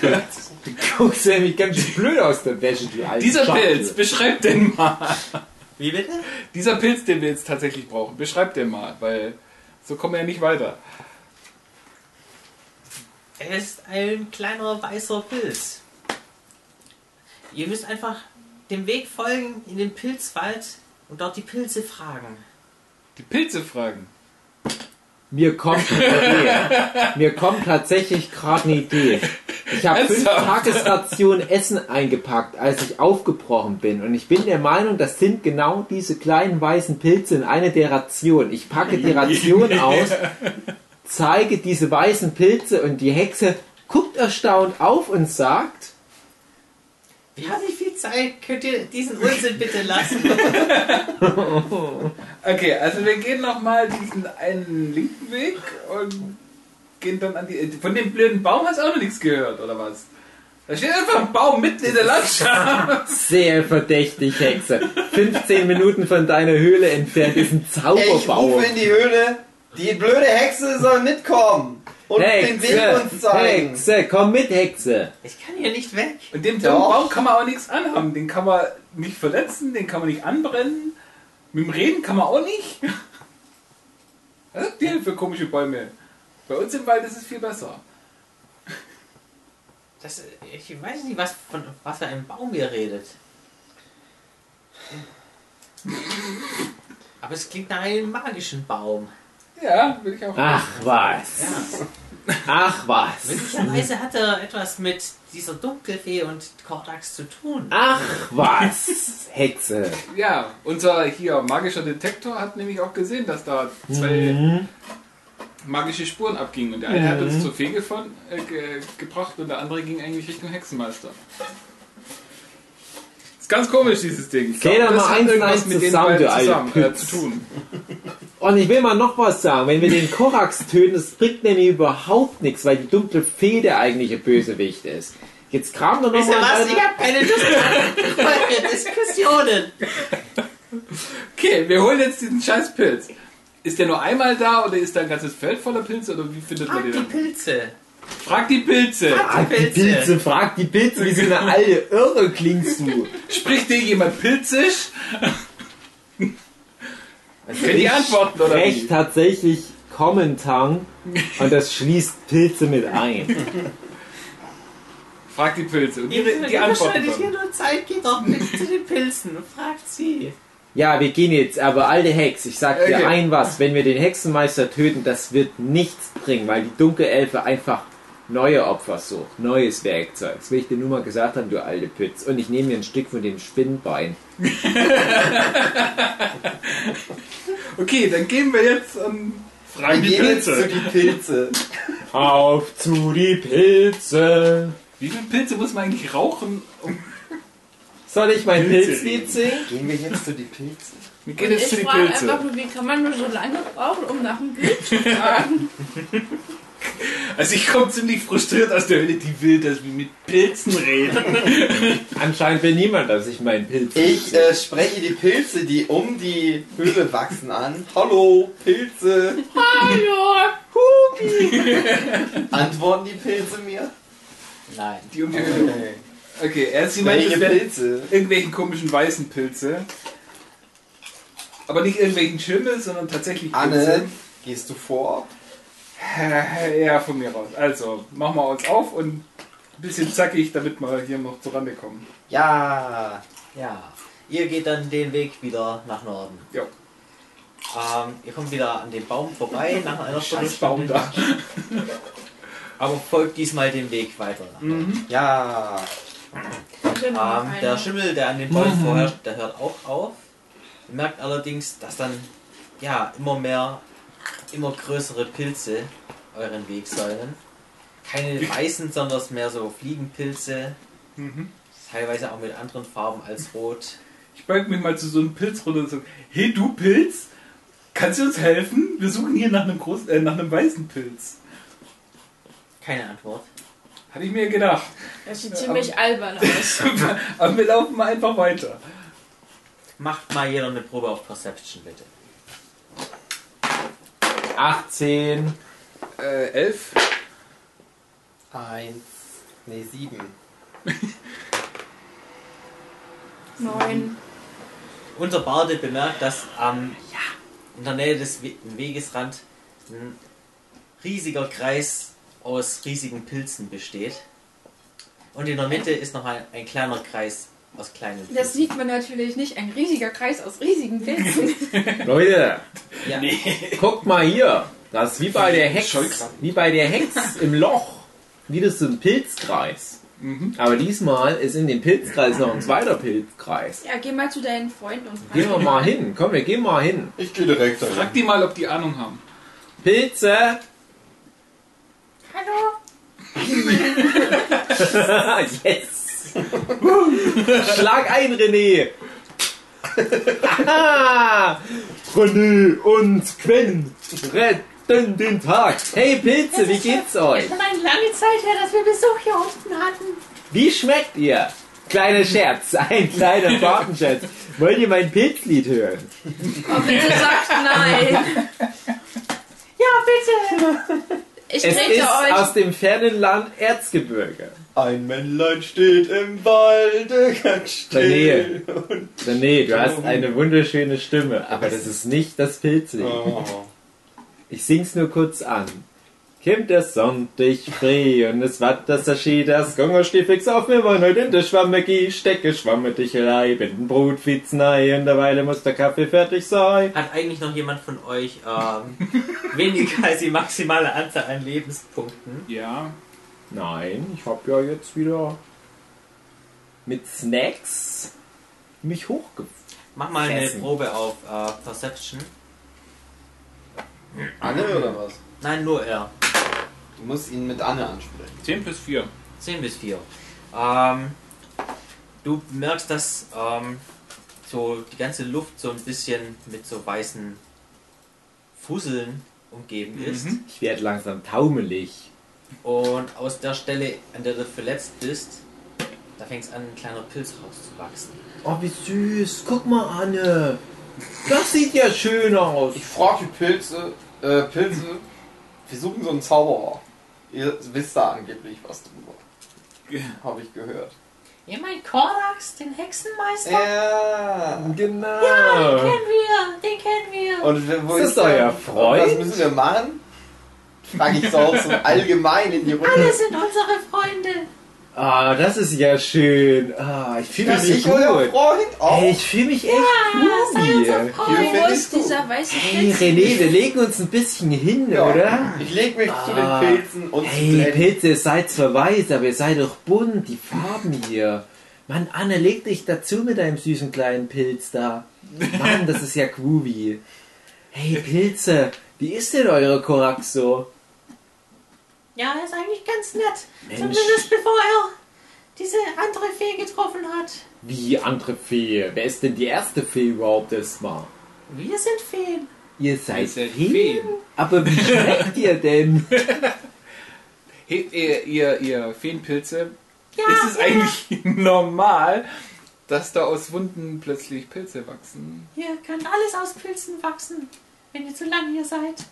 [SPEAKER 5] Du guckst ja nämlich ganz schön blöd aus der Wäsche, du alte
[SPEAKER 4] Dieser
[SPEAKER 5] Schachtel.
[SPEAKER 4] Pilz, beschreib den mal.
[SPEAKER 2] Wie bitte?
[SPEAKER 4] Dieser Pilz, den wir jetzt tatsächlich brauchen, beschreib den mal, weil so kommen wir ja nicht weiter.
[SPEAKER 2] Er ist ein kleiner weißer Pilz. Ihr müsst einfach dem Weg folgen in den Pilzwald und dort die Pilze fragen.
[SPEAKER 4] Die Pilze fragen.
[SPEAKER 5] Mir kommt eine Idee. Mir kommt tatsächlich gerade eine Idee. Ich habe fünf
[SPEAKER 4] Ernsthaft?
[SPEAKER 5] Tagesrationen Essen eingepackt, als ich aufgebrochen bin. Und ich bin der Meinung, das sind genau diese kleinen weißen Pilze in einer der Rationen. Ich packe die Ration aus, zeige diese weißen Pilze und die Hexe guckt erstaunt auf und sagt,
[SPEAKER 2] Wir haben nicht viel Zeit. Könnt ihr diesen Unsinn bitte lassen?
[SPEAKER 4] Okay, also wir gehen nochmal diesen einen linken Weg und gehen dann an die. äh, Von dem blöden Baum hast du auch noch nichts gehört, oder was? Da steht einfach ein Baum mitten in der Landschaft.
[SPEAKER 5] sehr verdächtig, Hexe. 15 Minuten von deiner Höhle entfernt ist ein
[SPEAKER 8] Ich
[SPEAKER 5] Zauberbaum.
[SPEAKER 8] rufe in die Höhle, die blöde Hexe soll mitkommen und den Weg uns zeigen.
[SPEAKER 5] Hexe, komm mit, Hexe.
[SPEAKER 2] Ich kann hier nicht weg.
[SPEAKER 4] Und dem
[SPEAKER 8] Doch.
[SPEAKER 4] dummen Baum kann man auch nichts anhaben. Den kann man nicht verletzen, den kann man nicht anbrennen. Mit dem Reden kann man auch nicht. Was habt ihr denn für komische Bäume? Bei uns im Wald ist es viel besser.
[SPEAKER 2] Das, ich weiß nicht, was von was für einem Baum ihr redet. Aber es klingt nach einem magischen Baum.
[SPEAKER 4] Ja, will ich auch.
[SPEAKER 5] Ach was.
[SPEAKER 2] Ja.
[SPEAKER 5] Ach was.
[SPEAKER 2] Möglicherweise hat er etwas mit dieser Dunkelfee und Kordax zu tun.
[SPEAKER 5] Ach was. Hexe.
[SPEAKER 4] Ja, unser hier magischer Detektor hat nämlich auch gesehen, dass da zwei
[SPEAKER 5] Mhm.
[SPEAKER 4] magische Spuren abgingen. Und der eine hat uns zur Fee gefahren, äh, ge gebracht und der andere ging eigentlich Richtung Hexenmeister. Ist ganz komisch, dieses Ding. Ich
[SPEAKER 5] Geh
[SPEAKER 4] glaub,
[SPEAKER 5] doch
[SPEAKER 4] das
[SPEAKER 5] mal
[SPEAKER 4] hat
[SPEAKER 5] eins und
[SPEAKER 4] irgendwas
[SPEAKER 5] eins
[SPEAKER 4] mit den
[SPEAKER 5] zusammen,
[SPEAKER 4] beiden
[SPEAKER 5] du alte
[SPEAKER 4] zusammen äh,
[SPEAKER 5] Pütz.
[SPEAKER 4] zu tun.
[SPEAKER 5] Und ich will mal noch was sagen. Wenn wir den Korax töten, das bringt nämlich überhaupt nichts, weil die dunkle Fee der eigentliche Bösewicht ist. Jetzt kram doch noch
[SPEAKER 2] Wisst ihr
[SPEAKER 5] mal
[SPEAKER 2] was?
[SPEAKER 5] weiter.
[SPEAKER 2] Ich hab keine Lust auf eure Diskussionen.
[SPEAKER 4] Okay, wir holen jetzt diesen scheiß Pilz. Ist der nur einmal da oder ist da ein ganzes Feld voller Pilze oder wie findet man
[SPEAKER 2] Frag
[SPEAKER 4] den?
[SPEAKER 2] Ah, die Ah,
[SPEAKER 4] dann?
[SPEAKER 2] Pilze.
[SPEAKER 4] Frag die Pilze!
[SPEAKER 5] Frag Ah, die
[SPEAKER 2] Pilze.
[SPEAKER 5] Pilze, frag die Pilze, wie so eine alte Irre klingst du.
[SPEAKER 4] Spricht dir jemand pilzisch? Können die
[SPEAKER 5] Also Ich
[SPEAKER 4] antworten oder
[SPEAKER 5] Recht
[SPEAKER 4] wie?
[SPEAKER 5] tatsächlich Kommentang und das schließt Pilze mit ein.
[SPEAKER 4] Frag die Pilze und
[SPEAKER 2] Ihr
[SPEAKER 4] die, die antworten
[SPEAKER 2] verschwendet hier
[SPEAKER 4] dann.
[SPEAKER 2] nur Zeit. Geht doch mit zu den Pilzen und fragt sie.
[SPEAKER 5] Ja, wir gehen jetzt, aber alte Hex, ich sag
[SPEAKER 4] Okay.
[SPEAKER 5] dir ein was, wenn wir den Hexenmeister töten, das wird nichts bringen, weil die Dunkelelfe einfach neue Opfer sucht, neues Werkzeug. Das will ich dir nur mal gesagt haben, du alte Pütz. Und ich nehme mir ein Stück von dem Spinnbein.
[SPEAKER 4] Okay, dann gehen wir jetzt und fragen
[SPEAKER 8] Wir
[SPEAKER 4] die
[SPEAKER 8] gehen jetzt zu
[SPEAKER 4] Pilze.
[SPEAKER 8] die Pilze.
[SPEAKER 5] Auf zu die Pilze!
[SPEAKER 4] Wie viele Pilze muss man eigentlich rauchen? um-
[SPEAKER 5] Soll ich mein
[SPEAKER 4] Pilze.
[SPEAKER 5] Pilzlied singen?
[SPEAKER 8] Gehen wir jetzt zu die Pilze.
[SPEAKER 4] Wir gehen
[SPEAKER 3] Und
[SPEAKER 4] jetzt zu
[SPEAKER 3] ich
[SPEAKER 4] die
[SPEAKER 3] frage einfach
[SPEAKER 4] Pilze.
[SPEAKER 3] nur, wie kann man nur so lange brauchen, um nach dem Bild zu fragen?
[SPEAKER 4] Also ich komme ziemlich frustriert aus der Hölle, die will, dass wir mit Pilzen reden.
[SPEAKER 5] Anscheinend will niemand, dass ich meinen Pilz.
[SPEAKER 8] Ich äh, spreche die Pilze, die um die Höhle wachsen, an. Hallo, Pilze.
[SPEAKER 3] Hallo!
[SPEAKER 8] Antworten die Pilze mir?
[SPEAKER 2] Nein.
[SPEAKER 4] Die um die Höhle. Okay, erst sie meint,
[SPEAKER 8] Welche
[SPEAKER 4] es wären
[SPEAKER 8] Pilze?
[SPEAKER 4] irgendwelchen komischen weißen Pilze. Aber nicht irgendwelchen Schimmel, sondern tatsächlich
[SPEAKER 8] Anne, gehst du vor?
[SPEAKER 4] Pilze. Äh, Ja, von mir aus. Also, machen wir uns auf und ein bisschen zackig, damit wir hier noch zurande kommen.
[SPEAKER 8] Ja.
[SPEAKER 2] Ja. Ihr geht dann den Weg wieder nach Norden.
[SPEAKER 4] Ja.
[SPEAKER 2] Ähm, ihr kommt wieder an dem Baum vorbei nach einer Stunde.
[SPEAKER 5] Baum da.
[SPEAKER 2] Aber folgt diesmal dem Weg weiter.
[SPEAKER 5] Mhm.
[SPEAKER 6] Ja.
[SPEAKER 3] Dann noch
[SPEAKER 2] Ähm,
[SPEAKER 3] eine.
[SPEAKER 2] der Schimmel, der an dem Baum vorherrscht, der hört auch auf. Ihr merkt allerdings, dass dann ja immer mehr, immer größere Pilze euren Weg säulen. Keine weißen, sondern mehr so Fliegenpilze. Teilweise auch mit anderen Farben als rot.
[SPEAKER 4] Ich beug mich mal zu so einem Pilz runter und sage, hey du Pilz, kannst du uns helfen? Wir suchen hier nach einem großen, äh, nach einem weißen Pilz.
[SPEAKER 2] Keine Antwort.
[SPEAKER 4] Hatte ich mir gedacht.
[SPEAKER 3] Das sieht ziemlich albern aus.
[SPEAKER 4] Aber wir laufen mal einfach weiter.
[SPEAKER 2] Macht mal jeder eine Probe auf Perception, bitte.
[SPEAKER 5] 18.
[SPEAKER 4] Äh, elf.
[SPEAKER 6] Eins. Nee, sieben.
[SPEAKER 3] Neun.
[SPEAKER 2] Unser Barde bemerkt, dass am in der Nähe des We am Wegesrand ein riesiger Kreis aus riesigen Pilzen besteht. Und in der Mitte ist noch ein, ein kleiner Kreis aus kleinen Pilzen.
[SPEAKER 3] Das sieht man natürlich nicht. Ein riesiger Kreis aus riesigen Pilzen.
[SPEAKER 5] Leute,
[SPEAKER 2] ja.
[SPEAKER 5] guckt mal hier. Das ist wie bei der Hex.
[SPEAKER 4] Scheuklappen.
[SPEAKER 5] Wie bei der Hex im Loch. Wieder so ein Pilzkreis. Aber diesmal ist in dem Pilzkreis noch ein zweiter Pilzkreis.
[SPEAKER 3] Ja, geh mal zu deinen Freunden und frag.
[SPEAKER 5] Gehen wir mal hin. Komm, wir gehen mal hin.
[SPEAKER 8] Ich gehe direkt dahin.
[SPEAKER 4] Frag die mal, ob die Ahnung haben.
[SPEAKER 5] Pilze!
[SPEAKER 3] Hallo?
[SPEAKER 5] yes! Schlag ein, René! Aha. René und Quen retten den Tag! Hey Pilze, wie geht's euch?
[SPEAKER 7] Schon eine lange Zeit her, dass wir Besuch hier unten hatten.
[SPEAKER 5] Wie schmeckt ihr? Kleiner Scherz, ein kleiner Fahrtenscherz. Wollt ihr mein Pilzlied hören?
[SPEAKER 3] Oh, bitte sagt nein.
[SPEAKER 7] Ja, bitte.
[SPEAKER 3] Ich
[SPEAKER 5] Es
[SPEAKER 3] trete
[SPEAKER 5] ist
[SPEAKER 3] euch.
[SPEAKER 5] aus dem fernen Land Erzgebirge.
[SPEAKER 6] Ein Männlein steht im Walde ganz still.
[SPEAKER 5] René, du hast eine wunderschöne Stimme, aber das ist nicht das Pilzlied.
[SPEAKER 6] Oh.
[SPEAKER 5] Ich sing's nur kurz an. Kimmt der Sonntag frei und es wat das erschied, das Gonger steht fix auf mir, wollen heute in der Schwamme geh, stecke Schwamme dich rein, binden Brot, Fitz, nein, in der Weile muss der Kaffee fertig sein.
[SPEAKER 2] Hat eigentlich noch jemand von euch ähm, weniger als die maximale Anzahl an Lebenspunkten?
[SPEAKER 4] Ja.
[SPEAKER 5] Nein, ich hab ja jetzt wieder mit Snacks mich hochge...
[SPEAKER 2] Mach mal eine
[SPEAKER 5] Fressen.
[SPEAKER 2] Probe auf äh, Perception.
[SPEAKER 8] Anne oder was?
[SPEAKER 2] Nein, nur er.
[SPEAKER 8] Du musst ihn mit Anne ansprechen.
[SPEAKER 4] 10 plus 4.
[SPEAKER 2] 10 bis 4. Ähm, du merkst, dass ähm, so die ganze Luft so ein bisschen mit so weißen Fusseln umgeben ist.
[SPEAKER 5] Ich werd langsam taumelig.
[SPEAKER 2] Und aus der Stelle, an der du verletzt bist, da fängt es an, ein kleiner Pilz rauszuwachsen.
[SPEAKER 5] Oh, wie süß. Guck mal, Anne. Das sieht ja schön aus.
[SPEAKER 8] Ich frage die Pilze, äh, Pilze, wir suchen so einen Zauberer. Ihr wisst da angeblich was drüber. Habe ich gehört.
[SPEAKER 7] Ihr meint Korax, den Hexenmeister?
[SPEAKER 8] Ja.
[SPEAKER 5] Genau.
[SPEAKER 7] Den kennen wir, den kennen wir.
[SPEAKER 8] Und wir- wo
[SPEAKER 5] Ist das euer Freund?
[SPEAKER 8] Was müssen wir machen? Frage ich so, auch so allgemein in die Runde.
[SPEAKER 7] Alle sind unsere Freunde.
[SPEAKER 5] Ah, das ist ja schön. Ah, ich fühle
[SPEAKER 8] Dass
[SPEAKER 5] mich
[SPEAKER 8] ich
[SPEAKER 5] gut.
[SPEAKER 8] euer Freund Oh, auch.
[SPEAKER 5] Hey, ich fühle mich echt
[SPEAKER 7] Ah,
[SPEAKER 5] cool
[SPEAKER 7] sei unser
[SPEAKER 5] hier.
[SPEAKER 7] Freund.
[SPEAKER 8] Hier
[SPEAKER 3] Wo
[SPEAKER 8] find
[SPEAKER 3] ist
[SPEAKER 8] ich's gut.
[SPEAKER 3] dieser weiße
[SPEAKER 5] Hey,
[SPEAKER 3] Pilz?
[SPEAKER 5] René, wir legen uns ein bisschen hin,
[SPEAKER 8] Ja.
[SPEAKER 5] oder?
[SPEAKER 8] Ich leg mich zu
[SPEAKER 5] Ah.
[SPEAKER 8] den Pilzen und zu
[SPEAKER 5] Hey,
[SPEAKER 8] den-
[SPEAKER 5] Pilze, ihr seid zwar weiß, aber ihr seid doch bunt, die Farben hier. Mann, Anne, leg dich dazu mit deinem süßen kleinen Pilz da. Mann, das ist ja groovy. Hey, Pilze, wie ist denn eure Korax so?
[SPEAKER 7] Ja, er ist eigentlich ganz nett.
[SPEAKER 5] Mensch.
[SPEAKER 7] Zumindest bevor er diese andere Fee getroffen hat.
[SPEAKER 5] Wie andere Fee? Wer ist denn die erste Fee überhaupt erstmal?
[SPEAKER 7] Wir sind Feen.
[SPEAKER 5] Ihr seid
[SPEAKER 4] Ihr seid
[SPEAKER 5] Feen?
[SPEAKER 4] Feen.
[SPEAKER 5] Aber wie schmeckt ihr denn?
[SPEAKER 4] Hey, ihr, ihr, ihr Feenpilze,
[SPEAKER 7] Ja,
[SPEAKER 4] ist es
[SPEAKER 7] ja.
[SPEAKER 4] eigentlich normal, dass da aus Wunden plötzlich Pilze wachsen?
[SPEAKER 7] Hier kann alles aus Pilzen wachsen, wenn ihr zu lange hier seid.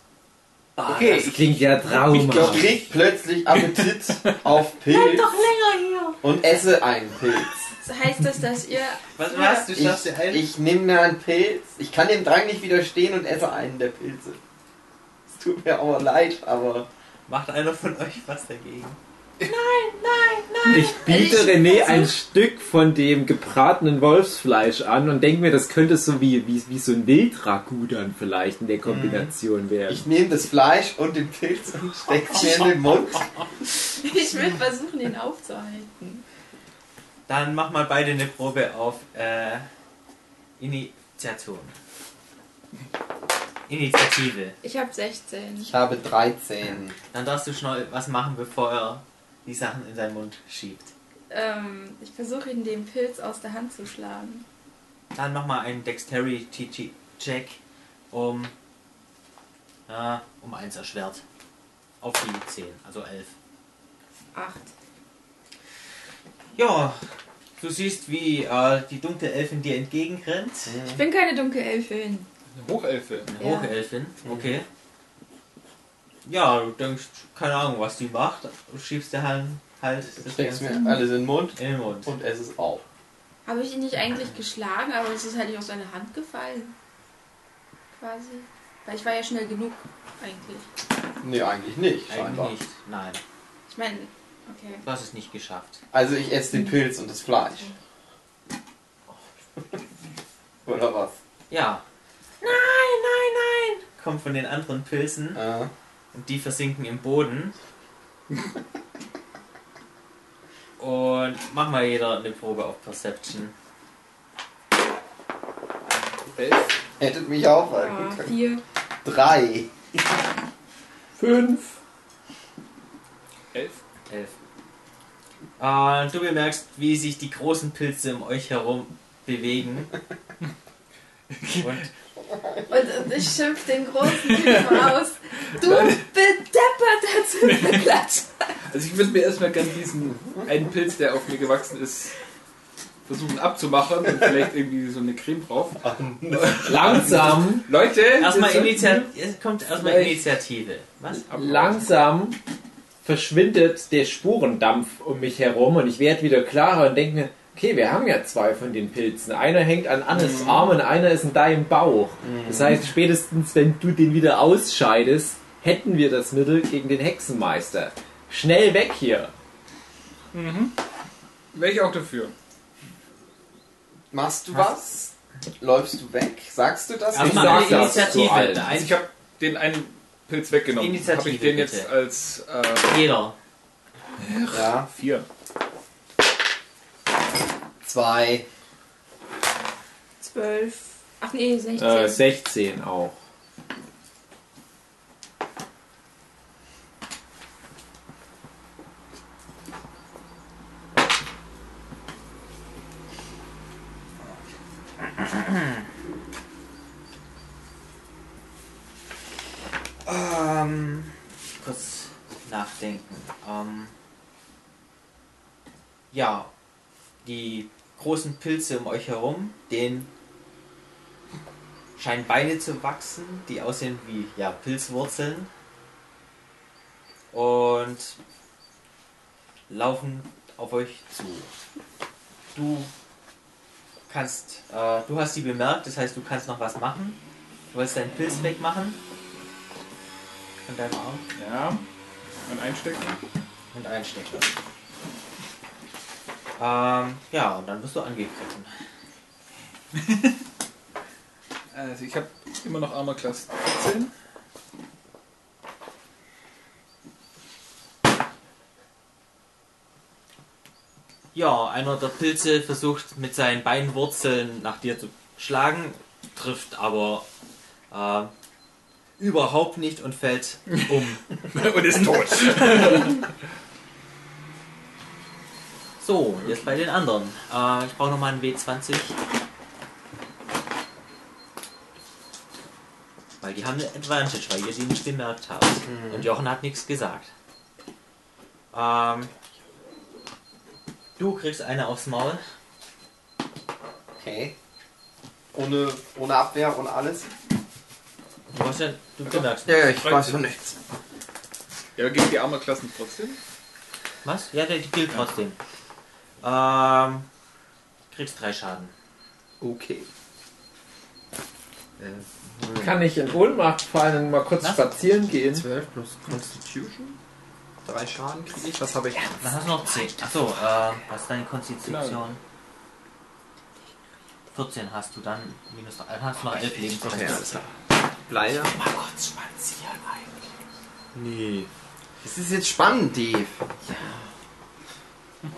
[SPEAKER 5] Ah,
[SPEAKER 8] Okay,
[SPEAKER 5] das
[SPEAKER 8] ich-
[SPEAKER 5] klingt ja
[SPEAKER 8] Ich glaub,
[SPEAKER 5] traumhaft.
[SPEAKER 8] krieg plötzlich Appetit auf
[SPEAKER 7] Bleibt
[SPEAKER 8] Pilz
[SPEAKER 7] doch länger hier.
[SPEAKER 8] und esse einen Pilz.
[SPEAKER 3] Heißt das, dass ihr.
[SPEAKER 2] Was,
[SPEAKER 3] Ja.
[SPEAKER 2] was? Du
[SPEAKER 8] Ich,
[SPEAKER 2] schaffst dir einen?
[SPEAKER 8] ich nehme mir einen Pilz. Ich kann dem Drang nicht widerstehen und esse einen der Pilze. Es tut mir auch leid, aber
[SPEAKER 2] Macht einer von euch was dagegen?
[SPEAKER 5] Ich biete René ein Stück von dem gebratenen Wolfsfleisch an und denke mir, das könnte so wie, wie, wie so ein Wildragout dann vielleicht in der Kombination werden.
[SPEAKER 8] Ich nehme das Fleisch und den Pilz und stecke mir in den Mund.
[SPEAKER 3] Ich will versuchen, ihn aufzuhalten.
[SPEAKER 2] Dann mach mal beide eine Probe auf äh, Initiation. Initiative.
[SPEAKER 3] Ich habe 16.
[SPEAKER 8] Ich habe 13.
[SPEAKER 2] Dann darfst du schnell was machen, bevor er die Sachen in seinen Mund schiebt.
[SPEAKER 3] Ähm, ich versuche ihn den Pilz aus der Hand zu schlagen.
[SPEAKER 2] Dann mach mal einen Dexterity-Check um, ja, um 1 erschwert. Auf die 10, also 11.
[SPEAKER 3] Acht.
[SPEAKER 2] Ja, du siehst, wie äh, die dunkle Elfin dir entgegenrennt.
[SPEAKER 8] Mhm.
[SPEAKER 3] Ich bin keine Dunkelelfin.
[SPEAKER 4] Eine Hochelfe.
[SPEAKER 2] Eine
[SPEAKER 3] Ja.
[SPEAKER 2] Hochelfin,
[SPEAKER 8] Mhm.
[SPEAKER 2] okay. Ja, du denkst, keine Ahnung, was die macht. Du schiebst dir halt, halt das
[SPEAKER 8] Steckst mir
[SPEAKER 2] Ganze
[SPEAKER 8] alles in den Mund
[SPEAKER 2] in den Mund.
[SPEAKER 8] und esse es auf.
[SPEAKER 3] Habe ich ihn nicht eigentlich geschlagen, aber es ist halt nicht aus seiner Hand gefallen. Quasi. Weil ich war ja schnell genug, eigentlich.
[SPEAKER 8] Nee, eigentlich nicht. Scheinbar.
[SPEAKER 2] Eigentlich nicht. Nein,
[SPEAKER 3] Ich meine, okay.
[SPEAKER 2] du hast es nicht geschafft.
[SPEAKER 8] Also ich esse den Pilz und das Fleisch. Oder was?
[SPEAKER 2] Ja. Nein, nein, nein! Kommt von den anderen Pilzen.
[SPEAKER 8] Äh,
[SPEAKER 2] Und die versinken im Boden. Und mach mal jeder eine Probe auf Perception.
[SPEAKER 4] Elf.
[SPEAKER 8] hättet mich aufhalten
[SPEAKER 3] Ah,
[SPEAKER 8] können.
[SPEAKER 3] vier.
[SPEAKER 8] Drei.
[SPEAKER 5] Fünf.
[SPEAKER 4] Elf.
[SPEAKER 2] Elf. Äh, du bemerkst, wie sich die großen Pilze um euch herum bewegen. Und
[SPEAKER 3] Und, und ich schimpf den großen Typen aus. Du bedepperter Zimmerklatsch.
[SPEAKER 4] Also ich würde mir erstmal gern diesen einen Pilz, der auf mir gewachsen ist, versuchen abzumachen und vielleicht irgendwie so eine Creme drauf.
[SPEAKER 5] Langsam,
[SPEAKER 4] Leute!
[SPEAKER 2] erstmal
[SPEAKER 4] wir sollten-
[SPEAKER 2] Initiative. Es kommt erstmal
[SPEAKER 5] Vielleicht.
[SPEAKER 2] Initiative. Was?
[SPEAKER 5] langsam verschwindet der Spurendampf um mich herum und ich werde wieder klarer und denke mir, okay, wir haben ja zwei von den Pilzen. Einer hängt an Annes Arm und einer ist in deinem Bauch. Das heißt, spätestens wenn du den wieder ausscheidest, hätten wir das Mittel gegen den Hexenmeister. Schnell weg hier.
[SPEAKER 4] Wäre ich auch dafür.
[SPEAKER 8] Machst du was? Läufst du weg? Sagst du das?
[SPEAKER 2] Erstmal
[SPEAKER 5] sag
[SPEAKER 2] eine
[SPEAKER 5] das zu allen.
[SPEAKER 2] Initiative.
[SPEAKER 4] Also ich
[SPEAKER 2] Ein,
[SPEAKER 4] habe den einen Pilz weggenommen.
[SPEAKER 2] Initiative,
[SPEAKER 4] Habe ich den
[SPEAKER 2] bitte.
[SPEAKER 4] jetzt als äh,
[SPEAKER 2] jeder.
[SPEAKER 8] Ja.
[SPEAKER 4] vier.
[SPEAKER 8] Zwei.
[SPEAKER 3] Zwölf. Ach nee, 16.
[SPEAKER 5] Äh, 16 auch.
[SPEAKER 2] Ähm, kurz nachdenken. Ähm, ja, die großen Pilze um euch herum, denen scheinen Beine zu wachsen, die aussehen wie ja, Pilzwurzeln. Und laufen auf euch zu. Du kannst, äh, du hast sie bemerkt, das heißt, du kannst noch was machen. Du willst deinen Pilz wegmachen von deinem Arm.
[SPEAKER 4] Ja. Und einstecken.
[SPEAKER 2] Und einstecken. Ähm, ja, und dann wirst du angegriffen.
[SPEAKER 4] Also ich habe immer noch Armor Class 14.
[SPEAKER 2] Ja, einer der Pilze versucht mit seinen Beinwurzeln nach dir zu schlagen, trifft aber ähm, überhaupt nicht und fällt um.
[SPEAKER 4] Und ist tot.
[SPEAKER 2] So, jetzt bei den anderen. Äh, ich brauche nochmal einen W20. Weil die haben eine Advantage, weil ihr sie nicht bemerkt habt. Und Jochen hat nichts gesagt. Ähm, du kriegst eine aufs Maul.
[SPEAKER 8] Okay. Ohne, ohne Abwehr, ohne alles.
[SPEAKER 2] Du, hast ja, du bemerkst
[SPEAKER 6] Ja,
[SPEAKER 2] nichts.
[SPEAKER 6] ja, ich weiß von nichts.
[SPEAKER 4] Ja, gegen die Armor Klassen trotzdem.
[SPEAKER 2] Was? Ja, der die gilt trotzdem. Ähm, kriegst drei Schaden.
[SPEAKER 6] Okay.
[SPEAKER 5] Kann ich in Ohnmacht fallen und mal kurz
[SPEAKER 2] Was?
[SPEAKER 5] spazieren gehen?
[SPEAKER 6] 12 plus Constitution?
[SPEAKER 8] Drei Schaden kriege ich. Was habe ich?
[SPEAKER 2] Dann hast du noch 10. Achso, äh, was ist deine Konstitution? 14 hast du dann minus dann hast du noch 11 Leben.
[SPEAKER 8] Okay, alles klar. Leider.
[SPEAKER 2] Mein Gott, spazieren eigentlich.
[SPEAKER 8] Nee. Es ist jetzt spannend, Dave.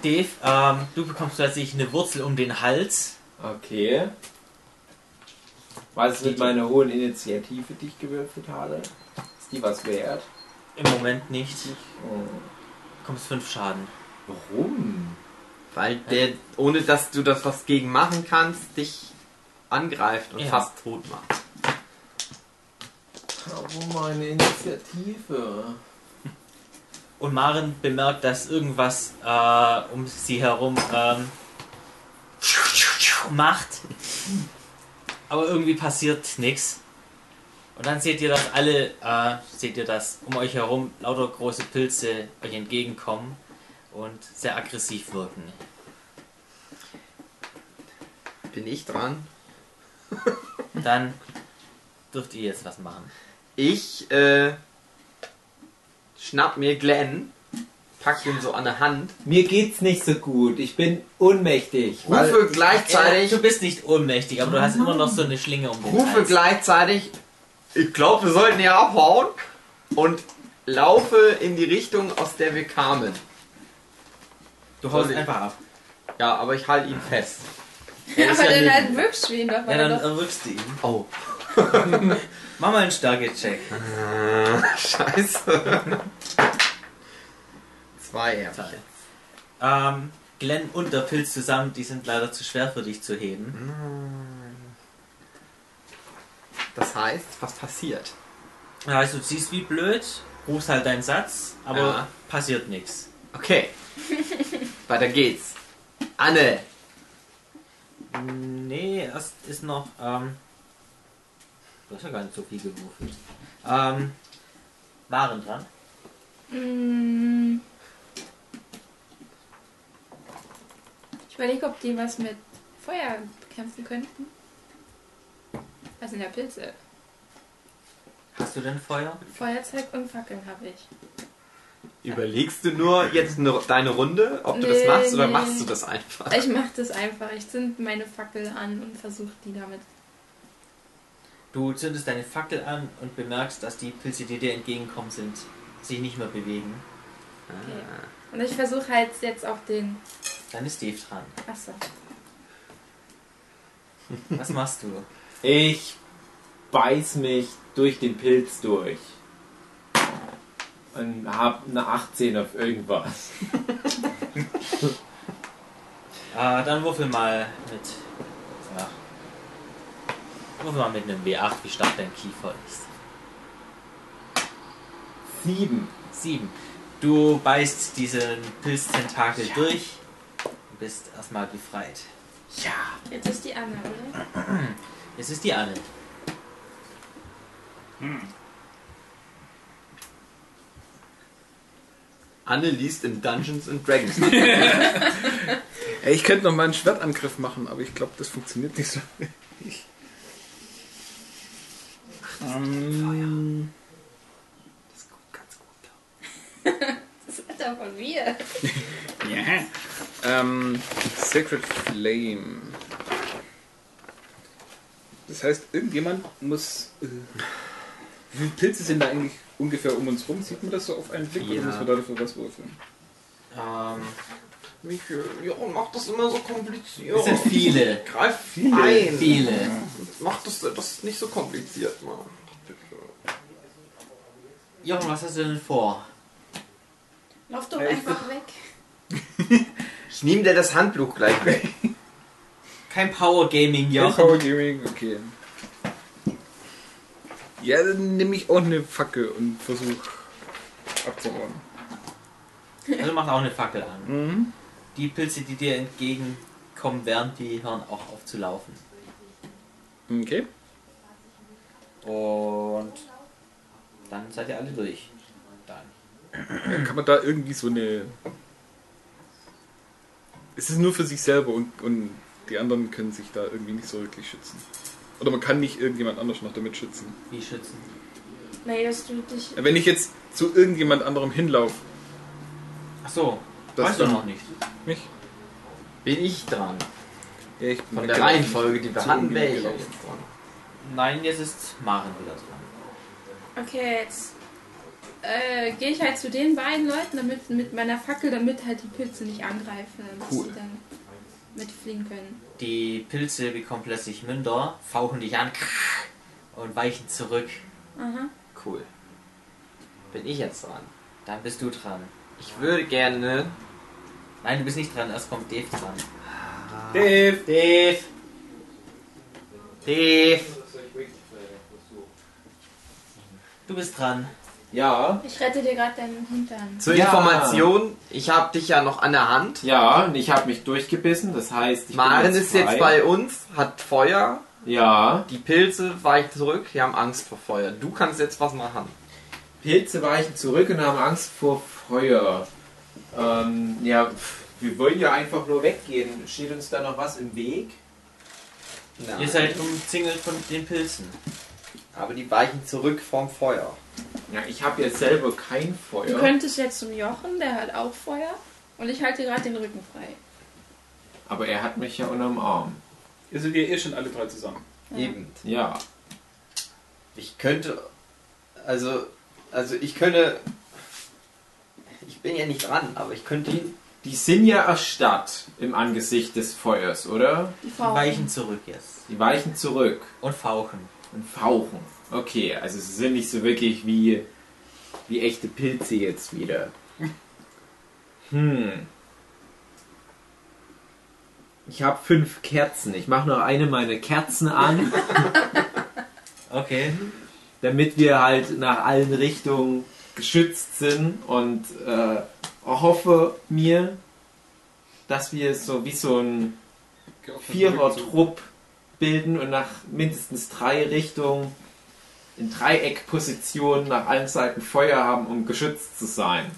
[SPEAKER 2] Dave, ähm, du bekommst plötzlich eine Wurzel um den Hals.
[SPEAKER 5] Okay. Was ist mit meiner hohen Initiative, die ich gewürfelt habe? Ist die was wert?
[SPEAKER 2] Im Moment nicht.
[SPEAKER 5] Oh.
[SPEAKER 2] Bekommst 5 Schaden.
[SPEAKER 5] Warum?
[SPEAKER 8] Weil der, ohne dass du das was gegen machen kannst, dich angreift und
[SPEAKER 2] Ja.
[SPEAKER 8] fast tot macht.
[SPEAKER 5] Aber meine Initiative.
[SPEAKER 2] Und Maren bemerkt, dass irgendwas äh, um sie herum ähm, macht. Aber irgendwie passiert nichts. Und dann seht ihr, dass alle, äh, seht ihr, dass um euch herum lauter große Pilze euch entgegenkommen und sehr aggressiv wirken.
[SPEAKER 8] Bin ich dran?
[SPEAKER 2] Dann dürft ihr jetzt was machen.
[SPEAKER 8] Ich äh, schnapp mir Glenn, pack ihn so an der Hand,
[SPEAKER 5] Mir geht's nicht so gut. Ich bin ohnmächtig. Weil
[SPEAKER 8] rufe
[SPEAKER 2] Äh,
[SPEAKER 8] gleichzeitig,
[SPEAKER 2] du bist nicht ohnmächtig, aber du hast immer noch so eine Schlinge um den
[SPEAKER 8] rufe
[SPEAKER 2] Hals.
[SPEAKER 8] gleichzeitig, ich glaube, wir sollten hier abhauen und laufe in die Richtung, aus der wir kamen.
[SPEAKER 2] Du haust
[SPEAKER 8] Soll ich-
[SPEAKER 2] einfach ab.
[SPEAKER 8] Ja, aber ich halte ihn fest.
[SPEAKER 3] Aber
[SPEAKER 8] ist ja
[SPEAKER 3] dann
[SPEAKER 8] neben.
[SPEAKER 3] halt wirkst du ihn doch,
[SPEAKER 2] Ja,
[SPEAKER 3] weil
[SPEAKER 2] dann
[SPEAKER 3] er doch.
[SPEAKER 2] erwürgst du ihn.
[SPEAKER 8] Oh,
[SPEAKER 2] Mach mal einen Stärke-Check.
[SPEAKER 3] halt
[SPEAKER 8] Ah, scheiße. Zwei hab ich
[SPEAKER 2] Total. Ähm, Glenn und der Pilz zusammen, die sind leider zu schwer für dich zu heben.
[SPEAKER 8] Das heißt, was passiert?
[SPEAKER 2] Also du siehst wie blöd, rufst halt deinen Satz, aber
[SPEAKER 8] Ja.
[SPEAKER 2] passiert nichts.
[SPEAKER 8] Okay. Weiter geht's. Anne.
[SPEAKER 2] Nee, erst ist noch, ähm, du hast ja gar nicht so viel gewürfelt. Ähm, waren dran.
[SPEAKER 3] Mm. Ich überlege, ob die was mit Feuer bekämpfen könnten. Was sind ja Pilze?
[SPEAKER 2] Hast du denn Feuer?
[SPEAKER 3] Feuerzeug und Fackeln habe ich.
[SPEAKER 8] Überlegst du nur jetzt ne- deine Runde, ob du das
[SPEAKER 3] Nee,
[SPEAKER 8] machst oder
[SPEAKER 3] nee.
[SPEAKER 8] machst du das einfach?
[SPEAKER 3] Ich mache das einfach. Ich zünd meine Fackel an und versuche die damit.
[SPEAKER 2] Du zündest deine Fackel an und bemerkst, dass die Pilze, die dir entgegenkommen sind, sich nicht mehr bewegen.
[SPEAKER 3] Okay. Und ich versuche halt jetzt auch den.
[SPEAKER 2] Dann ist Dave dran.
[SPEAKER 3] Achso.
[SPEAKER 2] Was machst du?
[SPEAKER 5] ich beiß mich durch den Pilz durch. Und hab eine 18 auf irgendwas.
[SPEAKER 2] Ah, dann würfel mal mit. Ja. Würfel mal mit einem W8, wie stark dein Kiefer ist.
[SPEAKER 5] 7.
[SPEAKER 2] Sieben. Du beißt diesen Pilztentakel durch und bist erstmal befreit.
[SPEAKER 3] Jetzt ist die Anna, oder?
[SPEAKER 2] Jetzt ist die Anne.
[SPEAKER 8] Anne liest in Dungeons and Dragons.
[SPEAKER 4] Ey, ich könnte noch mal einen Schwertangriff machen, aber ich glaube, das funktioniert nicht so. Ähm,
[SPEAKER 3] Das ist doch von mir.
[SPEAKER 4] ja. ähm, Sacred Flame. Das heißt, irgendjemand muss. Äh, wie viele Pilze sind da eigentlich ungefähr um uns rum? Sieht man das so auf einen Blick
[SPEAKER 8] Ja.
[SPEAKER 4] oder muss man dafür was würfeln?
[SPEAKER 2] Ähm,
[SPEAKER 8] Michael, Jochen, mach das immer so kompliziert.
[SPEAKER 2] es sind viele.
[SPEAKER 8] Greif viel ein.
[SPEAKER 2] Viele.
[SPEAKER 8] Mach das, das nicht so kompliziert, Mann.
[SPEAKER 2] Jochen, was hast du denn vor?
[SPEAKER 3] Lauf doch einfach weg.
[SPEAKER 8] Ich nehme dir das Handbuch gleich weg.
[SPEAKER 2] Kein Power Gaming,
[SPEAKER 4] Power
[SPEAKER 2] Jochen.
[SPEAKER 4] Gaming, okay. Ja, dann nehme ich auch eine Fackel und versuche abzuhauen.
[SPEAKER 2] Also mach auch eine Fackel an.
[SPEAKER 4] Mhm.
[SPEAKER 2] Die Pilze, die dir entgegenkommen, werden die hören auch auf zu laufen.
[SPEAKER 4] Okay.
[SPEAKER 2] Und dann seid ihr alle durch. Dann.
[SPEAKER 4] Kann man da irgendwie so eine. Es ist nur für sich selber und, und die anderen können sich da irgendwie nicht so wirklich schützen. Oder man kann nicht irgendjemand anders noch damit schützen.
[SPEAKER 2] Wie schützen?
[SPEAKER 3] Nee, dass du dich.
[SPEAKER 4] Wenn ich jetzt zu irgendjemand anderem hinlaufe
[SPEAKER 2] Ach so,
[SPEAKER 8] Das
[SPEAKER 2] weißt du
[SPEAKER 8] dann-
[SPEAKER 2] noch nicht.
[SPEAKER 4] Mich?
[SPEAKER 6] Bin ich dran?
[SPEAKER 4] Ja, ich bin
[SPEAKER 6] Von der
[SPEAKER 4] gelaufen.
[SPEAKER 6] Reihenfolge, die wir
[SPEAKER 4] Zu
[SPEAKER 6] hatten,
[SPEAKER 4] Ungewöhnlich
[SPEAKER 6] wäre ich
[SPEAKER 4] gelaufen.
[SPEAKER 6] jetzt dran.
[SPEAKER 2] Nein, jetzt ist Maren wieder dran.
[SPEAKER 3] Okay, jetzt äh, gehe ich halt zu den beiden Leuten damit, mit meiner Fackel, damit halt die Pilze nicht angreifen, damit
[SPEAKER 4] Cool.
[SPEAKER 3] sie dann mitfliegen können.
[SPEAKER 2] Die Pilze bekommen plötzlich Münder, fauchen dich an und weichen zurück.
[SPEAKER 3] Aha.
[SPEAKER 6] Cool. Bin ich jetzt dran?
[SPEAKER 2] Dann bist du dran.
[SPEAKER 6] Ich würde gerne.
[SPEAKER 2] Nein, du bist nicht dran, erst kommt Dave dran.
[SPEAKER 6] Ah.
[SPEAKER 5] Dave!
[SPEAKER 6] Dave! Dave!
[SPEAKER 2] Du bist dran.
[SPEAKER 5] Ja.
[SPEAKER 3] Ich rette dir gerade deinen Hintern.
[SPEAKER 6] Zur
[SPEAKER 5] Ja.
[SPEAKER 6] Information, ich habe dich ja noch an der Hand.
[SPEAKER 5] Ja, und ich habe mich durchgebissen, das heißt, ich
[SPEAKER 6] Maren ist
[SPEAKER 5] frei.
[SPEAKER 6] jetzt bei uns, hat Feuer.
[SPEAKER 5] Ja.
[SPEAKER 6] Die Pilze weichen zurück, die haben Angst vor Feuer. Du kannst jetzt was machen.
[SPEAKER 5] Pilze weichen zurück und haben Angst vor Feuer. Ähm, ja, pff, wir wollen ja einfach nur weggehen. Steht uns da noch was im Weg?
[SPEAKER 6] Nein.
[SPEAKER 2] Ihr seid umzingelt von den Pilzen.
[SPEAKER 6] Aber die weichen zurück vom Feuer.
[SPEAKER 5] Ja, ich habe jetzt selber kein
[SPEAKER 3] Du
[SPEAKER 5] Feuer.
[SPEAKER 3] könntest jetzt zum Jochen, der hat auch Feuer. Und ich halte dir gerade den Rücken frei.
[SPEAKER 5] Aber er hat mich ja unterm Arm.
[SPEAKER 4] Ihr seid ja eh schon alle drei zusammen.
[SPEAKER 6] Eben.
[SPEAKER 5] Ja.
[SPEAKER 6] Ich könnte. Also. Also ich könnte. Ich bin ja nicht dran, aber ich könnte ihn.
[SPEAKER 5] Die sind ja erstarrt im Angesicht des Feuers, oder?
[SPEAKER 3] Die
[SPEAKER 2] Die
[SPEAKER 3] Frau.
[SPEAKER 2] weichen zurück jetzt.
[SPEAKER 5] Die weichen zurück
[SPEAKER 2] Und fauchen.
[SPEAKER 5] und fauchen. Okay, also sie sind nicht so wirklich wie, wie echte Pilze jetzt wieder. Hm. Ich habe fünf Kerzen. Ich mache noch eine meiner Kerzen an,
[SPEAKER 2] Okay.
[SPEAKER 5] damit wir halt nach allen Richtungen geschützt sind und äh, hoffe mir, dass wir so wie so ein Vierer-Trupp bilden und nach mindestens drei Richtungen in Dreieckposition nach allen Seiten Feuer haben, um geschützt zu sein.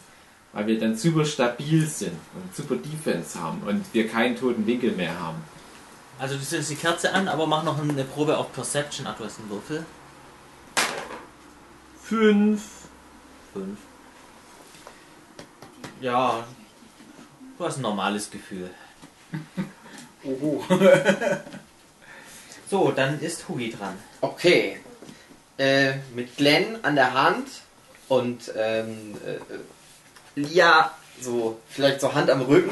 [SPEAKER 5] Weil wir dann super stabil sind und super Defense haben und wir keinen toten Winkel mehr haben.
[SPEAKER 2] Also du zündest die Kerze an, aber mach noch eine Probe auf Perception. Ach, du hast einen Würfel.
[SPEAKER 5] Fünf.
[SPEAKER 2] Fünf. Ja. Du hast ein normales Gefühl.
[SPEAKER 4] Oho.
[SPEAKER 2] So, dann ist Hugi dran.
[SPEAKER 8] Okay. Äh, mit Glenn an der Hand und ähm, äh, Lia so vielleicht so Hand am Rücken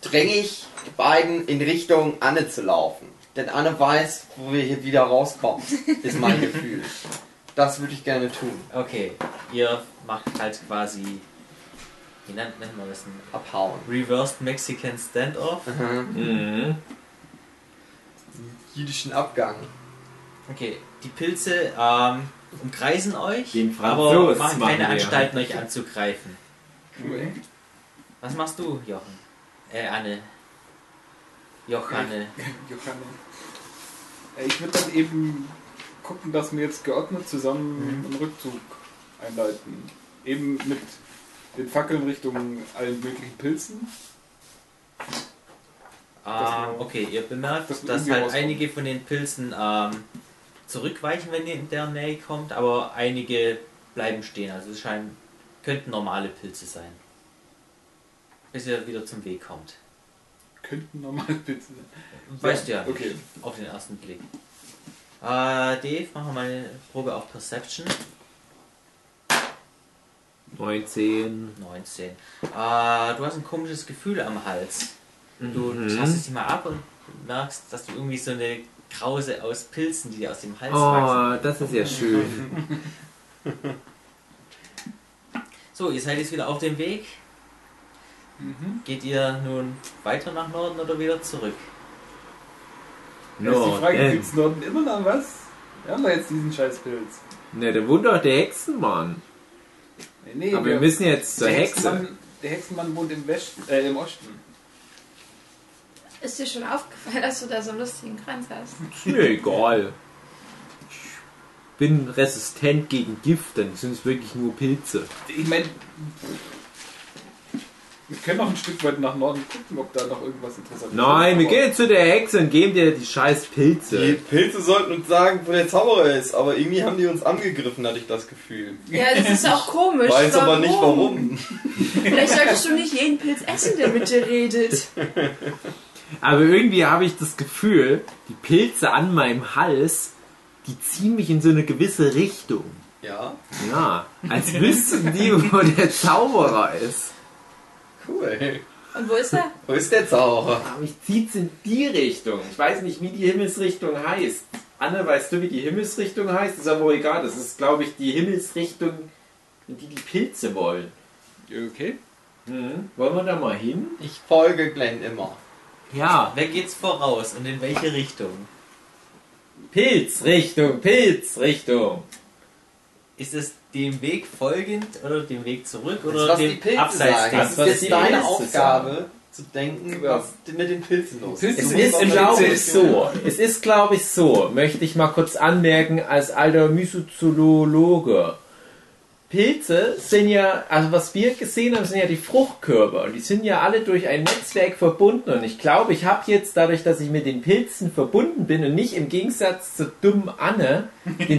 [SPEAKER 8] dränge ich die beiden in Richtung Anne zu laufen. Denn Anne weiß, wo wir hier wieder rauskommen, ist mein Gefühl. Das würde ich gerne tun.
[SPEAKER 2] Okay. Ihr macht halt quasi. Wie nennt nennt man das denn?
[SPEAKER 8] Abhauen.
[SPEAKER 2] Reversed Mexican Standoff.
[SPEAKER 5] Mhm.
[SPEAKER 8] Jüdischen Abgang.
[SPEAKER 2] Okay, die Pilze ähm, umkreisen euch,
[SPEAKER 5] Den Franzos
[SPEAKER 2] aber machen
[SPEAKER 5] machen
[SPEAKER 2] keine
[SPEAKER 5] wir.
[SPEAKER 2] Anstalten, euch anzugreifen.
[SPEAKER 4] Mhm.
[SPEAKER 8] Cool.
[SPEAKER 2] Was machst du, Jochen? Äh, Anne. Johanne.
[SPEAKER 4] Johanna. Äh, Ich würde dann eben gucken, dass wir jetzt geordnet zusammen einen Rückzug einleiten. Eben mit den Fackeln Richtung allen möglichen Pilzen.
[SPEAKER 2] Ähm, okay, ihr bemerkt,
[SPEAKER 4] dass
[SPEAKER 2] dass,
[SPEAKER 4] wir irgendwie
[SPEAKER 2] halt
[SPEAKER 4] rauskommen.
[SPEAKER 2] einige von den Pilzen ähm, zurückweichen, wenn ihr in der Nähe kommt, aber einige bleiben stehen. Also es scheinen, könnten normale Pilze sein. Bis ihr wieder zum Weg kommt.
[SPEAKER 4] Könnten normale Pilze sein.
[SPEAKER 2] Weißt du ja nicht,
[SPEAKER 4] Okay.
[SPEAKER 2] auf den ersten Blick. Äh, Dave, machen wir mal eine Probe auf Perception.
[SPEAKER 5] 19.
[SPEAKER 2] 19. Äh, du hast ein komisches Gefühl am Hals. Du
[SPEAKER 5] Mhm.
[SPEAKER 2] tastest dich mal ab und merkst, dass du irgendwie so eine Krause aus Pilzen, die dir aus dem Hals wachsen.
[SPEAKER 5] Oh, das ist ja schön.
[SPEAKER 2] So, ihr seid jetzt wieder auf dem Weg.
[SPEAKER 4] Mhm.
[SPEAKER 2] Geht ihr nun weiter nach Norden oder wieder zurück?
[SPEAKER 4] Da ist die Frage,
[SPEAKER 5] denn-
[SPEAKER 4] gibt es Norden immer noch was? Wir haben doch jetzt diesen scheiß Pilz.
[SPEAKER 5] Ne, der Wunder der Hexenmann.
[SPEAKER 4] Nee, nee,
[SPEAKER 5] Aber wir müssen jetzt zur
[SPEAKER 4] der
[SPEAKER 5] Hexe.
[SPEAKER 4] Hexenmann, der Hexenmann wohnt im, Westen, äh, im Osten.
[SPEAKER 3] Ist dir schon aufgefallen, dass du da so einen lustigen Kranz hast?
[SPEAKER 5] Ist mir egal. Ich bin resistent gegen Gift, dann sind es wirklich nur Pilze.
[SPEAKER 4] Ich meine, Wir können noch ein Stück weit nach Norden gucken, ob da noch irgendwas interessantes
[SPEAKER 5] Nein,
[SPEAKER 4] ist.
[SPEAKER 5] wir
[SPEAKER 4] Aber-
[SPEAKER 5] gehen zu der Hexe und geben dir die scheiß
[SPEAKER 6] Die
[SPEAKER 5] Pilze.
[SPEAKER 6] Pilze sollten uns sagen, wo der Zauberer ist, aber irgendwie haben die uns angegriffen, hatte ich das Gefühl.
[SPEAKER 3] Ja, das ist auch komisch.
[SPEAKER 6] Weiß aber nicht warum.
[SPEAKER 3] Vielleicht solltest du nicht jeden Pilz essen, der mit dir redet.
[SPEAKER 5] Aber irgendwie habe ich das Gefühl, die Pilze an meinem Hals, die ziehen mich in so eine gewisse Richtung.
[SPEAKER 6] Ja,
[SPEAKER 5] Ja, als wüssten die, wo der Zauberer ist.
[SPEAKER 6] cool.
[SPEAKER 3] Und wo ist er?
[SPEAKER 6] Wo ist der Zauberer?
[SPEAKER 5] Aber mich zieht's in die Richtung. Ich weiß nicht, wie die Himmelsrichtung heißt. Anne, weißt du, wie die Himmelsrichtung heißt? Ist aber wohl egal. Das ist, glaube ich, die Himmelsrichtung, in die die Pilze wollen.
[SPEAKER 4] Okay.
[SPEAKER 5] Hm? Wollen wir da mal hin?
[SPEAKER 6] Ich folge Glenn immer.
[SPEAKER 5] Ja,
[SPEAKER 2] Wer geht's voraus und in welche Richtung?
[SPEAKER 5] Pilzrichtung, Pilzrichtung.
[SPEAKER 2] Ist es dem Weg folgend oder dem Weg zurück
[SPEAKER 6] Das,
[SPEAKER 2] oder
[SPEAKER 6] was die
[SPEAKER 2] dem
[SPEAKER 6] Pilze
[SPEAKER 2] abseits
[SPEAKER 6] sagen.
[SPEAKER 2] des
[SPEAKER 6] Das ist jetzt
[SPEAKER 5] die
[SPEAKER 6] deine
[SPEAKER 5] Pilze
[SPEAKER 6] Aufgabe, zu denken,
[SPEAKER 4] Ja.
[SPEAKER 6] was mit den Pilzen los
[SPEAKER 4] Pilze-
[SPEAKER 6] ist.
[SPEAKER 5] Es
[SPEAKER 4] Du
[SPEAKER 5] ist,
[SPEAKER 4] musst auch
[SPEAKER 5] glaube
[SPEAKER 4] erzählen.
[SPEAKER 5] ich, so. Es ist, glaube ich, so. Möchte ich mal kurz anmerken, als alter Mysozoologe. Pilze sind ja, also was wir gesehen haben, sind ja die Fruchtkörper. Und die sind ja alle durch ein Netzwerk verbunden. Und ich glaube, ich habe jetzt dadurch, dass ich mit den Pilzen verbunden bin und nicht im Gegensatz zur dummen Anne den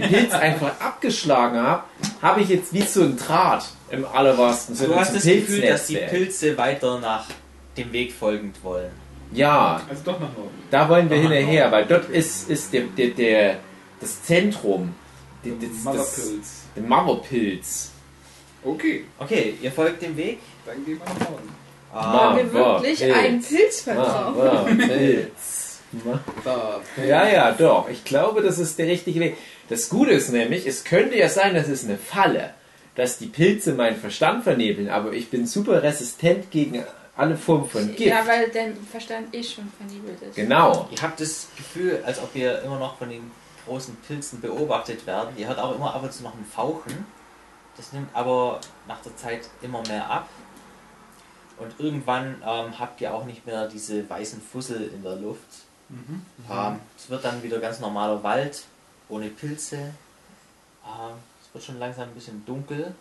[SPEAKER 5] Pilz einfach abgeschlagen habe, habe ich jetzt wie so ein Draht im allerwahrsten
[SPEAKER 2] Du
[SPEAKER 5] Sinne.
[SPEAKER 2] hast
[SPEAKER 5] zum
[SPEAKER 2] das Gefühl, dass die
[SPEAKER 5] Pilznetzwerk.
[SPEAKER 2] Pilze weiter nach dem Weg folgend wollen.
[SPEAKER 5] Ja,
[SPEAKER 4] Also doch nach Norden.
[SPEAKER 5] Da wollen wir
[SPEAKER 2] Aha.
[SPEAKER 5] hinterher, weil dort ist, ist der, der, der, das Zentrum, der, der, das,
[SPEAKER 4] Motherpilz.
[SPEAKER 5] der Marmorpilz.
[SPEAKER 4] Okay,
[SPEAKER 2] Okay, ihr folgt dem Weg.
[SPEAKER 4] dann gehen wir nach Norden.
[SPEAKER 5] Ah,
[SPEAKER 3] Wollen wir wirklich
[SPEAKER 5] Pilz.
[SPEAKER 3] einen Pilz
[SPEAKER 6] Ah,
[SPEAKER 3] verkaufen?
[SPEAKER 5] Marmorpilz. Ja, ja, doch. Ich glaube, das ist der richtige Weg. Das Gute ist nämlich, es könnte ja sein, das ist eine Falle, dass die Pilze meinen Verstand vernebeln, aber ich bin super resistent gegen alle Formen von Gift.
[SPEAKER 3] Ja, weil dein Verstand eh schon vernebelt ist.
[SPEAKER 5] genau.
[SPEAKER 2] Ihr habt das Gefühl, als ob ihr immer noch von den großen Pilzen beobachtet werden. Ihr hört auch immer ab und zu noch ein Fauchen. Das nimmt aber nach der Zeit immer mehr ab. Und irgendwann ähm, habt ihr auch nicht mehr diese weißen Fussel in der Luft. Ähm, es wird dann wieder ganz normaler Wald, ohne Pilze. Ähm, es wird schon langsam ein bisschen dunkel.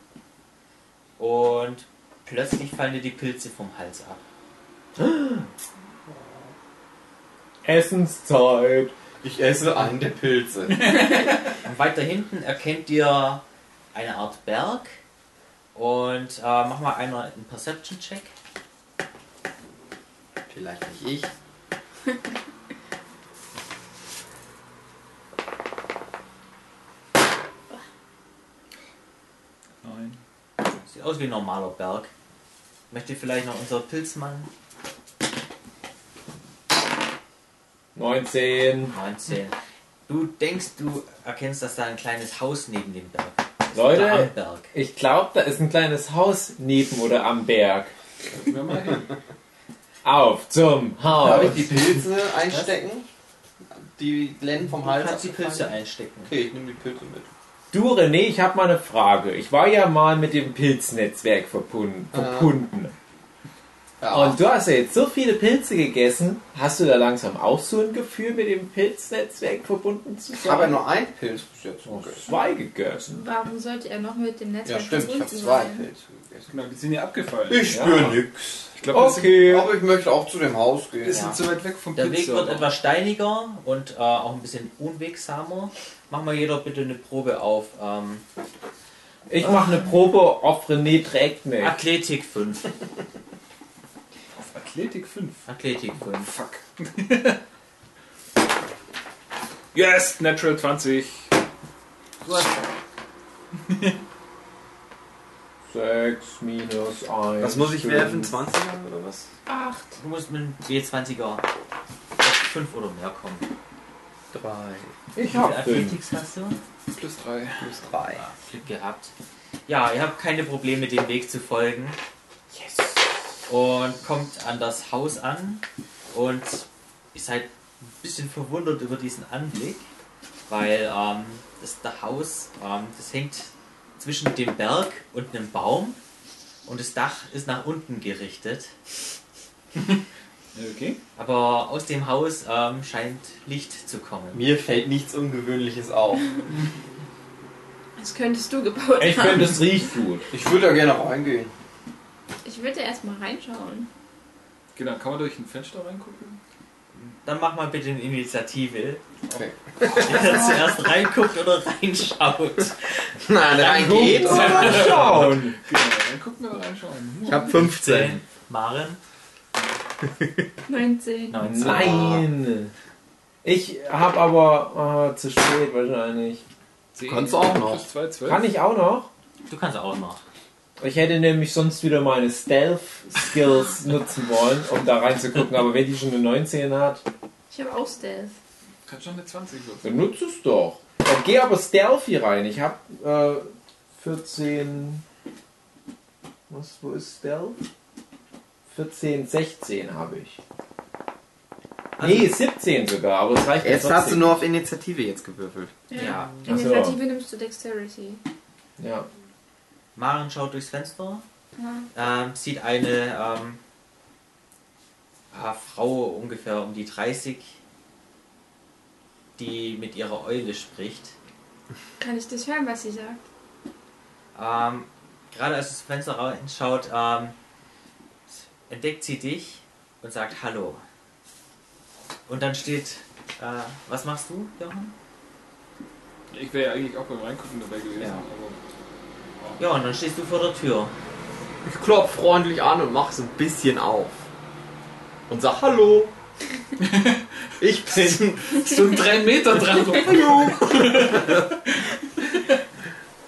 [SPEAKER 2] Und plötzlich fallen dir die Pilze vom Hals ab.
[SPEAKER 5] Essenszeit.
[SPEAKER 6] Ich esse einen der Pilze.
[SPEAKER 2] Und weiter hinten erkennt ihr eine Art Berg. Und äh, mach mal einer einen Perception-Check.
[SPEAKER 6] Vielleicht nicht ich.
[SPEAKER 4] Nein.
[SPEAKER 2] Sieht aus wie ein normaler Berg. Möchte vielleicht noch unser Pilzmann
[SPEAKER 5] 19.
[SPEAKER 2] 19. Du denkst, du erkennst, dass da ein kleines Haus neben dem Berg. ist.
[SPEAKER 5] Leute.
[SPEAKER 2] Oder am Berg.
[SPEAKER 5] Ich glaube, da ist ein kleines Haus neben oder am Berg.
[SPEAKER 4] Gehen wir mal hin.
[SPEAKER 5] Auf zum
[SPEAKER 6] Darf
[SPEAKER 5] Haus.
[SPEAKER 6] ich die Pilze einstecken? Die Glenn vom
[SPEAKER 2] Du
[SPEAKER 6] Hals.
[SPEAKER 2] kannst die Pilze
[SPEAKER 6] abgefallen?
[SPEAKER 2] einstecken.
[SPEAKER 6] Okay, ich nehme die Pilze mit.
[SPEAKER 5] Du, René, ich habe mal eine Frage. Ich war ja mal mit dem Pilznetzwerk verbunden.
[SPEAKER 6] Ah.
[SPEAKER 5] verbunden.
[SPEAKER 6] Ja.
[SPEAKER 2] Oh,
[SPEAKER 5] Und du hast ja jetzt so viele Pilze gegessen. Hast du da langsam auch so ein Gefühl, mit dem Pilznetzwerk verbunden zu
[SPEAKER 6] ich habe ja
[SPEAKER 5] sein?
[SPEAKER 6] nur einen Pilz bis jetzt
[SPEAKER 2] Oh.
[SPEAKER 6] gegessen.
[SPEAKER 5] zwei gegessen.
[SPEAKER 3] Warum sollte er noch mit dem
[SPEAKER 6] Ja,
[SPEAKER 3] Netzwerk
[SPEAKER 6] stimmt, ich habe
[SPEAKER 3] verbunden
[SPEAKER 6] zwei
[SPEAKER 3] sein?
[SPEAKER 6] Pilze gegessen.
[SPEAKER 4] Genau, die sind ja abgefallen.
[SPEAKER 6] Ich spüre nix.
[SPEAKER 4] Ich glaube, okay.
[SPEAKER 5] Okay.
[SPEAKER 6] Aber ich möchte auch zu dem Haus
[SPEAKER 4] wir
[SPEAKER 6] gehen.
[SPEAKER 4] sind
[SPEAKER 2] Ja.
[SPEAKER 4] zu weit weg vom
[SPEAKER 2] Der Weg wird
[SPEAKER 4] aber-
[SPEAKER 2] etwas steiniger und äh, auch ein bisschen unwegsamer. Mach mal jeder bitte eine Probe auf ähm,
[SPEAKER 5] Ich mache eine Probe, ob René trägt mich.
[SPEAKER 2] Athletik 5.
[SPEAKER 4] Auf Athletik 5.
[SPEAKER 2] Athletik 5.
[SPEAKER 4] Fuck. yes, Natural 20.
[SPEAKER 2] Du hast
[SPEAKER 5] Sechs minus eins.
[SPEAKER 6] Was muss ich
[SPEAKER 5] fünf.
[SPEAKER 6] werfen? 20er oder was?
[SPEAKER 3] Acht.
[SPEAKER 2] Du musst mit einem B20er auf 5 oder mehr kommen.
[SPEAKER 6] Drei
[SPEAKER 5] Ich
[SPEAKER 2] Wie viel
[SPEAKER 5] hab fünf.
[SPEAKER 2] Athletics hast du?
[SPEAKER 4] Plus 3.
[SPEAKER 6] plus drei.
[SPEAKER 2] Glück gehabt. Ja, ihr habt keine Probleme, dem Weg zu folgen. Yes. Und kommt an das Haus an und ihr seid ein bisschen verwundert über diesen Anblick, weil ähm, das, das Haus, ähm, das hängt zwischen dem Berg und einem Baum und das Dach ist nach unten gerichtet.
[SPEAKER 4] Okay.
[SPEAKER 2] Aber aus dem Haus ähm, scheint Licht zu kommen.
[SPEAKER 6] Mir fällt nichts Ungewöhnliches auf.
[SPEAKER 3] Das könntest du gebaut
[SPEAKER 5] Ich
[SPEAKER 3] haben.
[SPEAKER 5] finde, es riecht gut.
[SPEAKER 6] Ich würde da gerne reingehen.
[SPEAKER 3] Ich Ich würde erstmal reinschauen.
[SPEAKER 4] Genau, kann man durch ein Fenster reingucken?
[SPEAKER 2] Dann mach mal bitte eine Initiative. Wer zuerst reinguckt oder reinschaut.
[SPEAKER 8] Nein, rein geht's.
[SPEAKER 5] Mal schauen.
[SPEAKER 4] Genau, dann gucken wir reinschauen.
[SPEAKER 8] Ich hab 15.
[SPEAKER 2] Maren,
[SPEAKER 3] 19.
[SPEAKER 2] 19.
[SPEAKER 5] Nein. Ich hab aber äh, zu spät wahrscheinlich.
[SPEAKER 4] Zehn,
[SPEAKER 8] Kannst du auch noch.
[SPEAKER 4] plus Zwei, zwölf.
[SPEAKER 5] Kann ich auch noch?
[SPEAKER 2] Du kannst auch noch.
[SPEAKER 5] Ich hätte nämlich sonst wieder meine Stealth-Skills nutzen wollen, um da reinzugucken. Aber wenn die schon eine 19 hat,
[SPEAKER 3] Ich habe auch Stealth.
[SPEAKER 4] Kannst schon eine 20 würfeln.
[SPEAKER 5] dann nutzt es doch. Dann geh aber Stealth hier rein. Ich hab äh, 14. Was, wo ist Stealth? 14, 16 habe ich. Nee, 17 sogar, aber es reicht ja
[SPEAKER 8] Jetzt hast du
[SPEAKER 5] trotzdem.
[SPEAKER 8] nur auf Initiative jetzt gewürfelt.
[SPEAKER 2] Ja.
[SPEAKER 3] Initiative nimmst du Dexterity.
[SPEAKER 5] Ja.
[SPEAKER 2] Maren schaut durchs Fenster,
[SPEAKER 3] Ja.
[SPEAKER 2] ähm, sieht eine ähm, äh, Frau ungefähr um die 30, die mit ihrer Eule spricht.
[SPEAKER 3] Kann ich das hören, was sie sagt?
[SPEAKER 2] Ähm, gerade als sie zum Fenster reinschaut, ähm, entdeckt sie dich und sagt Hallo. Und dann steht, äh, was machst du, Jochen?
[SPEAKER 4] Ich wäre ja eigentlich auch beim Reingucken dabei gewesen.
[SPEAKER 2] Ja.
[SPEAKER 4] Aber
[SPEAKER 2] Ja, und dann stehst du vor der Tür.
[SPEAKER 8] Ich klopf freundlich an und mach so ein bisschen auf. Und sag Hallo. ich bin.
[SPEAKER 4] so ein 3 Meter dran. So.
[SPEAKER 8] Hallo.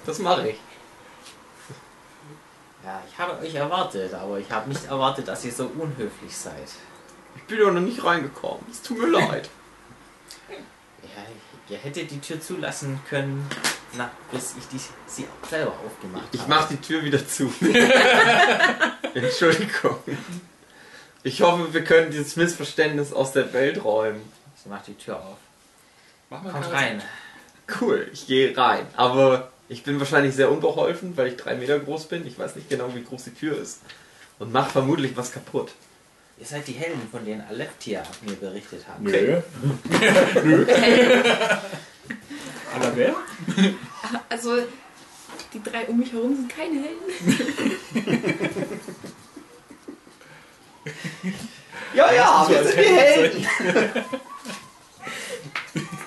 [SPEAKER 8] das mache ich.
[SPEAKER 2] Ja, ich habe euch erwartet, aber ich habe nicht erwartet, dass ihr so unhöflich seid.
[SPEAKER 8] Ich bin ja noch nicht reingekommen. Es tut mir leid.
[SPEAKER 2] Ja, ihr hättet die Tür zulassen können, na, bis ich die, sie auch selber aufgemacht habe.
[SPEAKER 8] Ich mach die Tür wieder zu. Entschuldigung. Ich hoffe, wir können dieses Missverständnis aus der Welt räumen.
[SPEAKER 2] Sie macht die Tür auf.
[SPEAKER 4] Mach mal
[SPEAKER 2] Kommt
[SPEAKER 4] Charisma.
[SPEAKER 2] rein.
[SPEAKER 8] Cool, ich gehe rein. Aber ich bin wahrscheinlich sehr unbeholfen, weil ich drei Meter groß bin. Ich weiß nicht genau, wie groß die Tür ist. Und mach vermutlich was kaputt.
[SPEAKER 2] Ihr seid die Helden, von denen Aleptia mir berichtet hat.
[SPEAKER 5] Nö.
[SPEAKER 4] Aller wer?
[SPEAKER 3] Also, die drei um mich herum sind keine Helden.
[SPEAKER 8] Ja, ja, wir sind die Helden.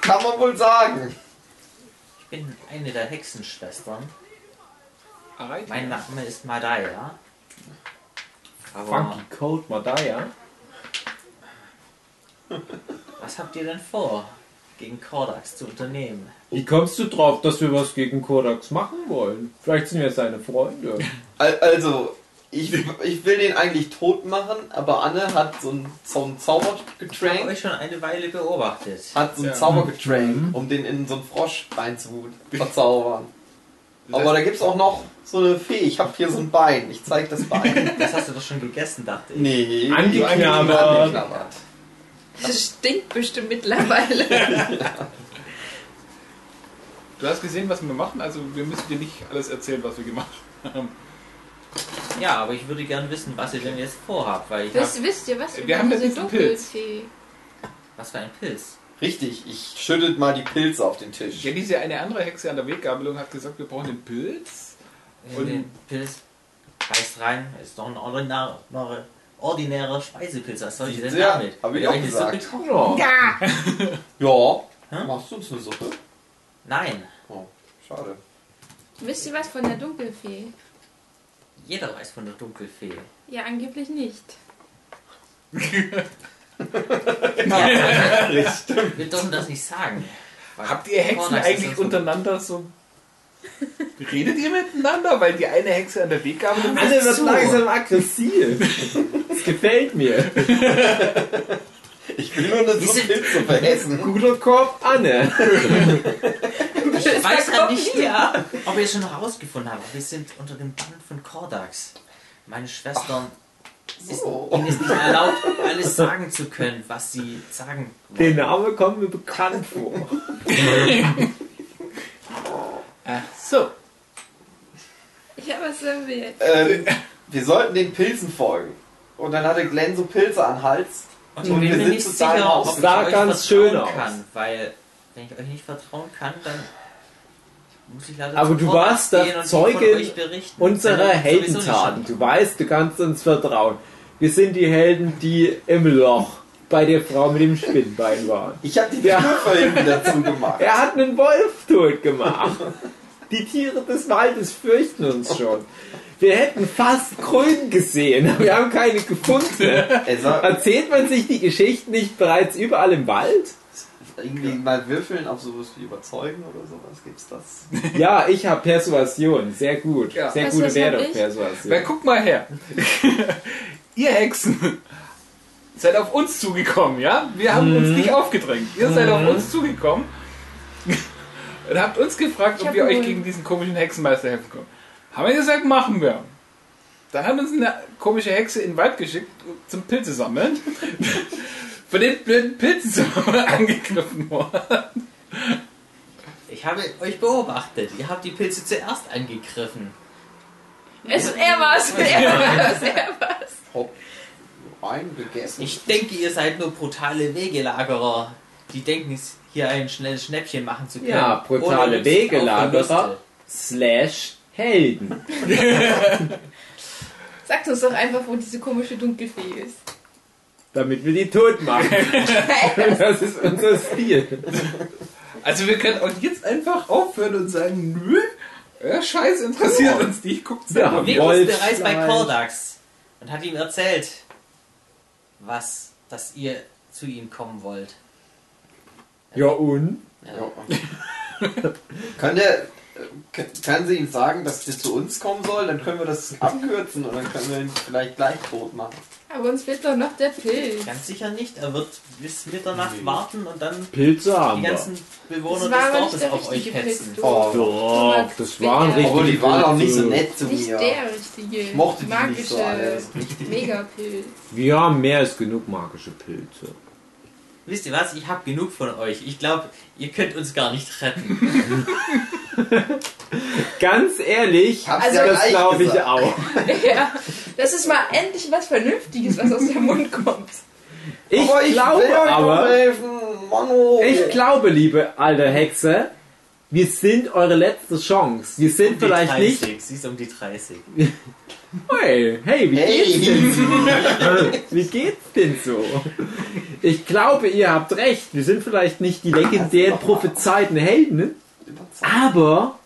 [SPEAKER 8] Kann man wohl sagen.
[SPEAKER 2] Ich bin eine der Hexenschwestern.
[SPEAKER 4] Erreicht.
[SPEAKER 2] Mein Name ist Madaya. Aber
[SPEAKER 5] Funky Cold Madaya.
[SPEAKER 2] was habt ihr denn vor, gegen Kordax zu unternehmen?
[SPEAKER 5] Wie kommst du drauf, dass wir was gegen Kodax machen wollen? Vielleicht sind wir seine Freunde.
[SPEAKER 8] Al- Also, ich, ich will den eigentlich tot machen, aber Anne hat so einen, so einen Zauber
[SPEAKER 2] Ich habe
[SPEAKER 8] getränkt.
[SPEAKER 2] euch schon eine Weile beobachtet.
[SPEAKER 8] Hat so einen
[SPEAKER 4] Ja.
[SPEAKER 8] Zauber getränkt, um den in so einen Frosch rein zu verzaubern. Aber da gibt's auch noch so eine Fee. Ich hab hier so ein Bein. Ich zeig das Bein.
[SPEAKER 2] Das hast du doch schon gegessen, dachte ich.
[SPEAKER 8] Nee.
[SPEAKER 5] Angeknabbert.
[SPEAKER 8] Angeknabbert.
[SPEAKER 3] Das stinkt bestimmt mittlerweile.
[SPEAKER 4] Du hast gesehen, was wir machen, also wir müssen dir nicht alles erzählen, was wir gemacht haben.
[SPEAKER 2] Ja, aber ich würde gern wissen, was ihr denn jetzt vorhabt, weil ich hab,
[SPEAKER 3] Wisst, wisst ihr was?
[SPEAKER 4] Wir haben
[SPEAKER 3] machen?
[SPEAKER 4] den
[SPEAKER 3] So
[SPEAKER 4] nächsten Pilz.
[SPEAKER 3] Dunkelfee.
[SPEAKER 2] Was für ein Pilz?
[SPEAKER 8] Richtig, ich schüttet mal die Pilze auf den Tisch.
[SPEAKER 4] Ja, diese eine andere Hexe an der Weggabelung hat gesagt, wir brauchen den Pilz.
[SPEAKER 2] Und den Pilz beißt rein, ist doch ein ordinärer, ordinärer Speisepilz. Was soll ich denn
[SPEAKER 8] Ja,
[SPEAKER 2] damit?
[SPEAKER 8] hab ich
[SPEAKER 2] Will
[SPEAKER 8] auch
[SPEAKER 2] euch eine
[SPEAKER 8] gesagt.
[SPEAKER 2] Suppe kochen?
[SPEAKER 3] Ja.
[SPEAKER 8] Ja.
[SPEAKER 2] Hä?
[SPEAKER 8] Machst du uns eine Suppe?
[SPEAKER 2] Nein,
[SPEAKER 8] Oh, schade.
[SPEAKER 3] Wisst ihr was von der Dunkelfee?
[SPEAKER 2] jeder weiß von der Dunkelfee.
[SPEAKER 3] Ja, angeblich nicht.
[SPEAKER 2] Wir dürfen das nicht sagen.
[SPEAKER 4] Habt ihr Hexen
[SPEAKER 2] Kornax ist
[SPEAKER 4] eigentlich
[SPEAKER 2] uns-
[SPEAKER 4] untereinander so... Redet ihr miteinander? Weil die eine Hexe an der Weggabelung...
[SPEAKER 5] Anne wird langsam aggressiv. Das gefällt mir.
[SPEAKER 8] Ich will nur eine Suppe
[SPEAKER 2] sind-
[SPEAKER 8] Pilzsuppe essen.
[SPEAKER 5] Guter Korb, Anne.
[SPEAKER 2] Ich weiß ja nicht, ja, ob ihr es schon herausgefunden habt. Wir sind unter dem Band von Kordax. Meine Schwestern
[SPEAKER 8] So.
[SPEAKER 2] ist nicht erlaubt, alles sagen zu können, was sie sagen
[SPEAKER 5] Der
[SPEAKER 2] wollen.
[SPEAKER 5] Name kommt mir bekannt vor.
[SPEAKER 4] Ach Äh, so.
[SPEAKER 3] Ja, was sollen wir jetzt?
[SPEAKER 8] Ähm, wir sollten den Pilzen folgen. Und dann hatte Glenn so Pilze am Hals.
[SPEAKER 2] Und ich bin mir nicht
[SPEAKER 8] total
[SPEAKER 2] sicher, ob
[SPEAKER 8] raus.
[SPEAKER 2] ich
[SPEAKER 5] Sah
[SPEAKER 2] euch
[SPEAKER 5] ganz
[SPEAKER 2] vertrauen
[SPEAKER 5] schön aus.
[SPEAKER 2] kann, weil wenn ich euch nicht vertrauen kann, dann Muss ich leider
[SPEAKER 5] Aber
[SPEAKER 2] zum
[SPEAKER 5] du
[SPEAKER 2] Vorarzt
[SPEAKER 5] warst das
[SPEAKER 2] gehen und
[SPEAKER 5] Zeugin
[SPEAKER 2] von euch berichten,
[SPEAKER 5] Unsere
[SPEAKER 2] wenn ihr sowieso nicht
[SPEAKER 5] Heldentaten. Du weißt, du kannst uns vertrauen. Wir sind die Helden, die im Loch bei der Frau mit dem Spinnbein waren.
[SPEAKER 8] Ich habe die
[SPEAKER 5] Ja.
[SPEAKER 8] Knuffe hinten dazu gemacht.
[SPEAKER 5] Er hat einen Wolf tot gemacht. Die Tiere des Waldes fürchten uns schon. Wir hätten fast grün gesehen, aber wir haben keine gefunden.
[SPEAKER 8] Also,
[SPEAKER 5] Erzählt man sich die Geschichten nicht bereits überall im Wald?
[SPEAKER 8] irgendwie mal würfeln auf sowas wie überzeugen oder sowas. Gibt's das?
[SPEAKER 5] Ja, ich habe Persuasion. Sehr gut.
[SPEAKER 4] Ja.
[SPEAKER 5] Sehr
[SPEAKER 3] Was,
[SPEAKER 5] gute
[SPEAKER 3] was hab
[SPEAKER 5] Werte auf
[SPEAKER 3] ich?
[SPEAKER 4] Wer
[SPEAKER 5] Persuasion.
[SPEAKER 4] guck mal her. ihr Hexen seid auf uns zugekommen, ja? Wir haben uns nicht aufgedrängt. Ihr seid auf uns zugekommen und habt uns gefragt,
[SPEAKER 3] Ich
[SPEAKER 4] ob
[SPEAKER 3] hab
[SPEAKER 4] wir euch
[SPEAKER 3] gewonnen.
[SPEAKER 4] gegen diesen komischen Hexenmeister helfen können. Haben wir gesagt, machen wir. Dann haben uns eine komische Hexe in den Wald geschickt um zum Pilze sammeln. Von den blöden Pilzen angegriffen worden.
[SPEAKER 2] Ich habe euch beobachtet. Ihr habt die Pilze zuerst angegriffen.
[SPEAKER 3] Es, er war's, er war's, er war's.
[SPEAKER 8] Hopp. Ein gegessen.
[SPEAKER 2] Ich denke, ihr seid nur brutale Wegelagerer. Die denken, es- hier ein schnelles Schnäppchen machen zu können.
[SPEAKER 5] Ja,
[SPEAKER 2] Ohne
[SPEAKER 5] brutale
[SPEAKER 2] Rücksicht auf
[SPEAKER 5] Wegelagerer
[SPEAKER 2] Verluste.
[SPEAKER 5] slash Helden.
[SPEAKER 3] Sagt uns doch einfach, wo diese komische Dunkelfee ist.
[SPEAKER 5] Damit wir die tot machen. Das ist unser Stil.
[SPEAKER 4] Also wir können auch jetzt einfach aufhören und sagen, nö, ja, scheiß interessiert uns nicht, guckt selber.
[SPEAKER 5] Ja.
[SPEAKER 2] Nicholas
[SPEAKER 5] Wolfsfleisch.
[SPEAKER 2] bereits bei Kordax und hat ihm erzählt, was, dass ihr zu ihm kommen wollt.
[SPEAKER 5] Ja und?
[SPEAKER 8] Ja. kann der. äh, k- Kann sie ihm sagen, dass sie zu uns kommen soll? Dann können wir das abkürzen und dann können wir ihn vielleicht gleich tot machen.
[SPEAKER 3] Aber uns fehlt doch noch der Pilz.
[SPEAKER 2] Ganz sicher nicht. Er wird bis Mitternacht warten und dann
[SPEAKER 5] Pilze
[SPEAKER 2] die
[SPEAKER 5] haben wir.
[SPEAKER 2] ganzen Bewohner
[SPEAKER 3] Das
[SPEAKER 2] des
[SPEAKER 3] war aber
[SPEAKER 2] Dorfes
[SPEAKER 3] nicht der
[SPEAKER 2] auf euch
[SPEAKER 3] richtige
[SPEAKER 2] hetzen.
[SPEAKER 3] Pilz, du.
[SPEAKER 8] Oh.
[SPEAKER 5] Doch, das waren
[SPEAKER 3] Obwohl,
[SPEAKER 5] richtig.
[SPEAKER 8] Obwohl, die waren auch nicht so nett zu
[SPEAKER 3] Nicht
[SPEAKER 8] mir.
[SPEAKER 3] der richtige.
[SPEAKER 8] Ich mochte die
[SPEAKER 3] magische
[SPEAKER 8] nicht so alle.
[SPEAKER 3] Megapilz.
[SPEAKER 5] Wir haben mehr als genug magische Pilze.
[SPEAKER 2] Wisst ihr was? Ich habe genug von euch. Ich glaube, ihr könnt uns gar nicht retten.
[SPEAKER 5] Ganz ehrlich,
[SPEAKER 8] Hab's
[SPEAKER 3] Also,
[SPEAKER 8] ja
[SPEAKER 5] das
[SPEAKER 8] gleich
[SPEAKER 5] glaube ich
[SPEAKER 8] gesagt.
[SPEAKER 5] auch.
[SPEAKER 3] Ja, das ist mal endlich was Vernünftiges, was aus dem Mund kommt.
[SPEAKER 5] Ich
[SPEAKER 8] aber ich will
[SPEAKER 5] glaube
[SPEAKER 8] euch nur
[SPEAKER 5] aber,
[SPEAKER 8] helfen, Mann, oh.
[SPEAKER 5] ich glaube, liebe alte Hexe, wir sind eure letzte Chance. Wir sind vielleicht
[SPEAKER 2] die 30.
[SPEAKER 5] nicht.
[SPEAKER 2] Sie ist um die 30.
[SPEAKER 5] Hey, hey, wie geht's?
[SPEAKER 8] Hey,
[SPEAKER 5] Wie geht's denn so? Ich glaube, ihr habt recht. Wir sind vielleicht nicht die legendären prophezeiten Helden, ne? aber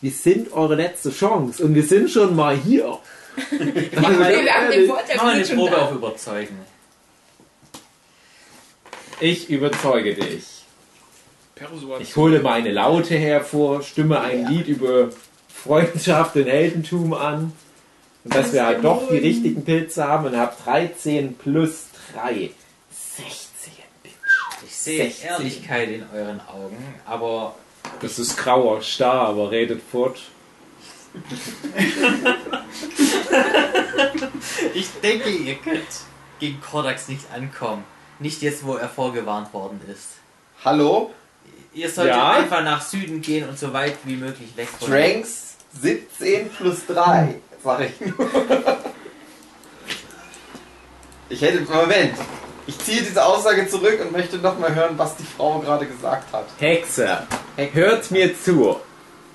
[SPEAKER 5] wir sind eure letzte Chance und wir sind schon mal hier. Also
[SPEAKER 3] Nee, wir haben den
[SPEAKER 5] ehrlich,
[SPEAKER 2] Mach
[SPEAKER 3] Vorteil,
[SPEAKER 2] mal
[SPEAKER 3] wir
[SPEAKER 2] eine
[SPEAKER 3] sind schon
[SPEAKER 2] Probe auf
[SPEAKER 3] da.
[SPEAKER 2] Überzeugen.
[SPEAKER 5] ich überzeuge dich.
[SPEAKER 4] Persuasion.
[SPEAKER 5] Ich hole meine Laute hervor, stimme ein Lied über Freundschaft und Heldentum an. Und dass wir halt doch die richtigen Pilze haben und hab 13 plus 3. 16, Bitch.
[SPEAKER 2] Ich sehe
[SPEAKER 5] 16.
[SPEAKER 2] Ehrlichkeit in euren Augen, aber
[SPEAKER 5] Das ist grauer Star, aber redet fort.
[SPEAKER 2] ich denke, ihr könnt gegen Kordax nicht ankommen. Nicht jetzt, wo er vorgewarnt worden ist.
[SPEAKER 8] Hallo?
[SPEAKER 2] Ihr solltet
[SPEAKER 5] Ja?
[SPEAKER 2] einfach nach Süden gehen und so weit wie möglich weg von
[SPEAKER 8] Strengths 17 plus 3, sag ich nur. Ich hätte. Moment. Ich ziehe diese Aussage zurück und möchte nochmal hören, was die Frau gerade gesagt hat.
[SPEAKER 5] Hexe, hört mir zu.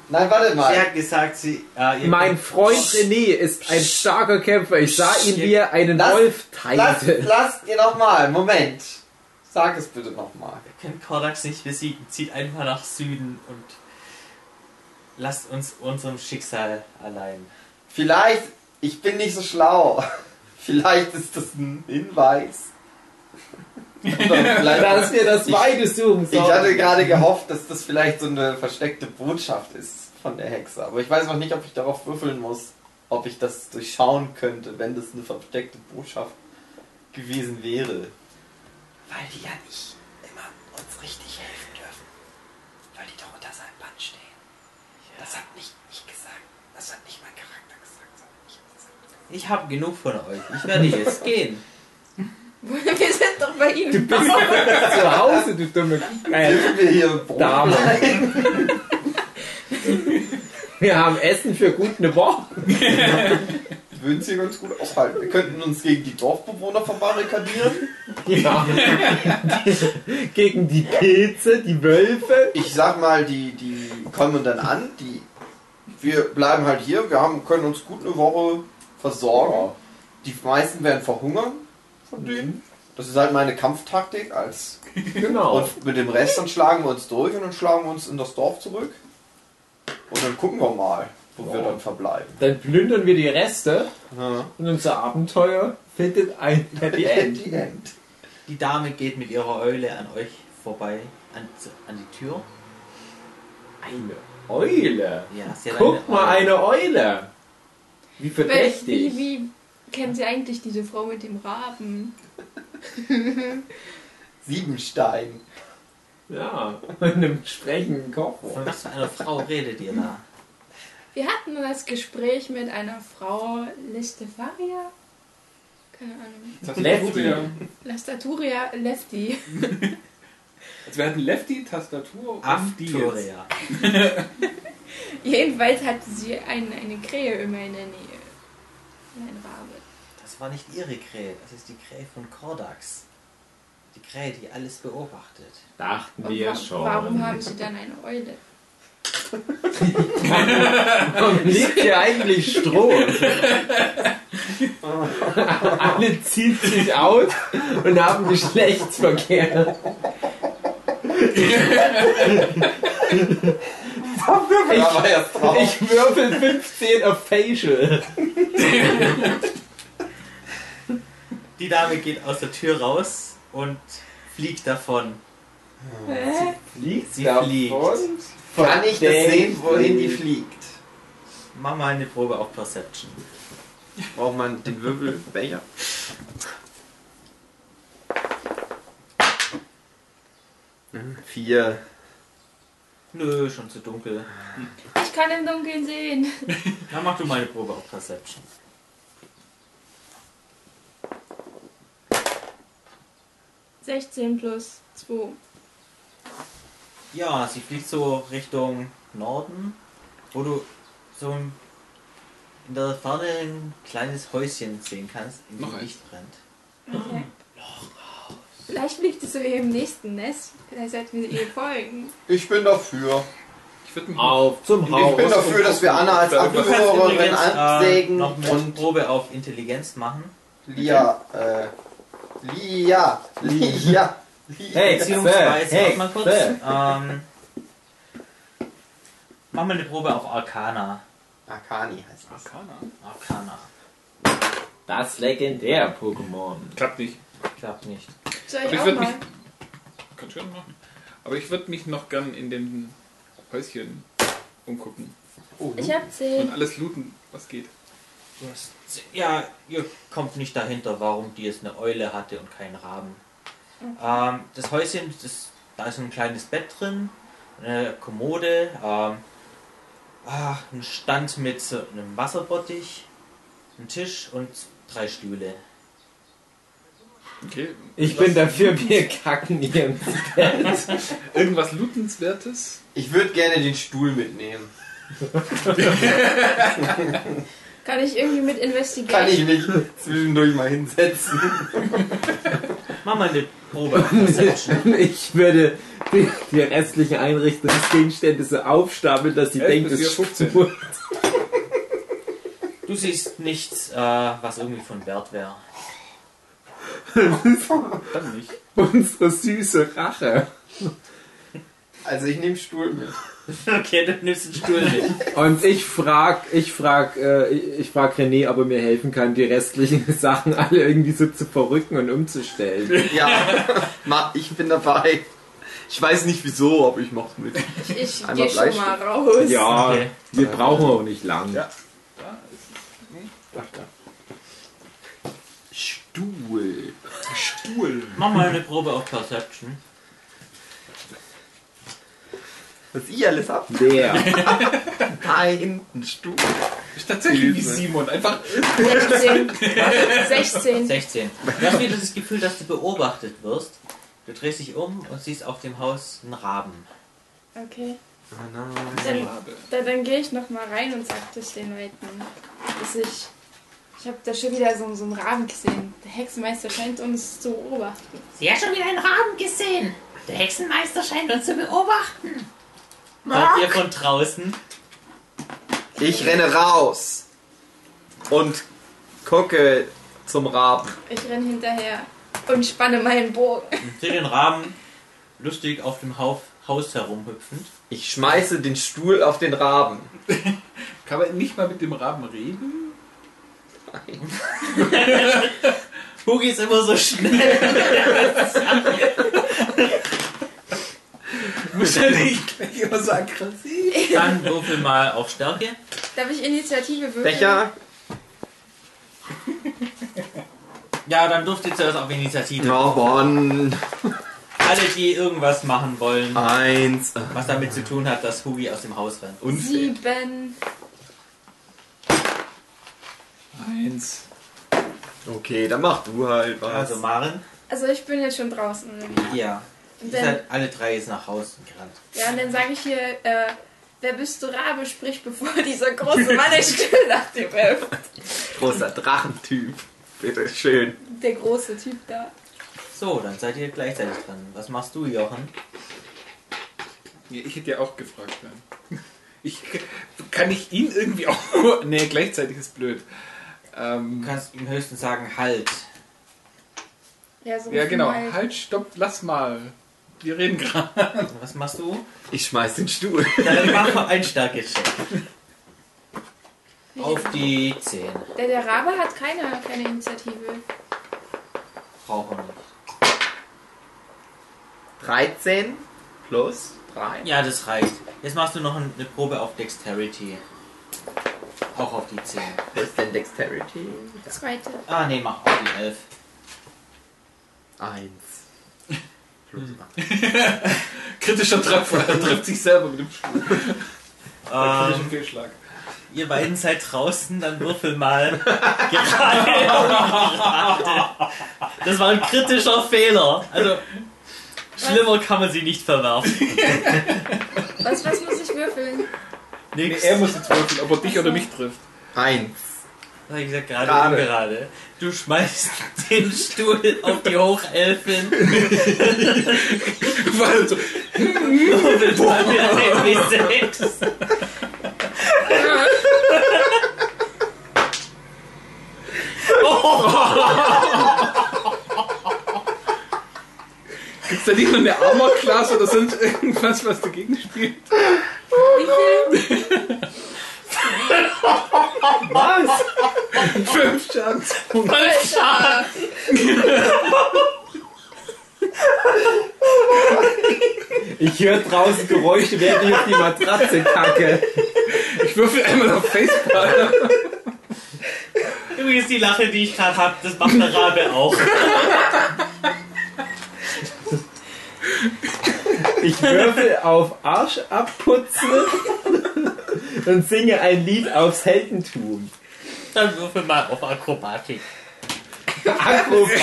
[SPEAKER 8] Nein, warte mal.
[SPEAKER 2] Sie hat gesagt, sie. ah, ihr
[SPEAKER 5] Mein
[SPEAKER 2] könnt-
[SPEAKER 5] Freund René ist ein starker Kämpfer. Ich sah ihn, wie er einen
[SPEAKER 8] Lass-
[SPEAKER 5] Wolf
[SPEAKER 8] Lass,
[SPEAKER 5] teilte.
[SPEAKER 8] lasst ihr nochmal. Moment. Sag es bitte nochmal.
[SPEAKER 2] Ihr könnt Kordax nicht besiegen. Zieht einfach nach Süden und lasst uns unserem Schicksal allein.
[SPEAKER 8] Vielleicht, ich bin nicht so schlau. Vielleicht ist das ein Hinweis. Oder vielleicht-
[SPEAKER 5] Dass wir das beide suchen
[SPEAKER 8] Ich
[SPEAKER 5] sollen.
[SPEAKER 8] hatte gerade gehofft, dass das vielleicht so eine versteckte Botschaft ist von der Hexe. Aber ich weiß noch nicht, ob ich darauf würfeln muss, ob ich das durchschauen könnte, wenn das eine versteckte Botschaft gewesen wäre. Weil die ja nicht immer uns richtig helfen dürfen. Weil die doch unter seinem Band stehen. Das hat nicht ich gesagt. Das hat nicht mein Charakter gesagt, sondern ich hab's gesagt.
[SPEAKER 2] Ich habe genug von euch. Ich werde jetzt gehen.
[SPEAKER 3] Wir sind doch bei
[SPEAKER 5] Du
[SPEAKER 3] ihm.
[SPEAKER 5] bist zu Hause, du dumme äh,
[SPEAKER 8] Dürfen wir hier Brot
[SPEAKER 5] Dame.
[SPEAKER 8] bleiben?
[SPEAKER 5] Wir haben Essen für gut eine Woche.
[SPEAKER 8] Würden sie ganz gut aushalten. Wir könnten uns gegen die Dorfbewohner verbarrikadieren.
[SPEAKER 5] Ja. Gegen die Pilze, die Wölfe.
[SPEAKER 8] Ich sag mal, die, die kommen dann an. Die, wir bleiben halt hier, wir haben, können uns gut eine Woche versorgen. Die meisten werden verhungern
[SPEAKER 5] Mhm.
[SPEAKER 8] von denen. Das ist halt meine Kampftaktik als
[SPEAKER 5] Genau.
[SPEAKER 8] und mit dem Rest dann schlagen wir uns durch und dann schlagen wir uns in das Dorf zurück. Und dann gucken wir mal, wo wir dann verbleiben.
[SPEAKER 5] Dann plündern wir die Reste
[SPEAKER 8] Ja.
[SPEAKER 5] und unser Abenteuer findet ein Happy End.
[SPEAKER 2] Die Dame geht mit ihrer Eule an euch vorbei, an, an die Tür.
[SPEAKER 5] Eine Eule.
[SPEAKER 2] Ja, sie hat
[SPEAKER 5] Guck mal,
[SPEAKER 2] Eule.
[SPEAKER 5] eine Eule. Wie
[SPEAKER 3] Wel-
[SPEAKER 5] verdächtig.
[SPEAKER 3] Wie, wie kennen Sie eigentlich diese Frau mit dem Raben?
[SPEAKER 8] Siebenstein.
[SPEAKER 5] Ja, mit einem sprechenden
[SPEAKER 2] Von
[SPEAKER 5] Kopfwort.
[SPEAKER 2] was für einer Frau redet ihr da?
[SPEAKER 3] Wir hatten das Gespräch mit einer Frau Lestefaria. Keine Ahnung.
[SPEAKER 4] Das
[SPEAKER 5] Lefty.
[SPEAKER 3] Lastaturia Lesti.
[SPEAKER 4] Also wir hatten Lefty, Tastatur und die jetzt.
[SPEAKER 2] Aftoria.
[SPEAKER 3] Jedenfalls hatte sie eine, eine Krähe immer in der Nähe. Und Ein Rabe.
[SPEAKER 2] Das war nicht ihre Krähe, das ist die Krähe von Kordax. Die Krähe, die alles beobachtet.
[SPEAKER 5] Dachten
[SPEAKER 3] Und
[SPEAKER 5] wir
[SPEAKER 3] wa-
[SPEAKER 5] schon.
[SPEAKER 3] Warum haben sie dann eine Eule?
[SPEAKER 5] Warum liegt hier eigentlich Stroh? Alle ziehen sich aus und haben Geschlechtsverkehr.
[SPEAKER 8] Da war erst drauf.
[SPEAKER 5] Ich würfel 15 auf Facial.
[SPEAKER 2] Die Dame geht aus der Tür raus und fliegt davon.
[SPEAKER 5] Fliegt
[SPEAKER 2] Sie
[SPEAKER 5] davon?
[SPEAKER 2] fliegt.
[SPEAKER 8] Kann ich das sehen, wohin die
[SPEAKER 5] Verdammt.
[SPEAKER 8] fliegt?
[SPEAKER 2] Mach mal eine Probe auf Perception.
[SPEAKER 6] Braucht man den Wirbel? Welcher? Hm, Vier.
[SPEAKER 2] Nö, schon zu dunkel.
[SPEAKER 3] Ich kann im Dunkeln sehen.
[SPEAKER 2] Dann mach du mal eine Probe auf Perception.
[SPEAKER 3] Hm. 16 plus 2.
[SPEAKER 2] Ja, sie fliegt so Richtung Norden, wo du so ein, in der Ferne ein kleines Häuschen sehen kannst, in
[SPEAKER 4] Noch
[SPEAKER 2] dem
[SPEAKER 4] eins.
[SPEAKER 2] Licht brennt.
[SPEAKER 3] Okay. Vielleicht liegt es sogar im nächsten Nest. Vielleicht sollten wir ihr folgen.
[SPEAKER 8] Ich bin dafür.
[SPEAKER 4] Ich würde mich
[SPEAKER 5] Auf zum
[SPEAKER 8] Ich
[SPEAKER 5] Haus.
[SPEAKER 8] bin dafür, dass wir Anna als
[SPEAKER 2] Du kannst
[SPEAKER 8] Anführerin
[SPEAKER 2] übrigens äh,
[SPEAKER 8] ansägen
[SPEAKER 2] noch eine
[SPEAKER 8] und
[SPEAKER 2] Probe auf Intelligenz machen.
[SPEAKER 8] Lia, äh, Lia, Lia, Lia.
[SPEAKER 5] Hey,
[SPEAKER 2] Beziehungsweise, warte
[SPEAKER 5] Hey,
[SPEAKER 2] mal kurz.
[SPEAKER 5] hey.
[SPEAKER 2] Ähm, mach mal eine Probe auf Arcana.
[SPEAKER 8] Akani heißt das.
[SPEAKER 4] Arcana.
[SPEAKER 2] Arcana.
[SPEAKER 5] Das legendär Pokémon.
[SPEAKER 4] Klappt nicht.
[SPEAKER 2] Klappt nicht.
[SPEAKER 3] Soll
[SPEAKER 4] Aber
[SPEAKER 3] ich
[SPEAKER 4] ich
[SPEAKER 3] auch
[SPEAKER 4] würd
[SPEAKER 3] mal?
[SPEAKER 4] Kannst du gerne machen. Aber ich würde mich noch gern in dem Häuschen umgucken.
[SPEAKER 3] Ich hab 10.
[SPEAKER 4] Und alles looten, was geht.
[SPEAKER 2] Du hast- Ja, ihr kommt nicht dahinter, warum die jetzt eine Eule hatte und keinen Raben. Ähm, das Häuschen, das, da ist ein kleines Bett drin, eine Kommode, ähm, ah, ein Stand mit so einem Wasserbottich, ein Tisch und drei Stühle.
[SPEAKER 4] Okay.
[SPEAKER 5] Ich bin dafür, wir kacken hier ins Bett.
[SPEAKER 4] Irgendwas lootenswertes?
[SPEAKER 8] Ich würde gerne den Stuhl mitnehmen.
[SPEAKER 3] Kann ich irgendwie mit
[SPEAKER 8] Kann ich
[SPEAKER 3] Investigation?
[SPEAKER 8] mich zwischendurch mal hinsetzen?
[SPEAKER 2] Mach mal eine Probe. auf Perception.
[SPEAKER 5] Ich würde die, die restlichen Einrichtungsgegenstände so aufstapeln, dass sie
[SPEAKER 4] Elf
[SPEAKER 5] denkt,
[SPEAKER 4] bis
[SPEAKER 5] es
[SPEAKER 4] vier, 15.
[SPEAKER 5] stimmt.
[SPEAKER 2] Du siehst nichts, äh, was irgendwie von Wert wäre.
[SPEAKER 4] Dann nicht.
[SPEAKER 5] unsere süße Rache.
[SPEAKER 8] Also ich nehme Stuhl mit.
[SPEAKER 2] Okay, dann nimmst du den Stuhl mit.
[SPEAKER 5] Und ich frag, ich frag, äh, ich frag René, ob er mir helfen kann, die restlichen Sachen alle irgendwie so zu verrücken und umzustellen.
[SPEAKER 6] Ja, Ma, ich bin dabei. Ich weiß nicht wieso, aber ich mach's mit.
[SPEAKER 3] Ich, ich
[SPEAKER 6] Einmal
[SPEAKER 3] gehe schon
[SPEAKER 6] Fleisch.
[SPEAKER 3] mal raus.
[SPEAKER 5] Ja,
[SPEAKER 2] Okay.
[SPEAKER 5] wir brauchen auch nicht lang.
[SPEAKER 4] Ja. Da ist
[SPEAKER 6] Stuhl.
[SPEAKER 4] Stuhl.
[SPEAKER 2] Mach mal eine Probe auf Perception.
[SPEAKER 6] Was ihr alles habt?
[SPEAKER 5] Der.
[SPEAKER 6] Nein, ein Stuhl.
[SPEAKER 4] Ist tatsächlich wie Simon. Einfach
[SPEAKER 3] 16. 16.
[SPEAKER 2] 16. Du hast wieder das Gefühl, dass du beobachtet wirst. Du drehst dich um und siehst auf dem Haus einen Raben.
[SPEAKER 3] Okay. Dann,
[SPEAKER 4] Rabe.
[SPEAKER 3] dann, dann gehe ich nochmal rein und sag das den Leuten, dass ich. Ich habe da schon wieder so, so einen Raben gesehen. Der Hexenmeister scheint uns zu beobachten.
[SPEAKER 7] Sie hat schon wieder einen Raben gesehen. Der Hexenmeister scheint uns zu beobachten.
[SPEAKER 2] Kommt ihr von draußen?
[SPEAKER 6] Ich renne raus und gucke zum Raben.
[SPEAKER 3] Ich renn hinterher und spanne meinen Bogen.
[SPEAKER 2] Seht den Raben lustig auf dem Hauf, Haus herumhüpfend.
[SPEAKER 6] Ich schmeiße den Stuhl auf den Raben.
[SPEAKER 4] Kann man nicht mal mit dem Raben reden?
[SPEAKER 2] Hugi ist immer so schnell.
[SPEAKER 4] Muss ja nicht gleich immer so aggressiv.
[SPEAKER 2] Dann würfel mal auf Stärke.
[SPEAKER 3] Darf ich Initiative würfeln?
[SPEAKER 6] Becher,
[SPEAKER 2] Ja, dann dürft ihr zuerst auf Initiative.
[SPEAKER 6] Norbon,
[SPEAKER 2] Alle, die irgendwas machen wollen,
[SPEAKER 4] Ah.
[SPEAKER 6] eins.
[SPEAKER 2] was damit zu tun hat, dass Hugi aus dem Haus rennt.
[SPEAKER 6] Unfair.
[SPEAKER 3] Sieben.
[SPEAKER 4] Eins.
[SPEAKER 6] Okay, dann mach du halt was.
[SPEAKER 2] Also Maren.
[SPEAKER 3] Also ich bin jetzt schon draußen. oder wie?
[SPEAKER 2] Ja. Ihr
[SPEAKER 3] Und dann,
[SPEAKER 2] seid alle drei jetzt nach Hause gerannt.
[SPEAKER 3] ja, und dann sage ich hier, äh, wer bist du, Rabe? Sprich, bevor dieser große Mann eine Stimme nach dir wirft.
[SPEAKER 6] Großer Drachentyp. Bitte schön.
[SPEAKER 3] Der große Typ da.
[SPEAKER 2] So, dann seid ihr gleichzeitig dran. Was machst du, Jochen?
[SPEAKER 4] Ja, ich hätte ja auch gefragt. Dann. Ich, kann ich ihn irgendwie auch. nee, gleichzeitig ist blöd.
[SPEAKER 2] Du
[SPEAKER 4] Ähm,
[SPEAKER 2] kannst ihm höchstens sagen, halt.
[SPEAKER 3] Ja, so
[SPEAKER 4] ja,
[SPEAKER 3] ruf
[SPEAKER 4] genau.
[SPEAKER 3] mal.
[SPEAKER 4] Halt, stopp, lass mal. Wir reden gerade.
[SPEAKER 2] Und was machst du?
[SPEAKER 6] Ich schmeiß den Stuhl.
[SPEAKER 2] Dann mach mal ein starkes Check. Auf die 10.
[SPEAKER 3] Der, der Rabe hat keine, keine Initiative.
[SPEAKER 2] Brauchen wir nicht.
[SPEAKER 6] 13 plus 3.
[SPEAKER 2] Ja, das reicht. Jetzt machst du noch ein- eine Probe auf Dexterity. Auch auf die 10.
[SPEAKER 6] Wo ist denn Dexterity?
[SPEAKER 3] Zweite.
[SPEAKER 2] Ah, nee, mach auf die 11.
[SPEAKER 6] 1. Plus
[SPEAKER 4] Kritischer Treffer. Er trifft sich selber mit dem Stuhl. Kritischer
[SPEAKER 2] Ähm,
[SPEAKER 4] Fehlschlag.
[SPEAKER 2] ihr beiden seid draußen, dann würfel mal. Gerade. Das war ein kritischer Fehler. Also, schlimmer kann man sie nicht verwerfen.
[SPEAKER 3] Was, was muss ich würfeln?
[SPEAKER 4] Nee, er muss jetzt würfeln, ob er dich oder mich trifft.
[SPEAKER 6] 1.
[SPEAKER 2] Hab ich gesagt, gerade,
[SPEAKER 6] Gerade.
[SPEAKER 2] gerade. gerade. Du schmeißt den Stuhl auf die Hochelfin.
[SPEAKER 4] Weil also, so,
[SPEAKER 2] Würfel mal mit einem W6.
[SPEAKER 4] gibt's da nicht noch eine Armor Class oder sonst irgendwas, was dagegen spielt?
[SPEAKER 3] Wie viel?
[SPEAKER 4] Fünf Schadenspunkte.
[SPEAKER 3] Alter!
[SPEAKER 5] Ich höre draußen Geräusche, während ich auf die Matratze kacke.
[SPEAKER 4] Ich würfel einmal auf Facepalm.
[SPEAKER 2] Übrigens, die Lache, die ich gerade hab, das macht der Rabe auch.
[SPEAKER 5] Ich würfel auf Arsch abputzen und singe ein Lied aufs Heldentum.
[SPEAKER 2] Dann würfel mal auf Akrobatik.
[SPEAKER 5] Akrobatik?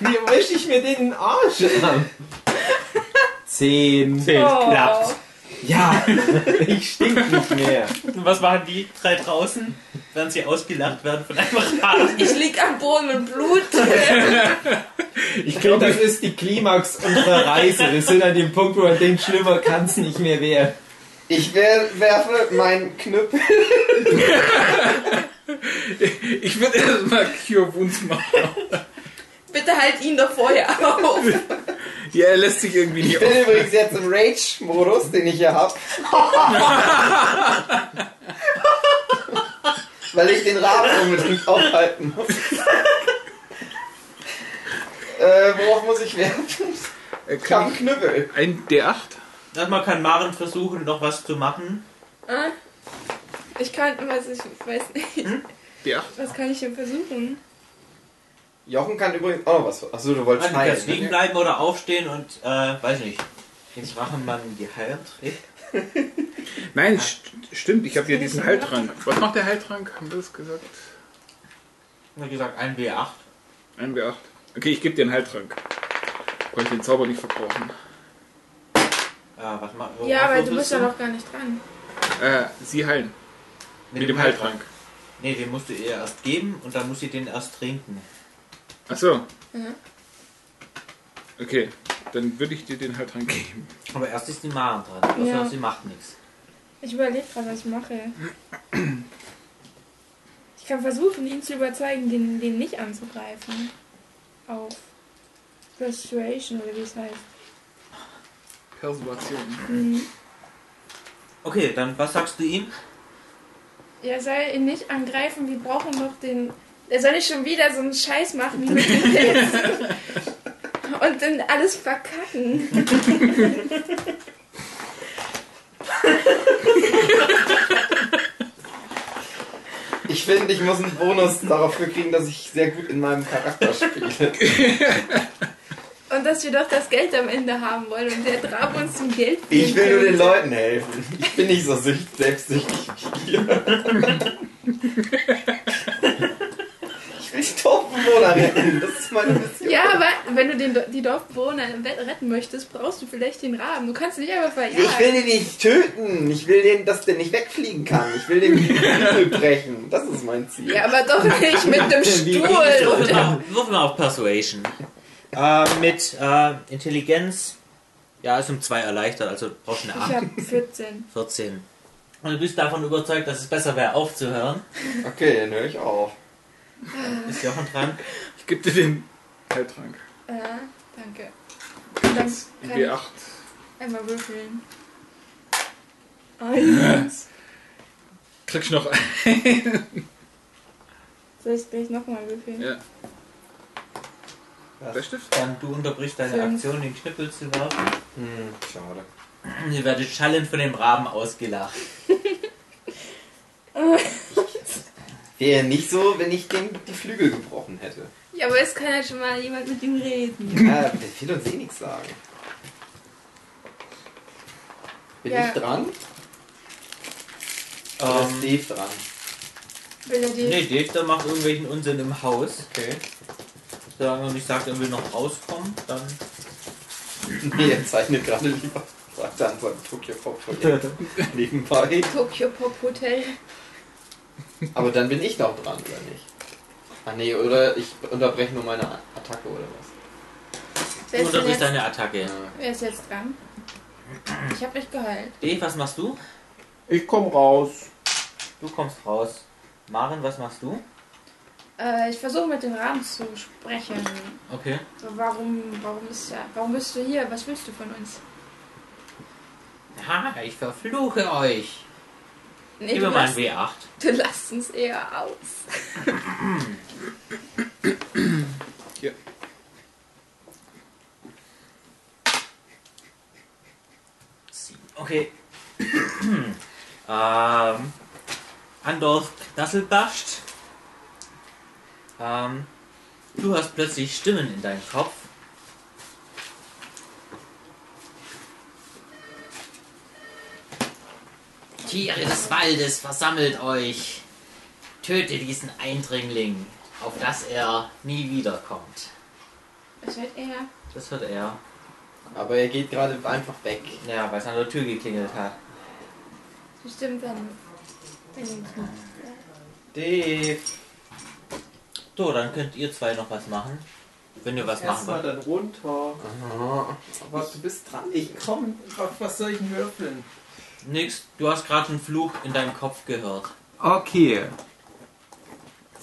[SPEAKER 5] Wie wische ich mir den Arsch an? Zehn.
[SPEAKER 3] Oh.
[SPEAKER 2] Oh. klappt.
[SPEAKER 5] Ja, ich stink nicht mehr.
[SPEAKER 2] Und was machen die drei draußen? Während sie ausgelacht werden von einem Raben.
[SPEAKER 3] Ich lieg am Boden und blute.
[SPEAKER 5] Ich glaube, das ist die Klimax unserer Reise. Wir sind an dem Punkt, wo man denkt, schlimmer kann es nicht mehr werden.
[SPEAKER 8] Ich wer werfe meinen Knüppel.
[SPEAKER 4] Ich würde erstmal Cure Wounds machen.
[SPEAKER 3] Bitte halt ihn doch vorher auf.
[SPEAKER 4] Ja, er lässt sich irgendwie
[SPEAKER 8] Ich
[SPEAKER 4] nicht
[SPEAKER 8] bin übrigens jetzt im Rage-Modus, den ich hier habe. Weil ich den Raben unbedingt aufhalten muss. äh, worauf muss ich werfen?
[SPEAKER 4] Er
[SPEAKER 8] Ich hab
[SPEAKER 4] kann
[SPEAKER 8] einen Knüppel.
[SPEAKER 4] ein D8.
[SPEAKER 2] Erstmal kann Maren versuchen, noch was zu machen.
[SPEAKER 3] Äh? Ich kann, was ich weiß nicht.
[SPEAKER 4] Hm? D8.
[SPEAKER 3] Was kann ich denn versuchen?
[SPEAKER 8] Jochen kann übrigens auch noch was. Achso, du
[SPEAKER 2] Du
[SPEAKER 8] wolltest
[SPEAKER 2] kannst
[SPEAKER 8] heilen.
[SPEAKER 2] liegen
[SPEAKER 8] Ne?
[SPEAKER 2] bleiben oder aufstehen und, äh, weiß nicht, den Drachenmann in die Hand treten.
[SPEAKER 4] Nein, st stimmt, ich habe ja diesen Heiltrank. Was macht der Heiltrank? Haben wir das gesagt?
[SPEAKER 2] Wie gesagt, ein W8.
[SPEAKER 4] Ein D8. Okay, ich gebe dir einen Heiltrank. Weil ich den Zauber nicht verbrauchen.
[SPEAKER 2] Ja, Äh, was ma
[SPEAKER 4] Oh,
[SPEAKER 3] Ja,
[SPEAKER 2] was
[SPEAKER 3] aber du
[SPEAKER 2] würfelst
[SPEAKER 3] bist ja noch gar nicht dran.
[SPEAKER 4] Äh, sie heilen. Mit dem Heiltrank.
[SPEAKER 2] Nee, den musst du ihr erst geben und dann muss sie den erst trinken.
[SPEAKER 4] Achso.
[SPEAKER 3] Mhm.
[SPEAKER 4] Okay. dann würde ich dir den halt dran geben.
[SPEAKER 2] Aber erst ist die Maren dran. Also
[SPEAKER 3] Ja.
[SPEAKER 2] sie macht nichts.
[SPEAKER 3] Ich überlege gerade, was ich mache. Ich kann versuchen, ihn zu überzeugen, den, den nicht anzugreifen. Auf Persuasion oder wie es heißt.
[SPEAKER 4] Persuasion.
[SPEAKER 3] Mhm.
[SPEAKER 2] Okay, dann was sagst du ihm?
[SPEAKER 3] Er soll ihn nicht angreifen, wir brauchen doch den. Er soll nicht schon wieder so einen Scheiß machen wie mit dem Pilz. Und dann alles verkacken.
[SPEAKER 8] Ich finde, ich muss einen Bonus darauf kriegen, dass ich sehr gut in meinem Charakter spiele.
[SPEAKER 3] Und dass wir doch das Geld am Ende haben wollen und der Drab uns zum Geld
[SPEAKER 8] Ich will
[SPEAKER 3] bringt.
[SPEAKER 8] nur den Leuten helfen. Ich bin nicht so sücht- selbstsüchtig wie ihr. Ich will die Dorfbewohner retten. Das ist meine Mission.
[SPEAKER 3] Ja, aber wenn du den, die Dorfbewohner im Bett retten möchtest, brauchst du vielleicht den Raben. Du kannst ihn nicht einfach verjagen.
[SPEAKER 8] Ich will den nicht töten. Ich will den, dass der nicht wegfliegen kann. Ich will den Flügel brechen. Das ist mein Ziel.
[SPEAKER 3] Ja, aber doch nicht mit einem Stuhl.
[SPEAKER 2] Würfel
[SPEAKER 3] Und,
[SPEAKER 2] mal, würfel mal auf Persuasion. Äh, mit äh, Intelligenz. Ja, ist um 2 erleichtert, also brauchst du eine
[SPEAKER 3] ich
[SPEAKER 2] 8.
[SPEAKER 3] habe 14.
[SPEAKER 2] 14. Und du bist davon überzeugt, dass es besser wäre, aufzuhören.
[SPEAKER 8] Okay, dann höre ich auf.
[SPEAKER 2] Ist Jochen dran?
[SPEAKER 4] Ich gebe dir den Heiltrank.
[SPEAKER 3] Äh, danke. Und dann kann ich
[SPEAKER 4] B8.
[SPEAKER 3] einmal würfeln. Eins.
[SPEAKER 4] Kriegst noch ein.
[SPEAKER 3] Soll ich gleich nochmal würfeln?
[SPEAKER 4] Ja. Bleistift?
[SPEAKER 2] Dann du unterbrichst deine
[SPEAKER 3] Fünf.
[SPEAKER 2] Aktion, den Knüppel zu werfen.
[SPEAKER 8] Hm, schade.
[SPEAKER 2] Ihr werdet schallend von dem Raben ausgelacht.
[SPEAKER 8] Wäre nicht so, wenn ich dem die Flügel gebrochen hätte.
[SPEAKER 3] Ja, aber es kann ja schon mal jemand mit ihm reden.
[SPEAKER 8] Ja, Äh, der will uns eh nichts sagen. Bin
[SPEAKER 3] Ja.
[SPEAKER 8] ich dran? Oder ist
[SPEAKER 2] Ähm,
[SPEAKER 8] Steve dran?
[SPEAKER 3] Will er die?
[SPEAKER 2] nee, Dave, der macht irgendwelchen Unsinn im Haus.
[SPEAKER 8] Okay.
[SPEAKER 2] Solange er nicht sagt, er will noch rauskommen, dann.
[SPEAKER 8] Nee, er zeichnet gerade lieber. Sagt er an seinem Tokyo Pop Projekt nebenbei.
[SPEAKER 3] Tokyo Pop Hotel.
[SPEAKER 8] Aber dann bin ich noch dran, oder nicht? Ah nee, oder ich unterbreche nur meine Attacke oder was?
[SPEAKER 3] Wer
[SPEAKER 2] Du
[SPEAKER 3] ist, denn
[SPEAKER 2] unterbrichst
[SPEAKER 3] jetzt,
[SPEAKER 2] deine Attacke.
[SPEAKER 3] wer ist jetzt dran? Ich habe mich geheilt.
[SPEAKER 2] Dave, was machst du?
[SPEAKER 5] Ich komm raus.
[SPEAKER 2] Du kommst raus. Maren, was machst du?
[SPEAKER 3] Äh, ich versuche mit dem Rahmen zu sprechen.
[SPEAKER 2] Okay.
[SPEAKER 3] Warum, warum, ist ja, warum bist du hier? Was willst du von uns?
[SPEAKER 2] Ha, ich verfluche euch.
[SPEAKER 3] Nee,
[SPEAKER 2] Gib
[SPEAKER 3] du
[SPEAKER 2] mir mal ein
[SPEAKER 3] lasst,
[SPEAKER 2] W8.
[SPEAKER 3] du lasst uns eher aus.
[SPEAKER 4] Hier.
[SPEAKER 2] Okay. ähm, Andorf Knasselbascht. Ähm, du hast plötzlich Stimmen in deinem Kopf. Tiere des Waldes, versammelt euch. Töte diesen Eindringling, auf dass er nie wiederkommt.
[SPEAKER 3] Was halt eher?
[SPEAKER 2] Das wird er.
[SPEAKER 8] Aber er geht gerade einfach weg.
[SPEAKER 2] Ja, weil es an der Tür geklingelt hat.
[SPEAKER 3] Bestimmt dann.
[SPEAKER 8] Dave.
[SPEAKER 2] So, dann könnt ihr zwei noch was machen. Wenn ihr was machen
[SPEAKER 5] Erstmal
[SPEAKER 2] wollt.
[SPEAKER 5] dann runter.
[SPEAKER 8] Aha. Aber du bist dran.
[SPEAKER 5] Ich komm. Auf was soll ich denn würfeln?
[SPEAKER 2] Nix, du hast gerade einen Fluch in deinem Kopf gehört.
[SPEAKER 5] Okay.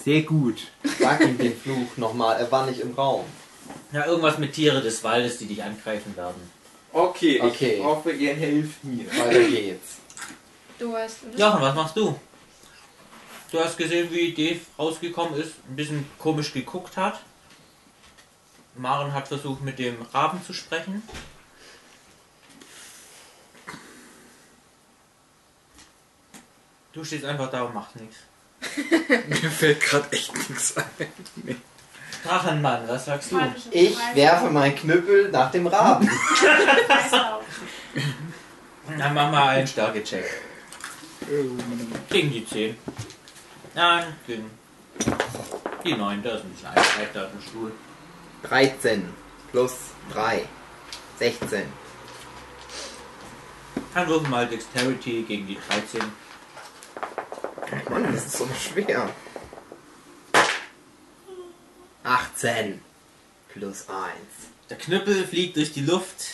[SPEAKER 5] Sehr gut.
[SPEAKER 8] Sag ihm den Fluch nochmal, er war nicht im Raum.
[SPEAKER 2] Ja, irgendwas mit Tiere des Waldes, die dich angreifen werden.
[SPEAKER 5] Okay,
[SPEAKER 8] Okay.
[SPEAKER 5] ich brauche, ihr helft mir.
[SPEAKER 8] Weiter geht's.
[SPEAKER 3] Du hast.
[SPEAKER 2] Jochen, was machst du? Du hast gesehen, wie Dave rausgekommen ist, ein bisschen komisch geguckt hat. Maren hat versucht, mit dem Raben zu sprechen. Du stehst einfach da und machst nichts.
[SPEAKER 4] Mir fällt gerade echt nichts ein.
[SPEAKER 2] Drachenmann, was sagst du?
[SPEAKER 7] Magische
[SPEAKER 8] Ich
[SPEAKER 7] Beweise.
[SPEAKER 8] werfe meinen Knüppel nach dem Raben.
[SPEAKER 7] Scheiß auf.
[SPEAKER 2] Na, mach mal einen Stärke-Check. Gegen die 10. Nein, gegen die 9. Da ist ein bisschen Eisreich da auf dem Stuhl.
[SPEAKER 8] 13 plus 3. 16.
[SPEAKER 2] Dann würfen mal Dexterity gegen die 13.
[SPEAKER 8] Mann, das ist so schwer. 18. Plus eins.
[SPEAKER 2] Der Knüppel fliegt durch die Luft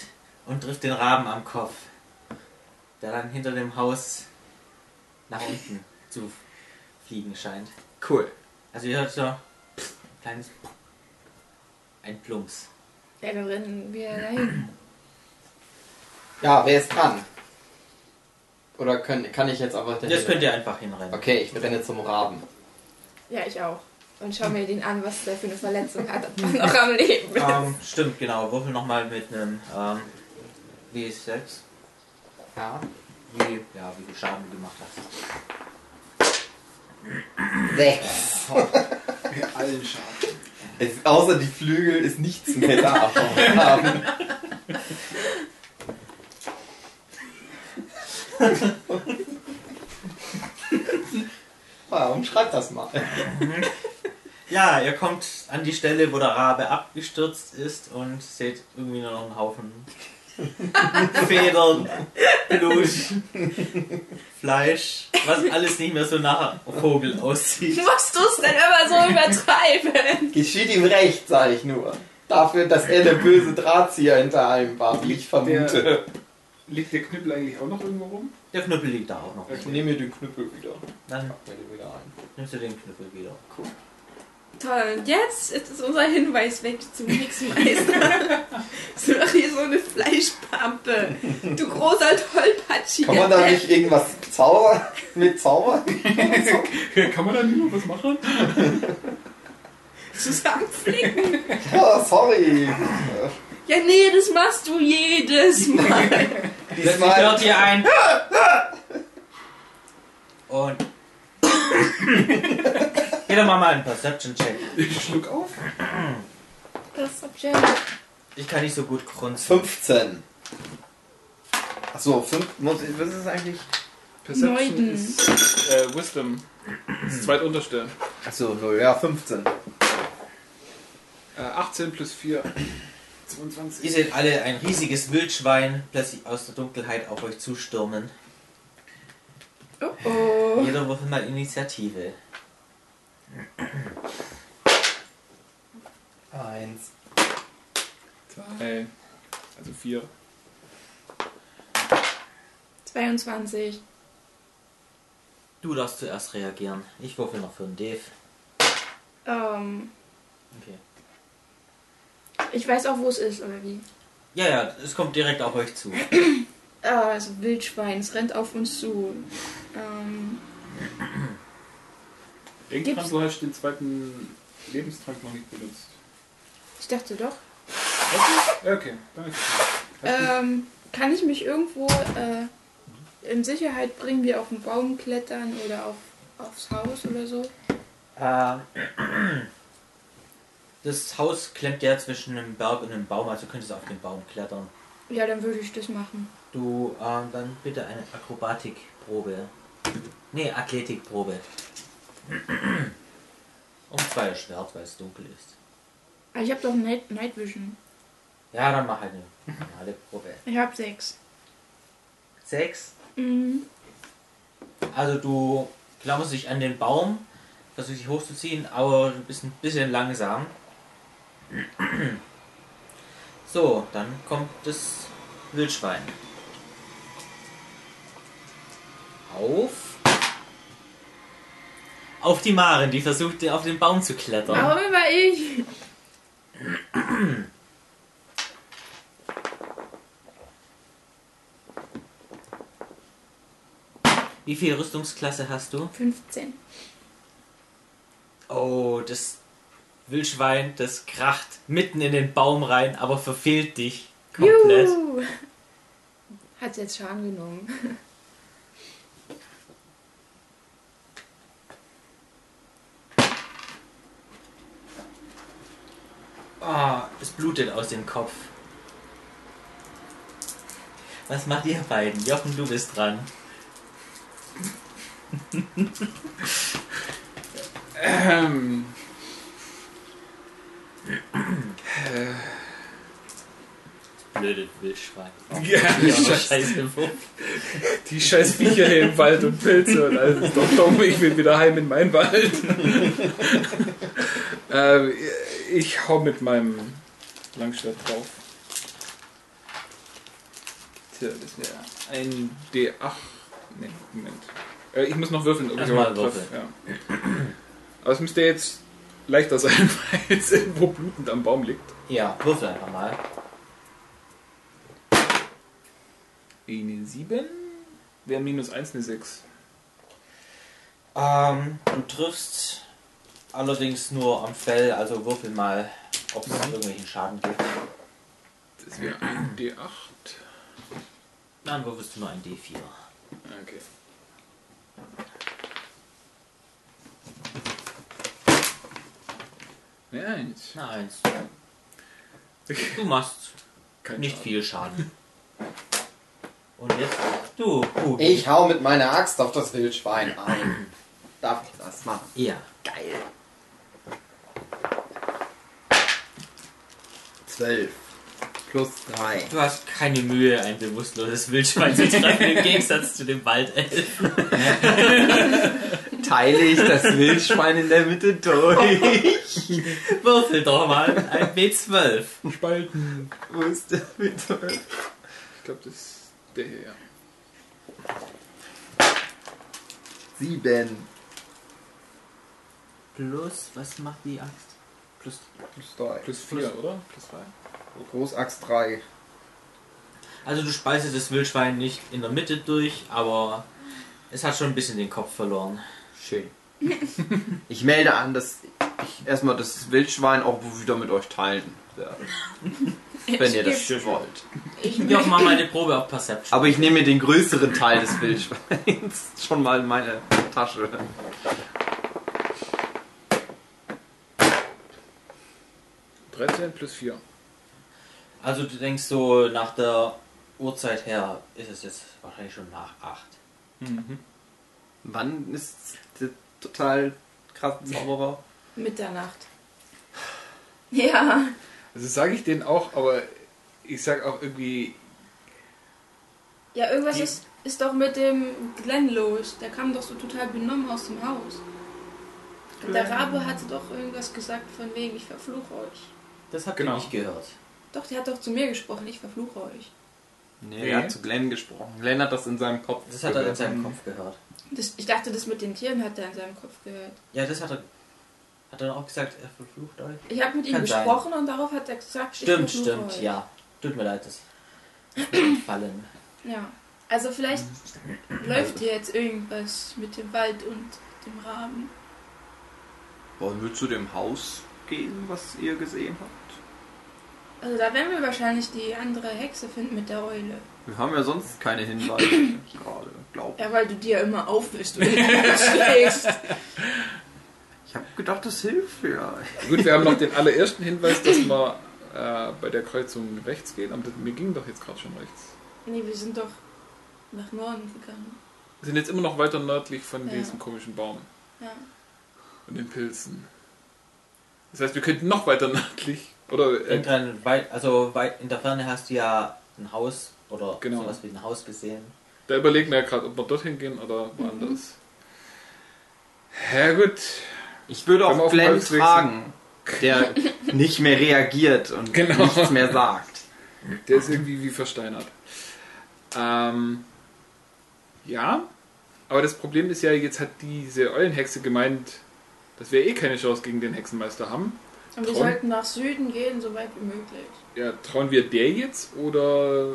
[SPEAKER 2] und trifft den Raben am Kopf, der dann hinter dem Haus nach unten zu fliegen scheint.
[SPEAKER 8] Cool.
[SPEAKER 2] Also ihr hört so ein kleines ein Plumps.
[SPEAKER 3] Ja, dann rennen wir dahin.
[SPEAKER 8] Ja, wer ist dran? Oder können, kann ich jetzt einfach...
[SPEAKER 2] Das könnt ihr einfach hinrennen.
[SPEAKER 8] Okay, ich renne zum Raben.
[SPEAKER 3] Ja, ich auch. Und schau mir den an, was der für eine Verletzung hat, ob er noch am Leben ist.
[SPEAKER 8] Ah.
[SPEAKER 2] Ähm, stimmt, genau. Würfel nochmal mit einem ähm, W6,
[SPEAKER 8] Ja.
[SPEAKER 2] wie, ja, wie du Schaden gemacht hast.
[SPEAKER 8] Sechs.
[SPEAKER 4] Allen Schaden.
[SPEAKER 6] Es, außer die Flügel ist nichts mehr da.
[SPEAKER 8] Warum schreibt das mal?
[SPEAKER 2] Ja, ihr kommt an die Stelle, wo der Rabe abgestürzt ist und seht irgendwie nur noch einen Haufen Federn, Blut, Fleisch, was alles nicht mehr so nach Vogel aussieht.
[SPEAKER 3] Du musst du es denn immer so übertreiben?
[SPEAKER 8] Geschieht ihm recht, sage ich nur. Dafür, dass er der böse Drahtzieher hinter allem war, wie ich vermute.
[SPEAKER 4] Liegt der Knüppel eigentlich auch noch irgendwo rum?
[SPEAKER 2] Der Knüppel liegt da auch noch.
[SPEAKER 8] Ich nehme mir den Knüppel wieder.
[SPEAKER 2] Dann
[SPEAKER 8] Pack mir den wieder ein.
[SPEAKER 2] nimmst du den Knüppel wieder.
[SPEAKER 3] Toll, und jetzt ist unser Hinweis weg zum Hexenmeister. so noch hier so eine Fleischpampe. Du großer Tollpatschiger.
[SPEAKER 8] Kann man da nicht irgendwas zaubern? Mit Zauber?
[SPEAKER 4] Kann man da nicht noch was machen?
[SPEAKER 3] Zusammenflicken.
[SPEAKER 8] Ja, sorry.
[SPEAKER 3] Ja, nee, das machst du jedes Mal.
[SPEAKER 2] Plötzlich hört
[SPEAKER 8] Diesmal.
[SPEAKER 2] ihr ein. Und. Jeder mal mal einen Perception-Check.
[SPEAKER 4] Ich schluck auf.
[SPEAKER 3] Das Objekt.
[SPEAKER 2] Ich kann nicht so gut grunzen.
[SPEAKER 8] 15. Achso, 5. Was ist eigentlich?
[SPEAKER 4] Perception
[SPEAKER 3] Neuden.
[SPEAKER 4] ist äh, Wisdom. Das zweitunterste.
[SPEAKER 8] Achso, 0. Ja, 15.
[SPEAKER 4] Äh, 18 plus 4. 22.
[SPEAKER 2] Ihr seht alle ein riesiges Wildschwein plötzlich aus der Dunkelheit auf euch zustürmen.
[SPEAKER 3] Oh oh.
[SPEAKER 2] Jeder würfel mal Initiative.
[SPEAKER 8] 1.
[SPEAKER 4] Äh, also 4.
[SPEAKER 3] 22.
[SPEAKER 2] Du darfst zuerst reagieren. Ich würfel noch für den Dave.
[SPEAKER 3] Ähm,
[SPEAKER 2] Okay.
[SPEAKER 3] ich weiß auch, wo es ist, oder wie?
[SPEAKER 2] Ja, ja, es kommt direkt auf euch zu.
[SPEAKER 3] Ah, es ist ein Wildschwein, es rennt auf uns zu. Ähm,
[SPEAKER 4] Denk dran,
[SPEAKER 3] Gibt's-
[SPEAKER 4] du hast den zweiten Lebenstrank noch nicht benutzt.
[SPEAKER 3] ich dachte doch.
[SPEAKER 4] Ja, Okay, danke.
[SPEAKER 3] Ähm, kann ich mich irgendwo äh, in Sicherheit bringen, wie auf einen Baum klettern oder auf, aufs Haus oder so?
[SPEAKER 2] Ähm, Das Haus klemmt ja zwischen einem Berg und einem Baum, also könntest du auf den Baum klettern.
[SPEAKER 3] Ja, dann würde ich das machen.
[SPEAKER 2] Du, ähm, dann bitte eine Akrobatikprobe. Nee, Athletikprobe. Um zwei Schwert, weil es dunkel ist.
[SPEAKER 3] Aber Ah, ich habe doch Night, Night Vision.
[SPEAKER 2] Ja, dann mach halt eine normale Probe.
[SPEAKER 3] Ich habe sechs.
[SPEAKER 2] Sechs.
[SPEAKER 3] Mhm.
[SPEAKER 2] Also du klammerst dich an den Baum, versuchst dich hochzuziehen, aber du bist ein bisschen langsam. So, dann kommt das Wildschwein. Auf. Auf die Maren, die versucht auf den Baum zu klettern.
[SPEAKER 3] Warum immer ich?
[SPEAKER 2] Wie viel Rüstungsklasse hast du?
[SPEAKER 3] 15.
[SPEAKER 2] Oh, das Wildschwein, das kracht mitten in den Baum rein, aber verfehlt dich komplett.
[SPEAKER 3] Juhu. Hat jetzt Schaden genommen.
[SPEAKER 2] Ah, es blutet aus dem Kopf. Was macht ihr beiden? Jochen, du bist dran.
[SPEAKER 4] Ähm.
[SPEAKER 2] Blöde Wildschwein.
[SPEAKER 4] Ja,
[SPEAKER 2] Ja, aber
[SPEAKER 4] scheiße.
[SPEAKER 2] scheiße Wurf.
[SPEAKER 4] Die scheiß Viecher hier im Wald und Pilze und alles ist doch dumm. Ich will wieder heim in meinen Wald. ähm, ich hau mit meinem Langschwert drauf. Tja, das wäre ein D8. Ne, Moment. Äh, ich muss noch würfeln. ob ich
[SPEAKER 2] Erstmal
[SPEAKER 4] überhaupt
[SPEAKER 2] würfeln.
[SPEAKER 4] treff. Ja. Aber es müsste jetzt leichter sein, weil es irgendwo blutend am Baum liegt.
[SPEAKER 2] Ja, würfel einfach mal.
[SPEAKER 4] Eine 7 wäre minus 1 eine 6.
[SPEAKER 2] Ähm, und triffst allerdings nur am Fell, also würfel mal, ob es irgendwelchen Schaden gibt.
[SPEAKER 4] Das wäre ein D8.
[SPEAKER 2] Dann würfelst du nur ein D4.
[SPEAKER 4] Okay. Ja, eins.
[SPEAKER 2] Na, eins. Du machst
[SPEAKER 4] Kein
[SPEAKER 2] nicht viel Schaden. Und jetzt du, Hugi.
[SPEAKER 8] Ich hau mit meiner Axt auf das Wildschwein ein. Darf ich das machen?
[SPEAKER 2] Ja.
[SPEAKER 8] Geil. Zwölf. Plus drei.
[SPEAKER 2] Du hast keine Mühe, ein bewusstloses Wildschwein zu treffen, im Gegensatz zu dem Waldelf.
[SPEAKER 6] Teile ich das Wildschwein in der Mitte durch.
[SPEAKER 2] Würfel doch mal ein B12.
[SPEAKER 4] Spalten.
[SPEAKER 6] Wo ist der Wildschwein?
[SPEAKER 4] Ich glaube, das ist der hier, ja.
[SPEAKER 6] Sieben.
[SPEAKER 2] Plus, was macht die Axt? Plus.
[SPEAKER 8] Plus drei.
[SPEAKER 4] Plus 4, oder? Plus 3.
[SPEAKER 8] Großaxt drei.
[SPEAKER 2] Also du speist das Wildschwein nicht in der Mitte durch, aber es hat schon ein bisschen den Kopf verloren.
[SPEAKER 6] Schön. Ich melde an, dass ich erstmal das Wildschwein auch wieder mit euch teilen werde. Wenn ihr das wollt.
[SPEAKER 2] Ich will auch mal meine Probe auf Perception.
[SPEAKER 6] Aber ich nehme mir den größeren Teil des Wildschweins schon mal in meine Tasche.
[SPEAKER 4] drei. 13 plus 4.
[SPEAKER 2] Also du denkst so, nach der Uhrzeit her ist es jetzt wahrscheinlich schon nach 8.
[SPEAKER 6] Wann ist der total krasse Zauberer?
[SPEAKER 3] Mitternacht. Ja.
[SPEAKER 4] Also sage ich den auch, aber ich sag auch irgendwie.
[SPEAKER 3] Ja, irgendwas
[SPEAKER 4] Die-
[SPEAKER 3] ist, ist doch mit dem Glenn los. Der kam doch so total benommen aus dem Haus. Und der Rabe hatte doch irgendwas gesagt von wegen, ich verfluche euch.
[SPEAKER 2] Das habt
[SPEAKER 4] Genau.
[SPEAKER 2] ihr nicht gehört.
[SPEAKER 3] Doch, der hat doch zu mir gesprochen, ich verfluche euch.
[SPEAKER 6] Nee,
[SPEAKER 4] Nee.
[SPEAKER 6] er hat zu Glenn gesprochen. Glenn hat das in seinem Kopf.
[SPEAKER 2] Das hat er in
[SPEAKER 6] gehört.
[SPEAKER 2] seinem Kopf gehört.
[SPEAKER 3] Das, ich dachte, das mit den Tieren hat er in seinem Kopf gehört.
[SPEAKER 2] Ja, das hat er. Hat er auch gesagt, er verflucht euch?
[SPEAKER 3] Ich habe mit ihm
[SPEAKER 2] Kann sein.
[SPEAKER 3] gesprochen und darauf hat er gesagt,
[SPEAKER 2] Stimmt,
[SPEAKER 3] ich verfluche
[SPEAKER 2] stimmt,
[SPEAKER 3] euch.
[SPEAKER 2] ja. Tut mir leid, das ist fallen.
[SPEAKER 3] ja. Also vielleicht läuft hier jetzt irgendwas mit dem Wald und dem Raben.
[SPEAKER 6] Wollen wir zu dem Haus gehen, was ihr gesehen habt?
[SPEAKER 3] Also da werden wir wahrscheinlich die andere Hexe finden mit der Eule.
[SPEAKER 6] Wir haben ja sonst keine Hinweise gerade, glaub ich.
[SPEAKER 3] Ja, weil du dir immer aufwischt und schlägst.
[SPEAKER 6] Ich habe gedacht, das hilft vielleicht.
[SPEAKER 4] Gut, wir haben noch den allerersten Hinweis, dass wir äh, bei der Kreuzung rechts gehen, aber das, wir gingen doch jetzt gerade schon rechts.
[SPEAKER 3] Nee, wir sind doch nach Norden gegangen.
[SPEAKER 4] Wir sind jetzt immer noch weiter nördlich von
[SPEAKER 3] Ja.
[SPEAKER 4] diesem komischen Baum
[SPEAKER 3] Ja.
[SPEAKER 4] und den Pilzen. Das heißt, wir könnten noch weiter nördlich. Oder. Äh,
[SPEAKER 2] Irgendwann weit, also weit in der Ferne hast du ja ein Haus oder
[SPEAKER 4] Genau.
[SPEAKER 2] sowas wie ein Haus gesehen.
[SPEAKER 4] Da überlegen wir ja gerade, ob wir dorthin gehen oder woanders. Ja gut.
[SPEAKER 6] Ich würde
[SPEAKER 4] Können wir
[SPEAKER 6] auch
[SPEAKER 4] auf
[SPEAKER 6] Glenn
[SPEAKER 4] Holz wechseln?
[SPEAKER 6] fragen, der nicht mehr reagiert und
[SPEAKER 4] Genau.
[SPEAKER 6] nichts mehr sagt.
[SPEAKER 4] Der ist irgendwie wie versteinert. Ähm, ja, aber das Problem ist ja, jetzt hat diese Eulenhexe gemeint, dass wir eh keine Chance gegen den Hexenmeister haben.
[SPEAKER 3] Und wir
[SPEAKER 4] Tron?
[SPEAKER 3] sollten nach Süden gehen, so weit wie möglich.
[SPEAKER 4] Ja, trauen wir der jetzt oder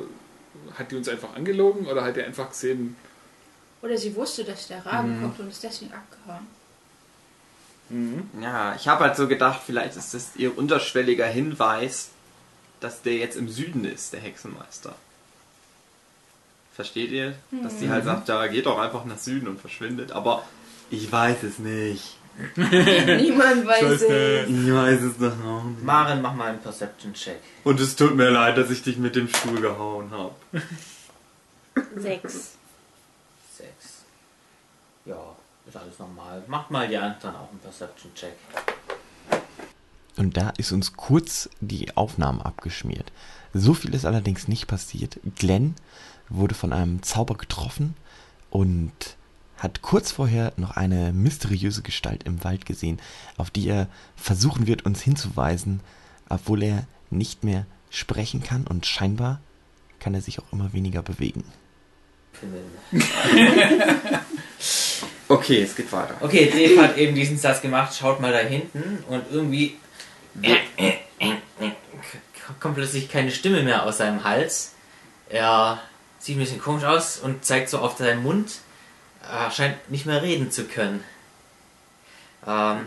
[SPEAKER 4] hat die uns einfach angelogen oder hat er einfach gesehen,
[SPEAKER 3] Oder sie wusste, dass der Raben kommt und ist deswegen abgehauen.
[SPEAKER 6] Ja, ich habe halt so gedacht, vielleicht ist das ihr unterschwelliger Hinweis, dass der jetzt im Süden ist, der Hexenmeister. Versteht ihr? Dass die
[SPEAKER 4] Mhm.
[SPEAKER 6] halt sagt, ja, geht doch einfach nach Süden und verschwindet. Aber ich weiß es nicht.
[SPEAKER 3] Niemand weiß es.
[SPEAKER 6] Ich weiß es doch noch nicht.
[SPEAKER 2] Maren, mach mal einen Perception-Check.
[SPEAKER 6] Und es tut mir leid, dass ich dich mit dem Stuhl gehauen habe.
[SPEAKER 3] Sechs.
[SPEAKER 2] Sechs. Ja, ist alles normal. Macht mal die anderen auch einen Perception-Check.
[SPEAKER 1] Und da ist uns kurz die Aufnahme abgeschmiert. So viel ist allerdings nicht passiert. Glenn wurde von einem Zauber getroffen und hat kurz vorher noch eine mysteriöse Gestalt im Wald gesehen, auf die er versuchen wird, uns hinzuweisen, obwohl er nicht mehr sprechen kann und scheinbar kann er sich auch immer weniger bewegen.
[SPEAKER 2] Pimmel.
[SPEAKER 6] Okay, es geht weiter.
[SPEAKER 2] Okay, Dave hat eben diesen Satz gemacht, schaut mal da hinten und irgendwie kommt plötzlich keine Stimme mehr aus seinem Hals. Er sieht ein bisschen komisch aus und zeigt so auf seinen Mund. Er scheint nicht mehr reden zu können. Ähm,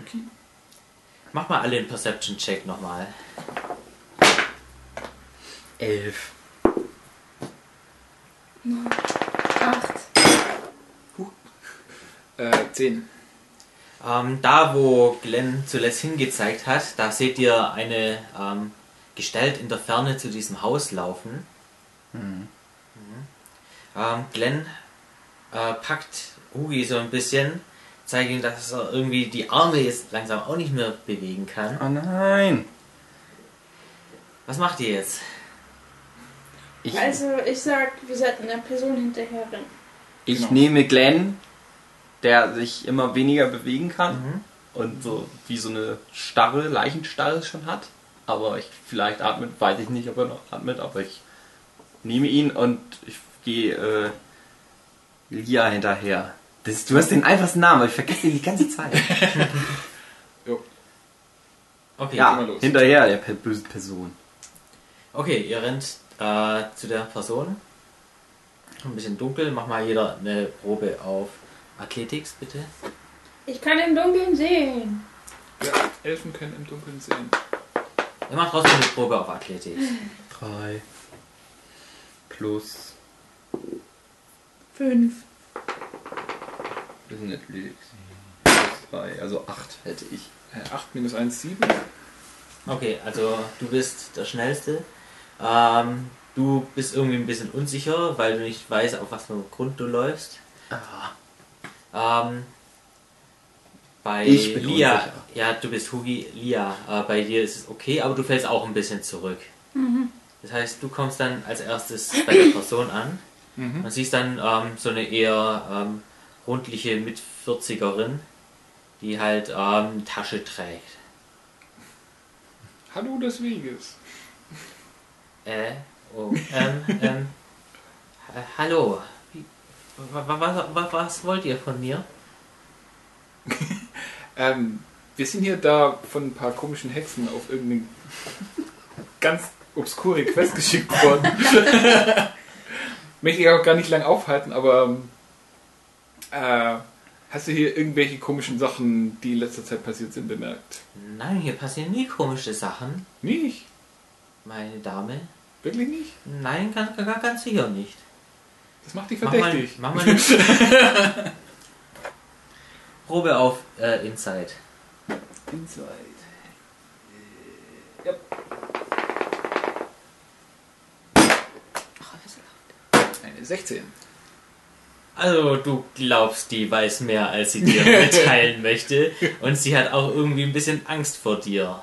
[SPEAKER 2] mach mal alle einen Perception-Check nochmal.
[SPEAKER 6] Elf.
[SPEAKER 3] Acht.
[SPEAKER 4] Äh, 10.
[SPEAKER 2] Ähm, da, wo Glenn zuletzt hingezeigt hat, da seht ihr eine ähm, Gestalt in der Ferne zu diesem Haus laufen. Mhm. Ähm, Glenn äh, packt Hugi so ein bisschen, zeigt ihm, dass er irgendwie die Arme jetzt langsam auch nicht mehr bewegen kann.
[SPEAKER 6] Oh nein.
[SPEAKER 2] Was macht ihr jetzt?
[SPEAKER 6] Ich,
[SPEAKER 3] Also ich sag, wir sollten einer Person hinterherrennen.
[SPEAKER 6] ich
[SPEAKER 4] Genau.
[SPEAKER 6] nehme Glenn, der sich immer weniger bewegen kann
[SPEAKER 5] Mhm.
[SPEAKER 6] und so wie so eine starre, Leichenstarre schon hat. Aber ich vielleicht atmet, weiß ich nicht, ob er noch atmet, aber ich nehme ihn und ich gehe äh, Lia hinterher. Das, du hast den einfachsten Namen, aber ich vergesse den die ganze Zeit.
[SPEAKER 4] Jo.
[SPEAKER 2] Okay,
[SPEAKER 6] ja,
[SPEAKER 4] los.
[SPEAKER 6] hinterher der per bösen Person.
[SPEAKER 2] okay ihr rennt äh, zu der Person. Ein bisschen dunkel, mach mal jeder eine Probe auf Athletics, bitte.
[SPEAKER 3] Ich kann im Dunkeln sehen.
[SPEAKER 4] Ja, Elfen können im Dunkeln sehen.
[SPEAKER 2] Ihr macht trotzdem eine Probe auf Athletics.
[SPEAKER 6] 3 plus
[SPEAKER 3] Fünf.
[SPEAKER 6] das sind Athletics.
[SPEAKER 5] Mhm.
[SPEAKER 6] Plus 3, also 8 hätte ich.
[SPEAKER 4] Äh, 8 minus 1, 7.
[SPEAKER 2] Okay, also du bist der Schnellste. Ähm, du bist irgendwie ein bisschen unsicher, weil du nicht weißt, auf was für einen Grund du läufst. Ähm, bei
[SPEAKER 6] Ich bin
[SPEAKER 2] Lia,
[SPEAKER 6] unsicher.
[SPEAKER 2] ja, du bist Hugi, Lia. Äh, bei dir ist es okay, aber du fällst auch ein bisschen zurück. Das heißt, du kommst dann als erstes bei der Person an
[SPEAKER 6] Mhm.
[SPEAKER 2] und siehst dann ähm, so eine eher ähm, rundliche mit 40erin, die halt ähm, Tasche trägt.
[SPEAKER 4] Hallo des Weges.
[SPEAKER 2] Äh, oh, ähm, ähm, ha- hallo. Wie- wa- wa- wa- wa- Was wollt ihr von mir?
[SPEAKER 4] Ähm, wir sind hier da von ein paar komischen Hexen auf irgendeine ganz obskure Quest geschickt worden. Möchte ich auch gar nicht lang aufhalten, aber ähm, äh, hast du hier irgendwelche komischen Sachen, die in letzter Zeit passiert sind, bemerkt?
[SPEAKER 2] Nein, hier passieren nie komische Sachen,
[SPEAKER 4] Nicht?
[SPEAKER 2] meine Dame.
[SPEAKER 4] Wirklich nicht?
[SPEAKER 2] Nein, ganz, ganz, ganz sicher nicht.
[SPEAKER 4] Das macht dich
[SPEAKER 2] Mach mal,
[SPEAKER 4] verdächtig.
[SPEAKER 2] mach mal eine Probe auf äh, Inside.
[SPEAKER 4] Inside. Eine 16.
[SPEAKER 2] Also, du glaubst, die weiß mehr, als sie dir mitteilen möchte. Und sie hat auch irgendwie ein bisschen Angst vor dir.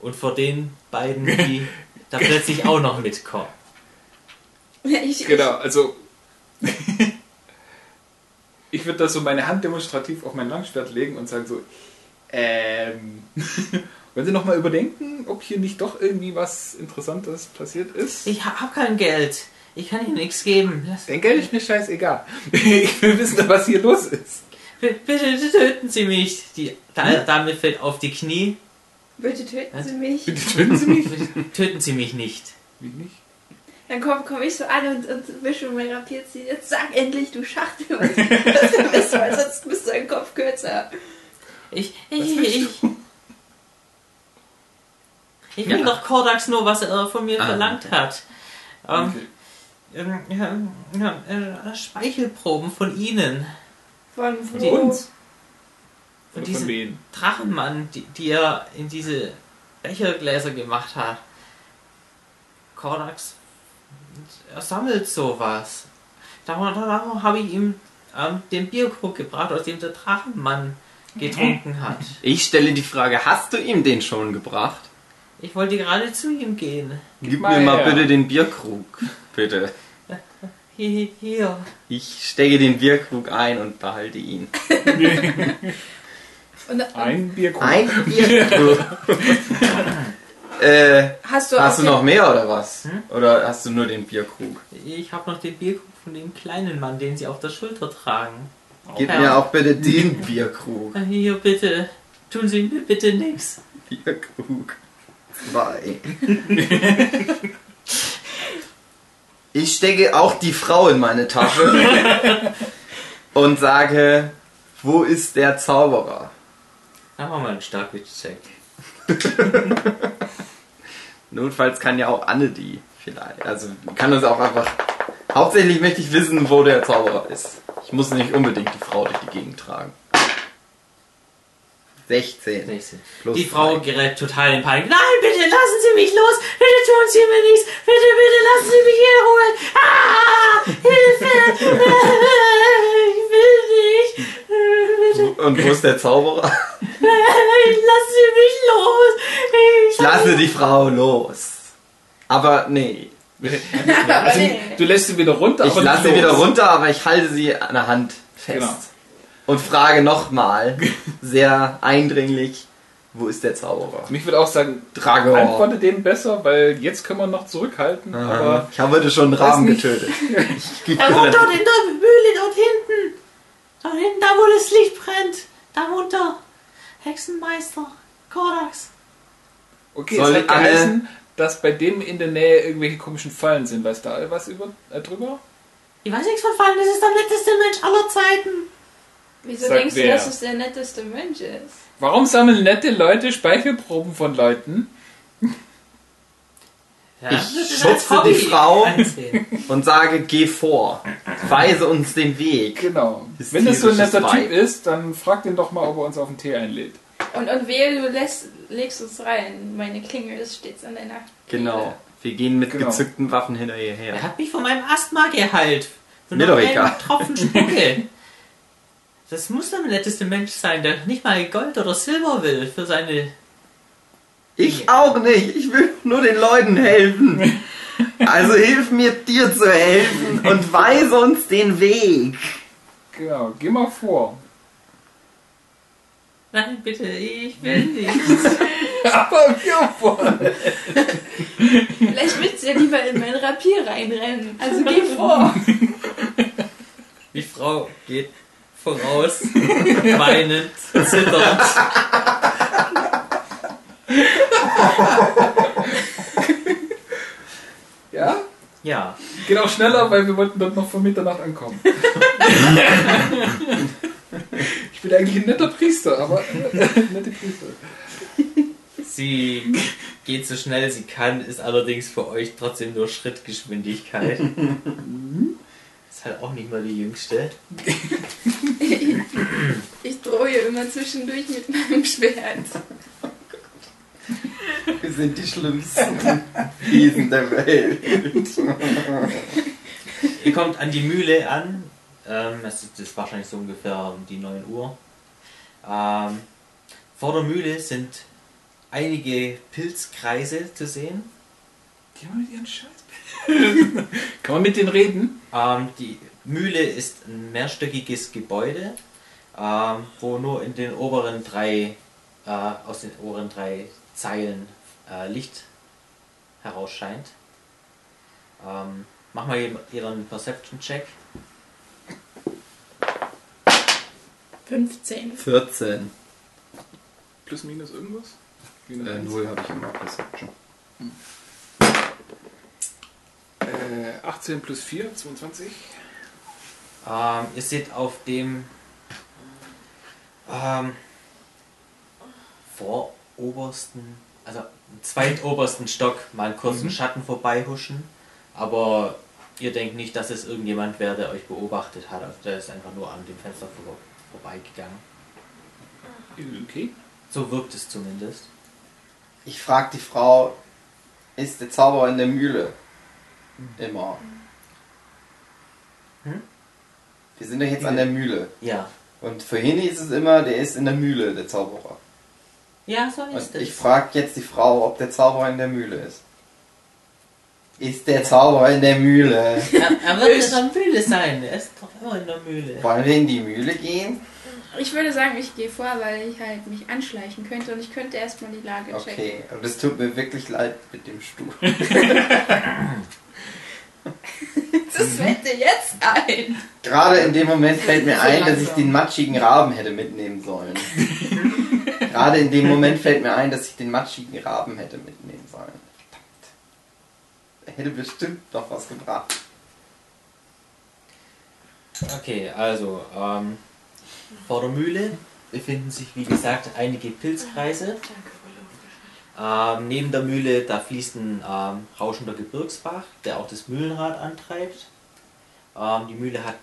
[SPEAKER 2] Und vor den beiden, die da plötzlich auch noch mitkommen.
[SPEAKER 3] Ich,
[SPEAKER 4] Genau, also. ich würde da so meine Hand demonstrativ auf mein Langschwert legen und sagen so: Ähm. Wollen Sie nochmal überdenken, ob hier nicht doch irgendwie was Interessantes passiert ist?
[SPEAKER 2] Ich ha- hab kein Geld. Ich kann Ihnen nichts geben. Lass,
[SPEAKER 4] Dein Geld ist mir scheißegal. ich will wissen, was hier los ist.
[SPEAKER 2] B- bitte töten Sie mich. Die, da, Dame fällt auf die Knie.
[SPEAKER 3] Bitte töten
[SPEAKER 2] Was?
[SPEAKER 3] Sie mich.
[SPEAKER 4] Bitte töten Sie mich.
[SPEAKER 2] Töten Sie mich nicht.
[SPEAKER 4] Wie nicht?
[SPEAKER 3] Dann komme komm ich so an und, und wische und rapiert sie. Jetzt sag endlich, du Schachtel, was du bist, weil sonst bist dein Kopf kürzer.
[SPEAKER 2] Ich, ich, ich. Ich will doch Kordax nur, was er von mir verlangt hat. Ähm,
[SPEAKER 4] Okay. also
[SPEAKER 2] ähm, ähm, ähm, äh, Speichelproben von Ihnen.
[SPEAKER 3] Von,
[SPEAKER 4] Von
[SPEAKER 3] wo?
[SPEAKER 4] uns?
[SPEAKER 2] Von
[SPEAKER 4] Oder
[SPEAKER 2] diesem
[SPEAKER 4] von wen?
[SPEAKER 2] Drachenmann, die, die er in diese Bechergläser gemacht hat. Kordax, er sammelt sowas. Darum, darum habe ich ihm ähm, den Bierkrug gebracht, aus dem der Drachenmann getrunken hat.
[SPEAKER 6] Ich stelle die Frage, hast du ihm den schon gebracht?
[SPEAKER 2] Ich wollte gerade zu ihm gehen.
[SPEAKER 6] Gib
[SPEAKER 4] mal
[SPEAKER 6] mir mal
[SPEAKER 4] her.
[SPEAKER 6] bitte den Bierkrug. Bitte.
[SPEAKER 2] Hier, hier.
[SPEAKER 6] Ich stecke den Bierkrug ein und behalte ihn.
[SPEAKER 3] Und,
[SPEAKER 4] Ein Bierkuchen.
[SPEAKER 6] Ein Bierkrug.
[SPEAKER 8] Äh,
[SPEAKER 3] Hast du,
[SPEAKER 8] hast
[SPEAKER 3] auch
[SPEAKER 8] du noch
[SPEAKER 3] den-
[SPEAKER 8] mehr oder was? Oder hast du nur den Bierkrug?
[SPEAKER 2] Ich habe noch den Bierkrug von dem kleinen Mann, den sie auf der Schulter tragen.
[SPEAKER 8] Gib
[SPEAKER 2] Ja.
[SPEAKER 8] mir auch bitte den Bierkrug.
[SPEAKER 2] Hier, bitte. Tun Sie mir bitte nichts.
[SPEAKER 8] Bierkrug 2. Ich stecke auch die Frau in meine Tasche und sage, wo ist der Zauberer?
[SPEAKER 2] Dann machen wir einen Starkwitch-Check.
[SPEAKER 8] Notfalls kann ja auch Anne die vielleicht. Also kann das auch einfach. Hauptsächlich möchte ich wissen, wo der Zauberer ist. Ich muss nicht unbedingt die Frau durch die Gegend tragen. 16.
[SPEAKER 2] Nächste.
[SPEAKER 8] Plus
[SPEAKER 2] Die Frau
[SPEAKER 8] drei.
[SPEAKER 2] gerät total in Panik. Nein, bitte lassen Sie mich los! Bitte tun Sie mir nichts! Bitte, bitte lassen Sie mich hier in Ruhe! Ah! Hilfe! Ich will nicht! Bitte,
[SPEAKER 8] Und wo ist der Zauberer?
[SPEAKER 2] lassen Sie mich los! Ich
[SPEAKER 8] Ich lasse die Frau los. Aber nee.
[SPEAKER 4] Also, du lässt sie wieder runter.
[SPEAKER 8] Ich
[SPEAKER 4] aber
[SPEAKER 8] lasse sie
[SPEAKER 4] nicht
[SPEAKER 8] wieder
[SPEAKER 4] los.
[SPEAKER 8] runter, aber ich halte sie an der Hand fest.
[SPEAKER 4] Genau.
[SPEAKER 8] Und frage nochmal, sehr eindringlich, wo ist der Zauberer?
[SPEAKER 4] Ich würde auch sagen,
[SPEAKER 8] Dragor.
[SPEAKER 4] antworte dem besser, weil jetzt können wir noch zurückhalten. Aber
[SPEAKER 8] Ich habe heute schon einen Rahmen
[SPEAKER 4] nicht.
[SPEAKER 8] getötet. Ich
[SPEAKER 7] Er wohnt dort in der Mühle, dort hinten. Dort hinten, da wo das Licht brennt. Da wohnt der Hexenmeister Kordax.
[SPEAKER 4] okay,
[SPEAKER 8] Soll
[SPEAKER 4] es hat
[SPEAKER 8] Anne-
[SPEAKER 4] geheißen, dass bei dem in der Nähe irgendwelche komischen Fallen sind. Weißt du da was über, äh, drüber?
[SPEAKER 7] Ich weiß nichts von Fallen, das ist der netteste Mensch aller Zeiten.
[SPEAKER 3] Wieso
[SPEAKER 4] Sag
[SPEAKER 3] denkst du,
[SPEAKER 4] wer.
[SPEAKER 3] dass es der netteste Mensch ist?
[SPEAKER 4] Warum sammeln nette Leute Speichelproben von Leuten?
[SPEAKER 2] ja,
[SPEAKER 8] Ich
[SPEAKER 2] das ist als
[SPEAKER 8] schubse die
[SPEAKER 2] Hobby
[SPEAKER 8] Frau.
[SPEAKER 2] ansehen.
[SPEAKER 8] und sage, geh vor. Weise uns den Weg.
[SPEAKER 4] Genau.
[SPEAKER 8] Hysterisches
[SPEAKER 4] Wenn das so ein netter
[SPEAKER 8] Weib.
[SPEAKER 4] Typ ist, dann frag den doch mal, ob er uns auf den Tee einlädt.
[SPEAKER 3] Und, und wehe, du lässt, legst uns rein. Meine Klingel ist stets an deiner.
[SPEAKER 8] Genau. Wir gehen mit
[SPEAKER 4] Genau.
[SPEAKER 8] gezückten Waffen hinter ihr her.
[SPEAKER 2] Er hat mich von meinem Asthma geheilt. Von
[SPEAKER 8] Mir doch egal.
[SPEAKER 2] einem Tropfen Spucke. Das muss der netteste Mensch sein, der nicht mal Gold oder Silber will für seine
[SPEAKER 8] Ich auch nicht. Ich will nur den Leuten helfen. Also hilf mir, dir zu helfen und weise uns den Weg.
[SPEAKER 4] Genau, geh mal vor.
[SPEAKER 2] Nein, bitte, ich will nicht.
[SPEAKER 4] Aber geh vor.
[SPEAKER 3] Vielleicht willst du ja lieber in mein Rapier reinrennen. Also geh vor.
[SPEAKER 2] Die Frau geht voraus, weinend, zitternd.
[SPEAKER 4] Ja?
[SPEAKER 2] Ja,
[SPEAKER 4] Geht auch schneller, weil wir wollten dort noch vor Mitternacht ankommen. ich bin eigentlich ein netter Priester, aber äh, nette Priester.
[SPEAKER 2] sie geht so schnell sie kann, ist allerdings für euch trotzdem nur Schrittgeschwindigkeit. Ist halt auch nicht mal die jüngste.
[SPEAKER 3] Ich drohe immer zwischendurch mit meinem Schwert.
[SPEAKER 8] Wir sind die schlimmsten Riesen der Welt.
[SPEAKER 2] Ihr kommt an die Mühle an. Ähm, es ist, ist wahrscheinlich so ungefähr um die 9 Uhr. Ähm, vor der Mühle sind einige Pilzkreise zu sehen.
[SPEAKER 4] Die haben mit ihren Scheiß. Kann man mit denen reden?
[SPEAKER 2] Ähm, die Mühle ist ein mehrstöckiges Gebäude, ähm, wo nur in den oberen drei, äh, aus den oberen drei Zeilen äh, Licht herausscheint. Ähm, mach mal je- jeder einen Perception-Check.
[SPEAKER 3] 15.
[SPEAKER 8] 14.
[SPEAKER 4] Plus, minus irgendwas?
[SPEAKER 8] Äh, 0 habe ich immer Perception.
[SPEAKER 4] Äh, 18 plus 4, 22.
[SPEAKER 2] Ähm, ihr seht auf dem ähm, vorobersten, also zweitobersten Stock mal einen kurzen Schatten vorbeihuschen, aber ihr denkt nicht, dass es irgendjemand wäre, der euch beobachtet hat. Also der ist einfach nur an dem Fenster vor, vorbeigegangen.
[SPEAKER 4] Okay.
[SPEAKER 2] So wirkt es zumindest.
[SPEAKER 11] Ich frage die Frau, ist der Zauberer in der Mühle? Immer.
[SPEAKER 2] Hm?
[SPEAKER 11] Wir sind doch jetzt an der Mühle.
[SPEAKER 2] Ja.
[SPEAKER 11] Und vorhin hieß es immer, der ist in der Mühle, der Zauberer.
[SPEAKER 2] Ja, so ist
[SPEAKER 11] Und
[SPEAKER 8] Also
[SPEAKER 2] es.
[SPEAKER 11] ich frage jetzt die Frau, ob der Zauberer in der Mühle ist. Ist der Zauberer in der Mühle?
[SPEAKER 2] er, er wird in der Mühle sein. Er ist doch immer in der Mühle.
[SPEAKER 11] Wollen wir in die Mühle gehen?
[SPEAKER 3] Ich würde sagen, ich gehe vor, weil ich halt mich anschleichen könnte und ich könnte erstmal die Lage checken.
[SPEAKER 8] Okay, und es tut mir wirklich leid mit dem Stuhl.
[SPEAKER 4] Mhm.
[SPEAKER 3] Das fällt dir jetzt ein.
[SPEAKER 8] Gerade in dem Moment fällt mir ein, dass ich den matschigen Raben hätte mitnehmen sollen. Gerade in dem Moment fällt mir ein, dass ich den matschigen Raben hätte mitnehmen sollen. Verdammt. Er hätte bestimmt noch was gebracht.
[SPEAKER 2] Okay, also ähm, vor der Mühle befinden sich, wie gesagt, einige Pilzkreise. Ähm, neben der Mühle, da fließt ein ähm, rauschender Gebirgsbach, der auch das Mühlenrad antreibt. Ähm, die Mühle hat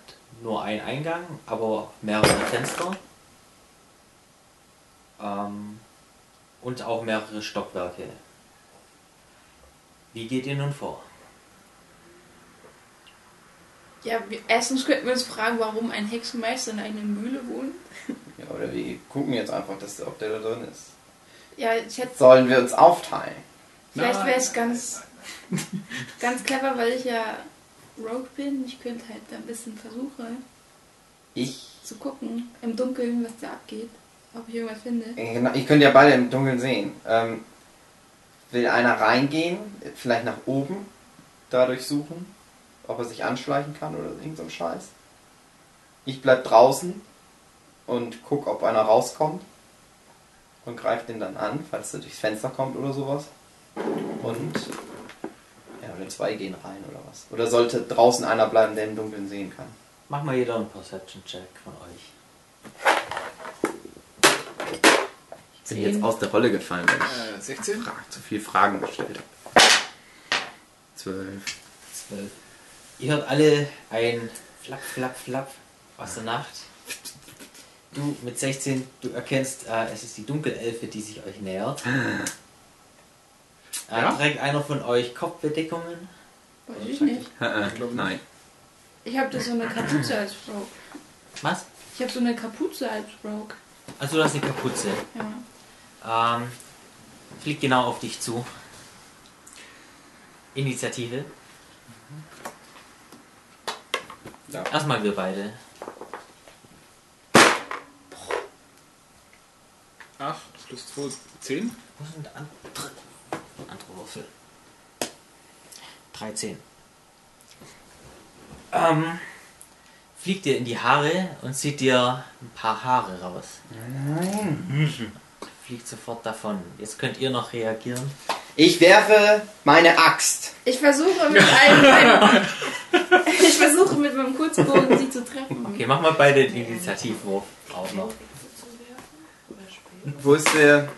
[SPEAKER 2] nur einen Eingang, aber mehrere Fenster. Ähm, und auch mehrere Stockwerke. Wie geht ihr nun vor?
[SPEAKER 3] Ja, wir, erstens könnten wir uns fragen, warum ein Hexenmeister in einer Mühle wohnt.
[SPEAKER 8] Ja, oder wir gucken jetzt einfach, dass, ob der da drin ist.
[SPEAKER 3] Ja, ich hätte,
[SPEAKER 8] Sollen wir uns aufteilen?
[SPEAKER 3] vielleicht wäre es ganz, ganz clever, weil ich ja Rogue bin. Ich könnte halt da ein bisschen versuchen
[SPEAKER 8] Ich,
[SPEAKER 3] zu gucken, im Dunkeln, was da abgeht. Ob ich irgendwas finde.
[SPEAKER 8] äh, genau, ich könnte ja beide im Dunkeln sehen. Ähm, will einer reingehen, vielleicht nach oben, dadurch suchen, ob er sich anschleichen kann oder irgend so ein Scheiß. Ich bleib draußen und guck, ob einer rauskommt und greif den dann an, falls er durchs Fenster kommt oder sowas. Und ja, oder zwei gehen rein oder was. Oder sollte draußen einer bleiben, der im Dunkeln sehen kann.
[SPEAKER 2] Mach mal jeder einen Perception-Check von euch.
[SPEAKER 6] Ich bin jetzt aus der Rolle gefallen, weil ich
[SPEAKER 4] Äh, 16?
[SPEAKER 6] Fra- zu viel Fragen gestellt habe. Zwölf.
[SPEAKER 2] Zwölf. Äh, Ihr hört alle ein Flapp, Flapp, Flapp aus der Nacht. Du mit 16, du erkennst, äh, es ist die Dunkelelfe, die sich euch nähert. Äh,
[SPEAKER 4] Ja.
[SPEAKER 2] Trägt einer von euch Kopfbedeckungen?
[SPEAKER 3] Weiß ich nicht.
[SPEAKER 6] Äh, äh, Nein.
[SPEAKER 3] Ich habe da so eine Kapuze als Rogue.
[SPEAKER 2] Was?
[SPEAKER 3] Ich habe so eine Kapuze als Rogue.
[SPEAKER 2] Also du hast eine Kapuze.
[SPEAKER 3] Ja.
[SPEAKER 2] Ähm, fliegt genau auf dich zu. Initiative.
[SPEAKER 4] Mhm. Ja.
[SPEAKER 2] Erstmal wir beide.
[SPEAKER 4] Acht plus 2, 10.
[SPEAKER 2] Wo sind andere, andere Würfel? 13. Ähm, fliegt dir in die Haare und zieht dir ein paar Haare raus. Fliegt sofort davon. Jetzt könnt ihr noch reagieren.
[SPEAKER 8] Ich werfe meine Axt.
[SPEAKER 3] Ich versuche mit einem meinem, Ich versuche mit meinem Kurzbogen sie zu treffen.
[SPEAKER 2] Okay, mach mal beide den Initiativwurf auch noch.
[SPEAKER 6] Wo ist der?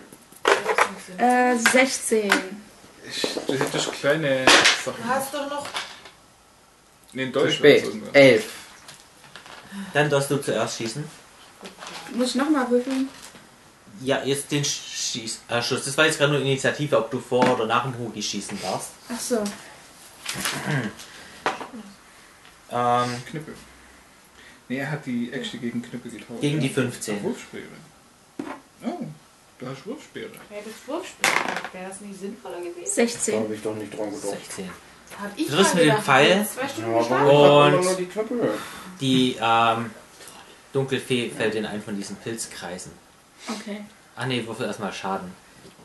[SPEAKER 3] Äh, 16.
[SPEAKER 4] Du hättest kleine
[SPEAKER 7] Du
[SPEAKER 4] Sachen.
[SPEAKER 7] hast doch noch.
[SPEAKER 4] Nee, in
[SPEAKER 8] Zu
[SPEAKER 4] Deutsch
[SPEAKER 8] spät. Äh.
[SPEAKER 4] oder so.
[SPEAKER 8] Elf.
[SPEAKER 2] Dann darfst du zuerst schießen.
[SPEAKER 3] Muss ich nochmal würfeln?
[SPEAKER 2] Ja, jetzt den Schieß äh, Schuss. Das war jetzt gerade nur Initiative, ob du vor oder nach dem Hugi schießen darfst.
[SPEAKER 3] Ach so.
[SPEAKER 2] Ähm,
[SPEAKER 4] Knüppel. Nee, er hat die Action gegen Knüppel getauscht.
[SPEAKER 2] Gegen die
[SPEAKER 4] Ja.
[SPEAKER 2] 15.
[SPEAKER 4] Ach, Wurfspeere. Oh, du hast Wurfspeere.
[SPEAKER 7] Ja, das Wurfspiel. Wäre das nicht sinnvoller gewesen?
[SPEAKER 3] 16.
[SPEAKER 8] ich doch nicht dran
[SPEAKER 2] 16.
[SPEAKER 7] Hab ich
[SPEAKER 2] Du triffst
[SPEAKER 7] dran
[SPEAKER 2] mit dem
[SPEAKER 7] gedacht.
[SPEAKER 2] Pfeil.
[SPEAKER 7] Jetzt Zwei Stunden
[SPEAKER 2] warum?
[SPEAKER 7] geschlafen.
[SPEAKER 2] Und-
[SPEAKER 8] nur die Knüppel?
[SPEAKER 2] Die ähm, Dunkelfee fällt in einen von diesen Pilzkreisen.
[SPEAKER 3] Okay.
[SPEAKER 2] Ach nee, würfel erstmal Schaden.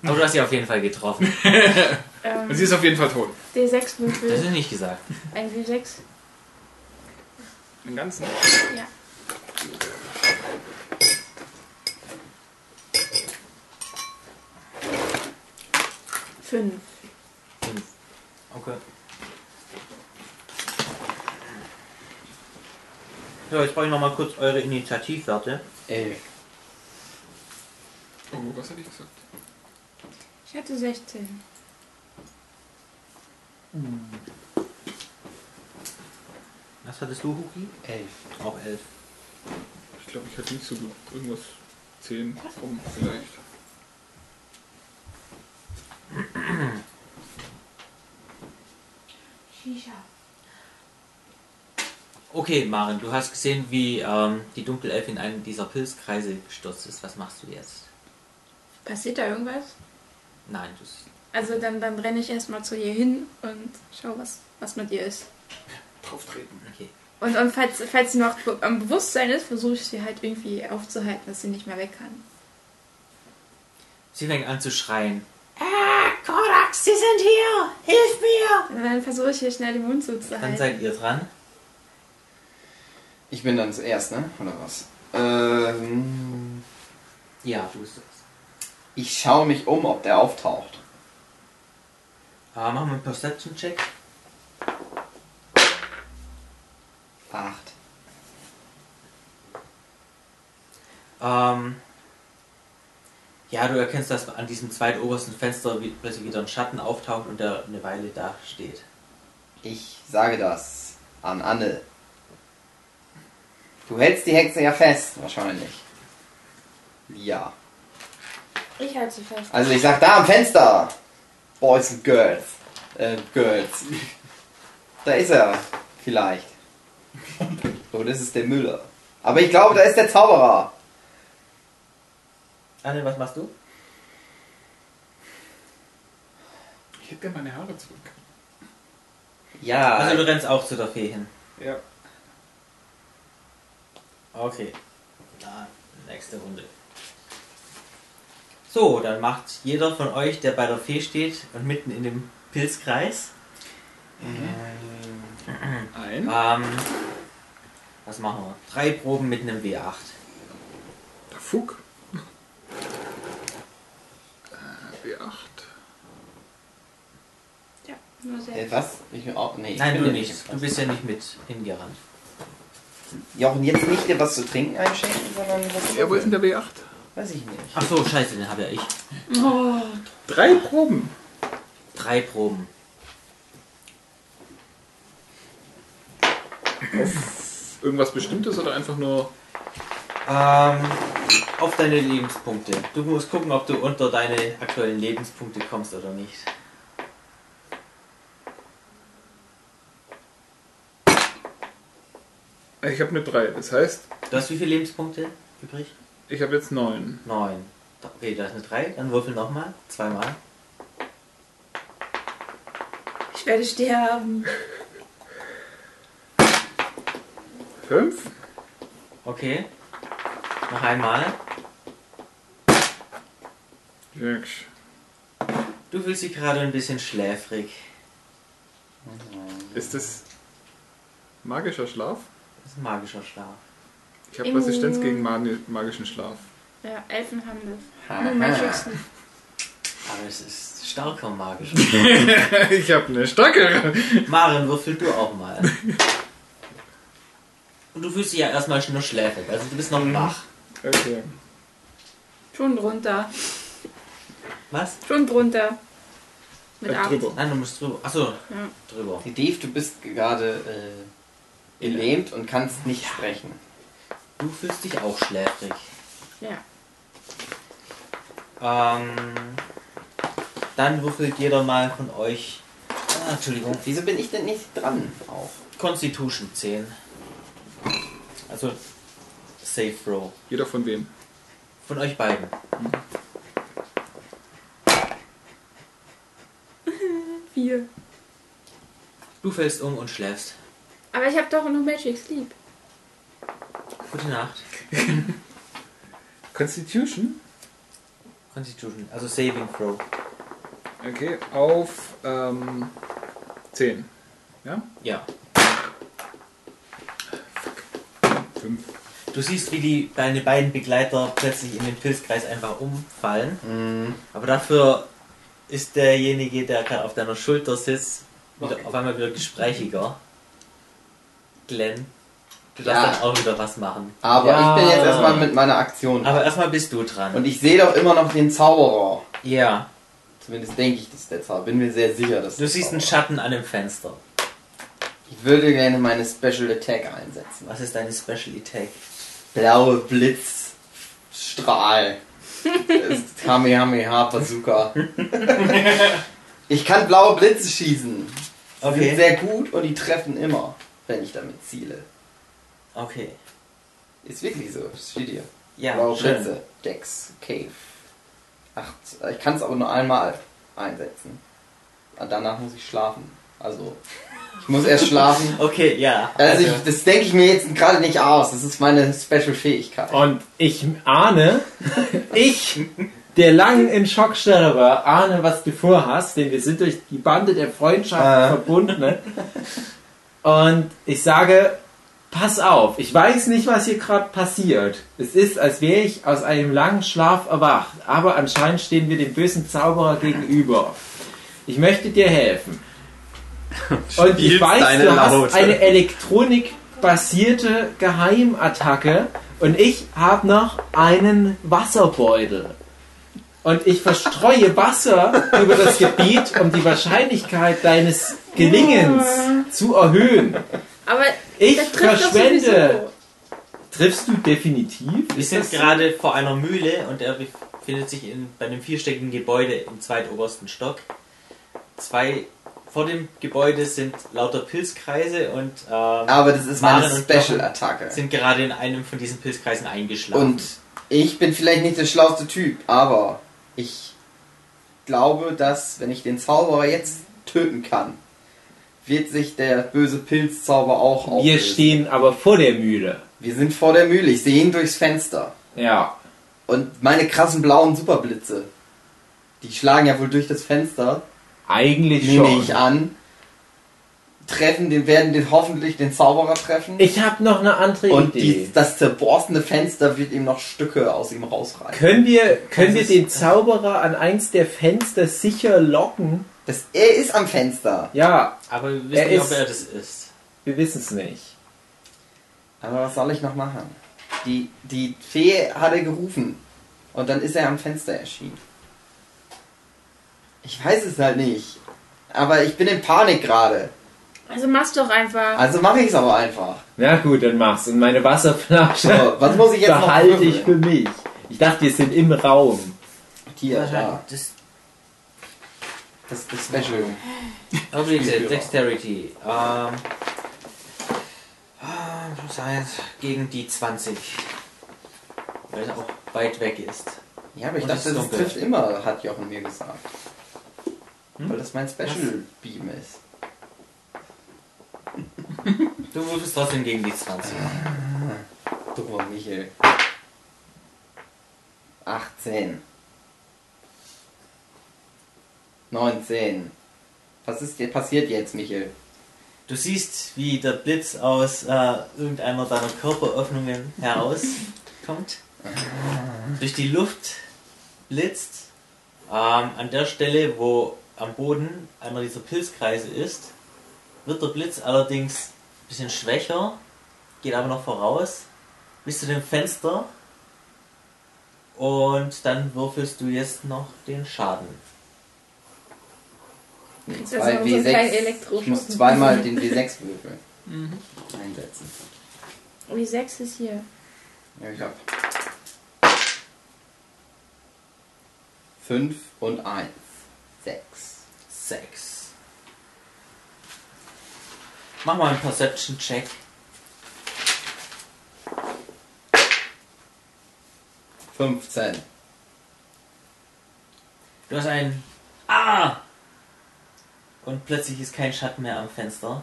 [SPEAKER 2] Aber du hast sie auf jeden Fall getroffen.
[SPEAKER 4] Und Also sie ist auf jeden Fall tot.
[SPEAKER 3] D6
[SPEAKER 2] Das
[SPEAKER 3] würfeln.
[SPEAKER 2] ist nicht gesagt.
[SPEAKER 3] Ein W6.
[SPEAKER 4] Den ganzen.
[SPEAKER 3] Ja. Fünf.
[SPEAKER 2] Okay. So, jetzt brauche ich nochmal kurz eure Initiativwerte.
[SPEAKER 8] Elf.
[SPEAKER 4] Oh, was hatte ich gesagt?
[SPEAKER 3] Ich hatte 16.
[SPEAKER 2] Was hattest du, Huki?
[SPEAKER 8] Elf.
[SPEAKER 2] Auch elf.
[SPEAKER 4] Ich glaube, ich hatte nicht so gut. Irgendwas 10 rum vielleicht.
[SPEAKER 7] Shisha.
[SPEAKER 2] Okay, Maren, du hast gesehen, wie ähm, die Dunkelelfe in einen dieser Pilzkreise gestürzt ist. Was machst du jetzt?
[SPEAKER 3] Passiert da irgendwas?
[SPEAKER 2] Nein, du siehst.
[SPEAKER 3] Also dann, dann renne ich erstmal zu ihr hin und schau, was, was mit ihr ist.
[SPEAKER 4] Drauftreten.
[SPEAKER 2] Okay.
[SPEAKER 3] Und, und falls, falls sie noch be- am Bewusstsein ist, versuche ich sie halt irgendwie aufzuhalten, dass sie nicht mehr weg kann.
[SPEAKER 2] Sie fängt an zu schreien.
[SPEAKER 7] Ah, Korax, sie sind hier! Hilf mir!
[SPEAKER 3] Und dann versuche ich hier schnell den Mund zuzuhalten.
[SPEAKER 2] Dann seid ihr dran.
[SPEAKER 8] Ich bin dann zuerst, ne? Oder was? Ähm,
[SPEAKER 2] Ja, du bist das.
[SPEAKER 8] ich schaue mich um, ob der auftaucht.
[SPEAKER 2] Ah, machen wir einen Perception-Check.
[SPEAKER 8] Acht.
[SPEAKER 2] Ähm, ja, du erkennst, dass an diesem zweitobersten Fenster wie- plötzlich wieder ein Schatten auftaucht und der eine Weile da steht.
[SPEAKER 8] Ich sage das an Anne. Du hältst die Hexe ja fest, wahrscheinlich. Ja.
[SPEAKER 3] Ich halte sie fest.
[SPEAKER 8] Also ich sag da am Fenster. Boys and Girls. Äh, Girls. Da ist er. Vielleicht. So, das ist der Müller. Aber ich glaube, da ist der Zauberer.
[SPEAKER 2] Anne, was machst du?
[SPEAKER 4] Ich hätte gerne meine Haare zurück.
[SPEAKER 8] Ja.
[SPEAKER 2] Also du rennst auch zu der Fee hin.
[SPEAKER 4] Ja.
[SPEAKER 2] Okay. Dann nächste Runde. So, dann macht jeder von euch, der bei der Fee steht und mitten in dem Pilzkreis, äh,
[SPEAKER 4] Ein.
[SPEAKER 2] ähm, was machen wir? Drei Proben mit einem W8.
[SPEAKER 4] Der Fuck. Äh, B8.
[SPEAKER 3] Ja, nur sehr.
[SPEAKER 8] Äh, was? Ich, oh, nee, ich
[SPEAKER 2] Nein,
[SPEAKER 8] bin
[SPEAKER 2] du
[SPEAKER 8] ja
[SPEAKER 2] nicht. Du bist ja nicht mit hingerannt.
[SPEAKER 8] Jochen, jetzt nicht dir was zu trinken einschenken, sondern was.
[SPEAKER 4] Ja, wo ist denn der B8?
[SPEAKER 8] Weiß ich nicht.
[SPEAKER 2] Ach so, scheiße, den habe ja ich.
[SPEAKER 3] Oh,
[SPEAKER 4] Drei Proben.
[SPEAKER 2] Drei Proben.
[SPEAKER 4] Irgendwas Bestimmtes oder einfach nur.
[SPEAKER 2] Ähm, auf deine Lebenspunkte. Du musst gucken, ob du unter deine aktuellen Lebenspunkte kommst oder nicht.
[SPEAKER 4] Äh, Ich habe eine 3. Das heißt,
[SPEAKER 2] Du hast wie viele Lebenspunkte übrig?
[SPEAKER 4] ich habe jetzt 9.
[SPEAKER 2] Neun. Okay, da ist eine 3. Dann würfel nochmal. Zweimal.
[SPEAKER 3] Ich werde sterben.
[SPEAKER 4] 5.
[SPEAKER 2] Okay. Noch einmal.
[SPEAKER 4] 6.
[SPEAKER 2] Du fühlst dich gerade ein bisschen schläfrig.
[SPEAKER 4] Ist das magischer Schlaf?
[SPEAKER 2] Das ist ein magischer Schlaf.
[SPEAKER 4] Ich habe Resistenz gegen mani- magischen Schlaf.
[SPEAKER 3] Ja, Elfen haben das. Nur
[SPEAKER 8] Aha.
[SPEAKER 3] Magics nicht.
[SPEAKER 2] Aber es ist starker magischer Schlaf.
[SPEAKER 4] ich habe eine starke.
[SPEAKER 2] Maren, würfel du auch mal. Und du fühlst dich ja erstmal nur schläfrig. Also du bist noch wach.
[SPEAKER 4] Okay.
[SPEAKER 3] Schon drunter.
[SPEAKER 2] Was?
[SPEAKER 3] Schon drunter. Mit
[SPEAKER 4] Äh,
[SPEAKER 3] acht.
[SPEAKER 4] drüber.
[SPEAKER 2] Nein, du musst drüber. Achso,
[SPEAKER 3] Ja.
[SPEAKER 2] drüber.
[SPEAKER 8] Dave, du bist gerade äh, gelähmt und kannst nicht sprechen.
[SPEAKER 2] Du fühlst dich auch schläfrig.
[SPEAKER 3] Ja.
[SPEAKER 2] Ähm, dann würfelt jeder mal von euch. Ah, Entschuldigung.
[SPEAKER 8] Wieso bin ich denn nicht dran? Auch.
[SPEAKER 2] Constitution 10. Also Safe Row.
[SPEAKER 4] Jeder von wem?
[SPEAKER 2] Von euch beiden.
[SPEAKER 3] Vier.
[SPEAKER 2] Du fällst um und schläfst.
[SPEAKER 3] Aber ich habe doch noch Magic Sleep.
[SPEAKER 2] Gute Nacht.
[SPEAKER 4] Constitution.
[SPEAKER 2] Constitution, also Saving Throw.
[SPEAKER 4] Okay, auf ähm, 10. Ja?
[SPEAKER 2] Ja.
[SPEAKER 4] 5.
[SPEAKER 2] Du siehst, wie die, deine beiden Begleiter plötzlich in den Pilzkreis einfach umfallen.
[SPEAKER 8] Mhm.
[SPEAKER 2] Aber dafür ist derjenige, der gerade auf deiner Schulter sitzt, wieder, auf einmal wieder gesprächiger. Glenn, du darfst
[SPEAKER 8] Ja.
[SPEAKER 2] dann auch wieder was machen.
[SPEAKER 8] Aber
[SPEAKER 5] Ja.
[SPEAKER 8] ich bin jetzt erstmal mit meiner Aktion.
[SPEAKER 2] Aber erstmal bist du dran.
[SPEAKER 8] Und ich sehe doch immer noch den Zauberer.
[SPEAKER 2] ja,
[SPEAKER 8] Zumindest denke ich, das ist der Zauberer. Bin mir sehr sicher, dass
[SPEAKER 2] du siehst einen Schatten an dem Fenster.
[SPEAKER 8] Ich würde gerne meine Special Attack einsetzen.
[SPEAKER 2] Was ist deine Special Attack?
[SPEAKER 8] Blaue Blitzstrahl. Das ist Kamehameha Bazooka. ich kann blaue Blitze schießen. Die Sind
[SPEAKER 2] Okay.
[SPEAKER 8] sehr gut und die treffen immer, wenn ich damit ziele.
[SPEAKER 2] Okay.
[SPEAKER 8] Ist wirklich so, das steht hier.
[SPEAKER 2] Ja,
[SPEAKER 8] blaue
[SPEAKER 2] schön.
[SPEAKER 8] Blitze. Dex, Cave. Acht. Ich kann es aber nur einmal einsetzen. Und danach muss ich schlafen. Also Ich muss erst schlafen.
[SPEAKER 2] Okay, ja.
[SPEAKER 8] Also, ich, das denke ich mir jetzt gerade nicht aus. Das ist meine Special-Fähigkeit.
[SPEAKER 5] Und ich ahne, ich, der lang in Schockstarre war, ahne, was du vorhast, denn wir sind durch die Bande der Freundschaft
[SPEAKER 6] Ah.
[SPEAKER 5] verbunden. Ne? Und ich sage, pass auf, ich weiß nicht, was hier gerade passiert. Es ist, als wäre ich aus einem langen Schlaf erwacht, aber anscheinend stehen wir dem bösen Zauberer gegenüber. Ich möchte dir helfen. Und ich
[SPEAKER 6] Spielst
[SPEAKER 5] weiß,
[SPEAKER 6] deine
[SPEAKER 5] du hast
[SPEAKER 6] Laute.
[SPEAKER 5] eine elektronikbasierte Geheimattacke und ich habe noch einen Wasserbeutel. Und ich verstreue Wasser über das Gebiet, um die Wahrscheinlichkeit deines Gelingens zu erhöhen.
[SPEAKER 3] Aber
[SPEAKER 5] Ich
[SPEAKER 3] das trifft doch
[SPEAKER 5] verschwende.
[SPEAKER 3] sowieso.
[SPEAKER 5] Triffst du definitiv?
[SPEAKER 2] Wir sind gerade vor einer Mühle und er befindet sich in, bei einem vierstöckigen Gebäude im zweitobersten Stock. Zwei vor dem Gebäude sind lauter Pilzkreise und ähm,
[SPEAKER 8] Aber das ist meine
[SPEAKER 2] Maren und Jochen
[SPEAKER 8] Special-Attacke.
[SPEAKER 2] sind gerade in einem von diesen Pilzkreisen eingeschlafen.
[SPEAKER 8] Und ich bin vielleicht nicht der schlauste Typ, aber ich glaube, dass wenn ich den Zauberer jetzt töten kann, wird sich der böse Pilzzauber auch
[SPEAKER 5] Wir
[SPEAKER 8] auflösen.
[SPEAKER 5] stehen aber vor der Mühle.
[SPEAKER 8] Wir sind vor der Mühle, ich sehe ihn durchs Fenster.
[SPEAKER 5] Ja.
[SPEAKER 8] Und meine krassen blauen Superblitze, die schlagen ja wohl durch das Fenster,
[SPEAKER 5] Eigentlich
[SPEAKER 8] nehme
[SPEAKER 5] schon.
[SPEAKER 8] ich an. Treffen, den werden den hoffentlich den Zauberer treffen.
[SPEAKER 5] Ich habe noch eine andere
[SPEAKER 8] und
[SPEAKER 5] Idee.
[SPEAKER 8] die, das zerborstene Fenster wird ihm noch Stücke aus ihm rausreißen.
[SPEAKER 5] können wir, können wir den Zauberer an eins der Fenster sicher locken?
[SPEAKER 8] Das, er ist am Fenster.
[SPEAKER 5] Ja,
[SPEAKER 2] Aber wir wissen
[SPEAKER 5] Er
[SPEAKER 2] nicht, ob
[SPEAKER 5] ist-
[SPEAKER 2] er das ist.
[SPEAKER 5] wir wissen es nicht.
[SPEAKER 8] Aber was soll ich noch machen? Die, die Fee hatte gerufen. Und dann ist er am Fenster erschienen. Ich weiß es halt nicht. Aber ich bin in Panik gerade.
[SPEAKER 3] Also mach's doch einfach.
[SPEAKER 8] Also mache ich es aber einfach.
[SPEAKER 5] Na gut, dann mach's. Und meine
[SPEAKER 8] So,
[SPEAKER 5] Wasserflasche
[SPEAKER 8] was muss ich jetzt noch
[SPEAKER 5] behalte ich für
[SPEAKER 8] würfeln?
[SPEAKER 5] mich. Ich dachte, wir sind im Raum.
[SPEAKER 8] Hier, da.
[SPEAKER 2] Das
[SPEAKER 8] Das ist das Special.
[SPEAKER 2] Oblique, Dexterity. Ähm, ah, plus eins gegen die 20. Weil er auch weit weg ist.
[SPEAKER 8] Ja, aber ich
[SPEAKER 2] Und es
[SPEAKER 8] dachte,
[SPEAKER 2] ist
[SPEAKER 8] das
[SPEAKER 2] dunkel.
[SPEAKER 8] trifft immer, hat Jochen mir gesagt.
[SPEAKER 2] Hm?
[SPEAKER 8] Weil das mein Special Beam ist.
[SPEAKER 2] Du würfelst trotzdem gegen die 20.
[SPEAKER 8] Dummer Michel. 18. 19. Was ist dir passiert jetzt, Michel?
[SPEAKER 2] Du siehst, wie der Blitz aus äh, irgendeiner deiner Körperöffnungen herauskommt, durch die Luft blitzt, ähm, an der Stelle, wo am Boden einer dieser Pilzkreise ist, wird der Blitz allerdings ein bisschen schwächer, geht aber noch voraus, bis zu dem Fenster und dann würfelst du jetzt noch den Schaden.
[SPEAKER 8] Nee,
[SPEAKER 3] Das ist aber so ein kleiner Elektroschock.
[SPEAKER 8] ich muss zweimal den W6 würfeln.
[SPEAKER 2] Mhm.
[SPEAKER 8] Einsetzen.
[SPEAKER 3] Oh, Wie sechs ist hier.
[SPEAKER 8] Ja, ich hab. 5 und 1. 6.
[SPEAKER 2] 6. Mach mal einen Perception-Check.
[SPEAKER 8] Fünfzehn.
[SPEAKER 2] Du hast ein Ah! Und plötzlich ist kein Schatten mehr am Fenster.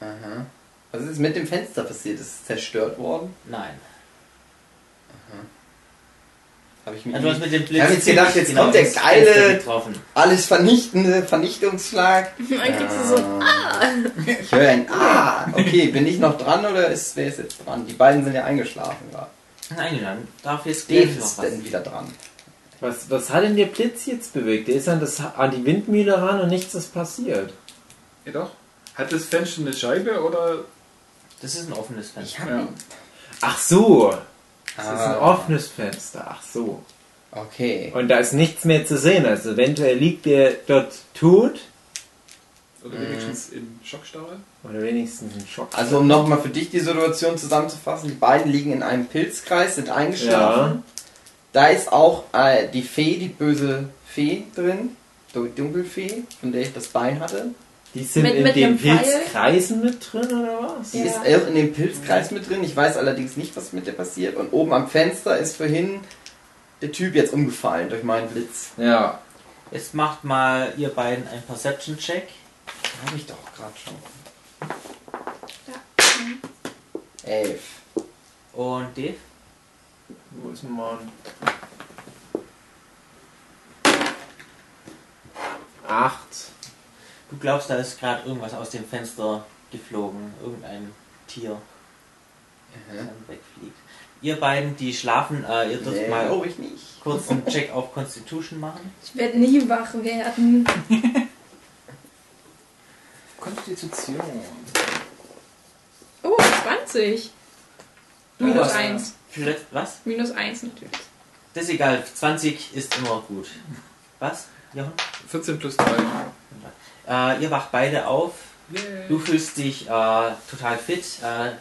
[SPEAKER 8] Aha. Was ist mit dem Fenster passiert? Ist es zerstört worden?
[SPEAKER 2] Nein.
[SPEAKER 8] Habe ich mir
[SPEAKER 2] Ja, Also du hast mit dem Blitz.
[SPEAKER 8] Ich hab jetzt gedacht, jetzt
[SPEAKER 2] genau
[SPEAKER 8] kommt der
[SPEAKER 2] ins
[SPEAKER 8] geile-
[SPEAKER 2] Fenster Getroffen.
[SPEAKER 8] alles vernichtende Vernichtungsschlag.
[SPEAKER 3] Und dann kriegst du so ein
[SPEAKER 8] Ich höre ein Ah. Okay, bin ich noch dran oder ist wer ist jetzt dran? Die beiden sind ja eingeschlafen gerade.
[SPEAKER 2] Nein, dann darf jetzt gleich
[SPEAKER 8] Dave
[SPEAKER 2] noch
[SPEAKER 8] ist
[SPEAKER 2] was.
[SPEAKER 8] dann wieder dran.
[SPEAKER 5] Was, was hat denn der Blitz jetzt bewegt? Der ist an, das, an die Windmühle ran und nichts ist passiert.
[SPEAKER 4] Ja doch. Hat das Fenster eine Scheibe oder
[SPEAKER 2] Das ist ein offenes Fenster.
[SPEAKER 8] hab
[SPEAKER 4] Ja.
[SPEAKER 5] Ach so. Das ist ein
[SPEAKER 8] Ah.
[SPEAKER 5] offenes Fenster. Ach so.
[SPEAKER 8] Okay.
[SPEAKER 5] Und da ist nichts mehr zu sehen. Also eventuell liegt der dort tot.
[SPEAKER 4] oder wenigstens im Schockstarre?
[SPEAKER 5] Oder wenigstens ein Schock.
[SPEAKER 8] Also um nochmal für dich die Situation zusammenzufassen, die beiden liegen in einem Pilzkreis, sind eingeschlafen. Da ist auch äh, die Fee, die böse Fee drin, die Dunkelfee, von der ich das Bein hatte.
[SPEAKER 5] die sind
[SPEAKER 3] Mit-
[SPEAKER 5] in
[SPEAKER 3] mit
[SPEAKER 5] den
[SPEAKER 3] einem Pfeil?
[SPEAKER 5] Pilzkreisen mit drin oder was?
[SPEAKER 8] Die
[SPEAKER 3] Ja.
[SPEAKER 8] ist auch in dem Pilzkreis mit drin. Ich weiß allerdings nicht, was mit der passiert. Und oben am Fenster ist vorhin der Typ jetzt umgefallen durch meinen Blitz.
[SPEAKER 5] Ja.
[SPEAKER 2] Jetzt macht mal ihr beiden einen Perception-Check.
[SPEAKER 8] Habe ich doch gerade schon. Elf.
[SPEAKER 2] Und Dave?
[SPEAKER 12] Wo ist denn mein?
[SPEAKER 5] Acht.
[SPEAKER 2] Du glaubst, da ist gerade irgendwas aus dem Fenster geflogen, irgendein Tier, das dann wegfliegt. Ihr beiden, die schlafen, äh, ihr dürft
[SPEAKER 8] Nee,
[SPEAKER 2] mal
[SPEAKER 8] glaube ich nicht.
[SPEAKER 2] kurz einen Check auf Constitution machen.
[SPEAKER 3] Ich werde nie wach werden.
[SPEAKER 12] Konstitution.
[SPEAKER 3] Oh, 20. Minus 1.
[SPEAKER 2] Vielleicht, was?
[SPEAKER 3] Minus 1 natürlich.
[SPEAKER 2] Das ist egal, 20 ist immer gut. Was? Jochen?
[SPEAKER 4] 14 plus 3.
[SPEAKER 2] Äh, ihr wacht beide auf. Du fühlst dich äh, total fit, äh,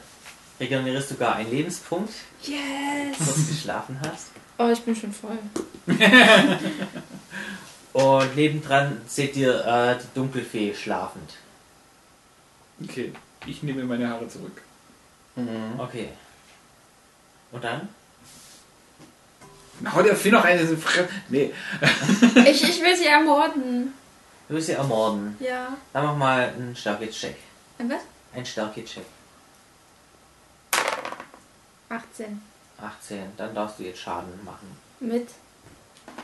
[SPEAKER 2] regenerierst sogar einen Lebenspunkt,
[SPEAKER 3] Yes.
[SPEAKER 2] kurz geschlafen hast.
[SPEAKER 3] Oh, ich bin schon voll.
[SPEAKER 2] Und nebendran seht ihr äh, die Dunkelfee schlafend.
[SPEAKER 4] Okay, ich nehme meine Haare zurück.
[SPEAKER 2] Okay. Und dann?
[SPEAKER 4] Na, hau dir viel noch eine in Fre Nee,
[SPEAKER 3] Ich, ich will sie ermorden.
[SPEAKER 2] Du willst sie ermorden.
[SPEAKER 3] Ja.
[SPEAKER 2] Dann mach mal einen Stärke-Check.
[SPEAKER 3] Ein was?
[SPEAKER 2] Ein Stärke-Check.
[SPEAKER 3] 18.
[SPEAKER 2] 18. Dann darfst du jetzt Schaden machen.
[SPEAKER 3] Mit.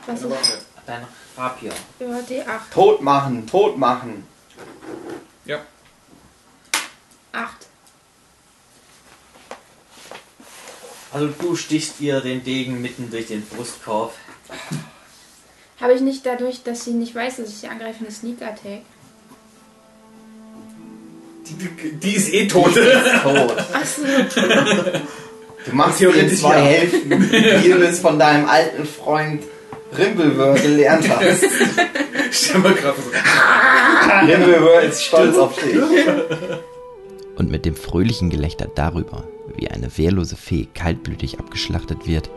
[SPEAKER 3] Was ist?
[SPEAKER 2] Dein Rapier.
[SPEAKER 3] Ja, D8.
[SPEAKER 8] Tot machen, tot machen.
[SPEAKER 3] 8.
[SPEAKER 2] Also du stichst ihr den Degen mitten durch den Brustkorb.
[SPEAKER 3] Habe ich nicht dadurch, dass sie nicht weiß, dass ich sie angreife, eine Sneak Attack?
[SPEAKER 5] Die, die ist eh tot.
[SPEAKER 8] Tot.
[SPEAKER 3] Achso.
[SPEAKER 8] Du machst dir in
[SPEAKER 5] Theoretisch
[SPEAKER 8] zwei
[SPEAKER 5] ja.
[SPEAKER 8] Hälften, wie du es von deinem alten Freund Rimbelwör gelernt hast.
[SPEAKER 4] stell mal gerade so.
[SPEAKER 8] Rimbelwör ist stolz auf dich.
[SPEAKER 1] Und mit dem fröhlichen Gelächter darüber, wie eine wehrlose Fee kaltblütig abgeschlachtet wird,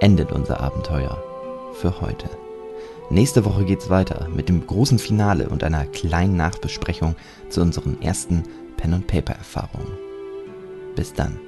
[SPEAKER 1] endet unser Abenteuer für heute. Nächste Woche geht's weiter mit dem großen Finale und einer kleinen Nachbesprechung zu unseren ersten Pen and Paper Erfahrungen. Bis dann.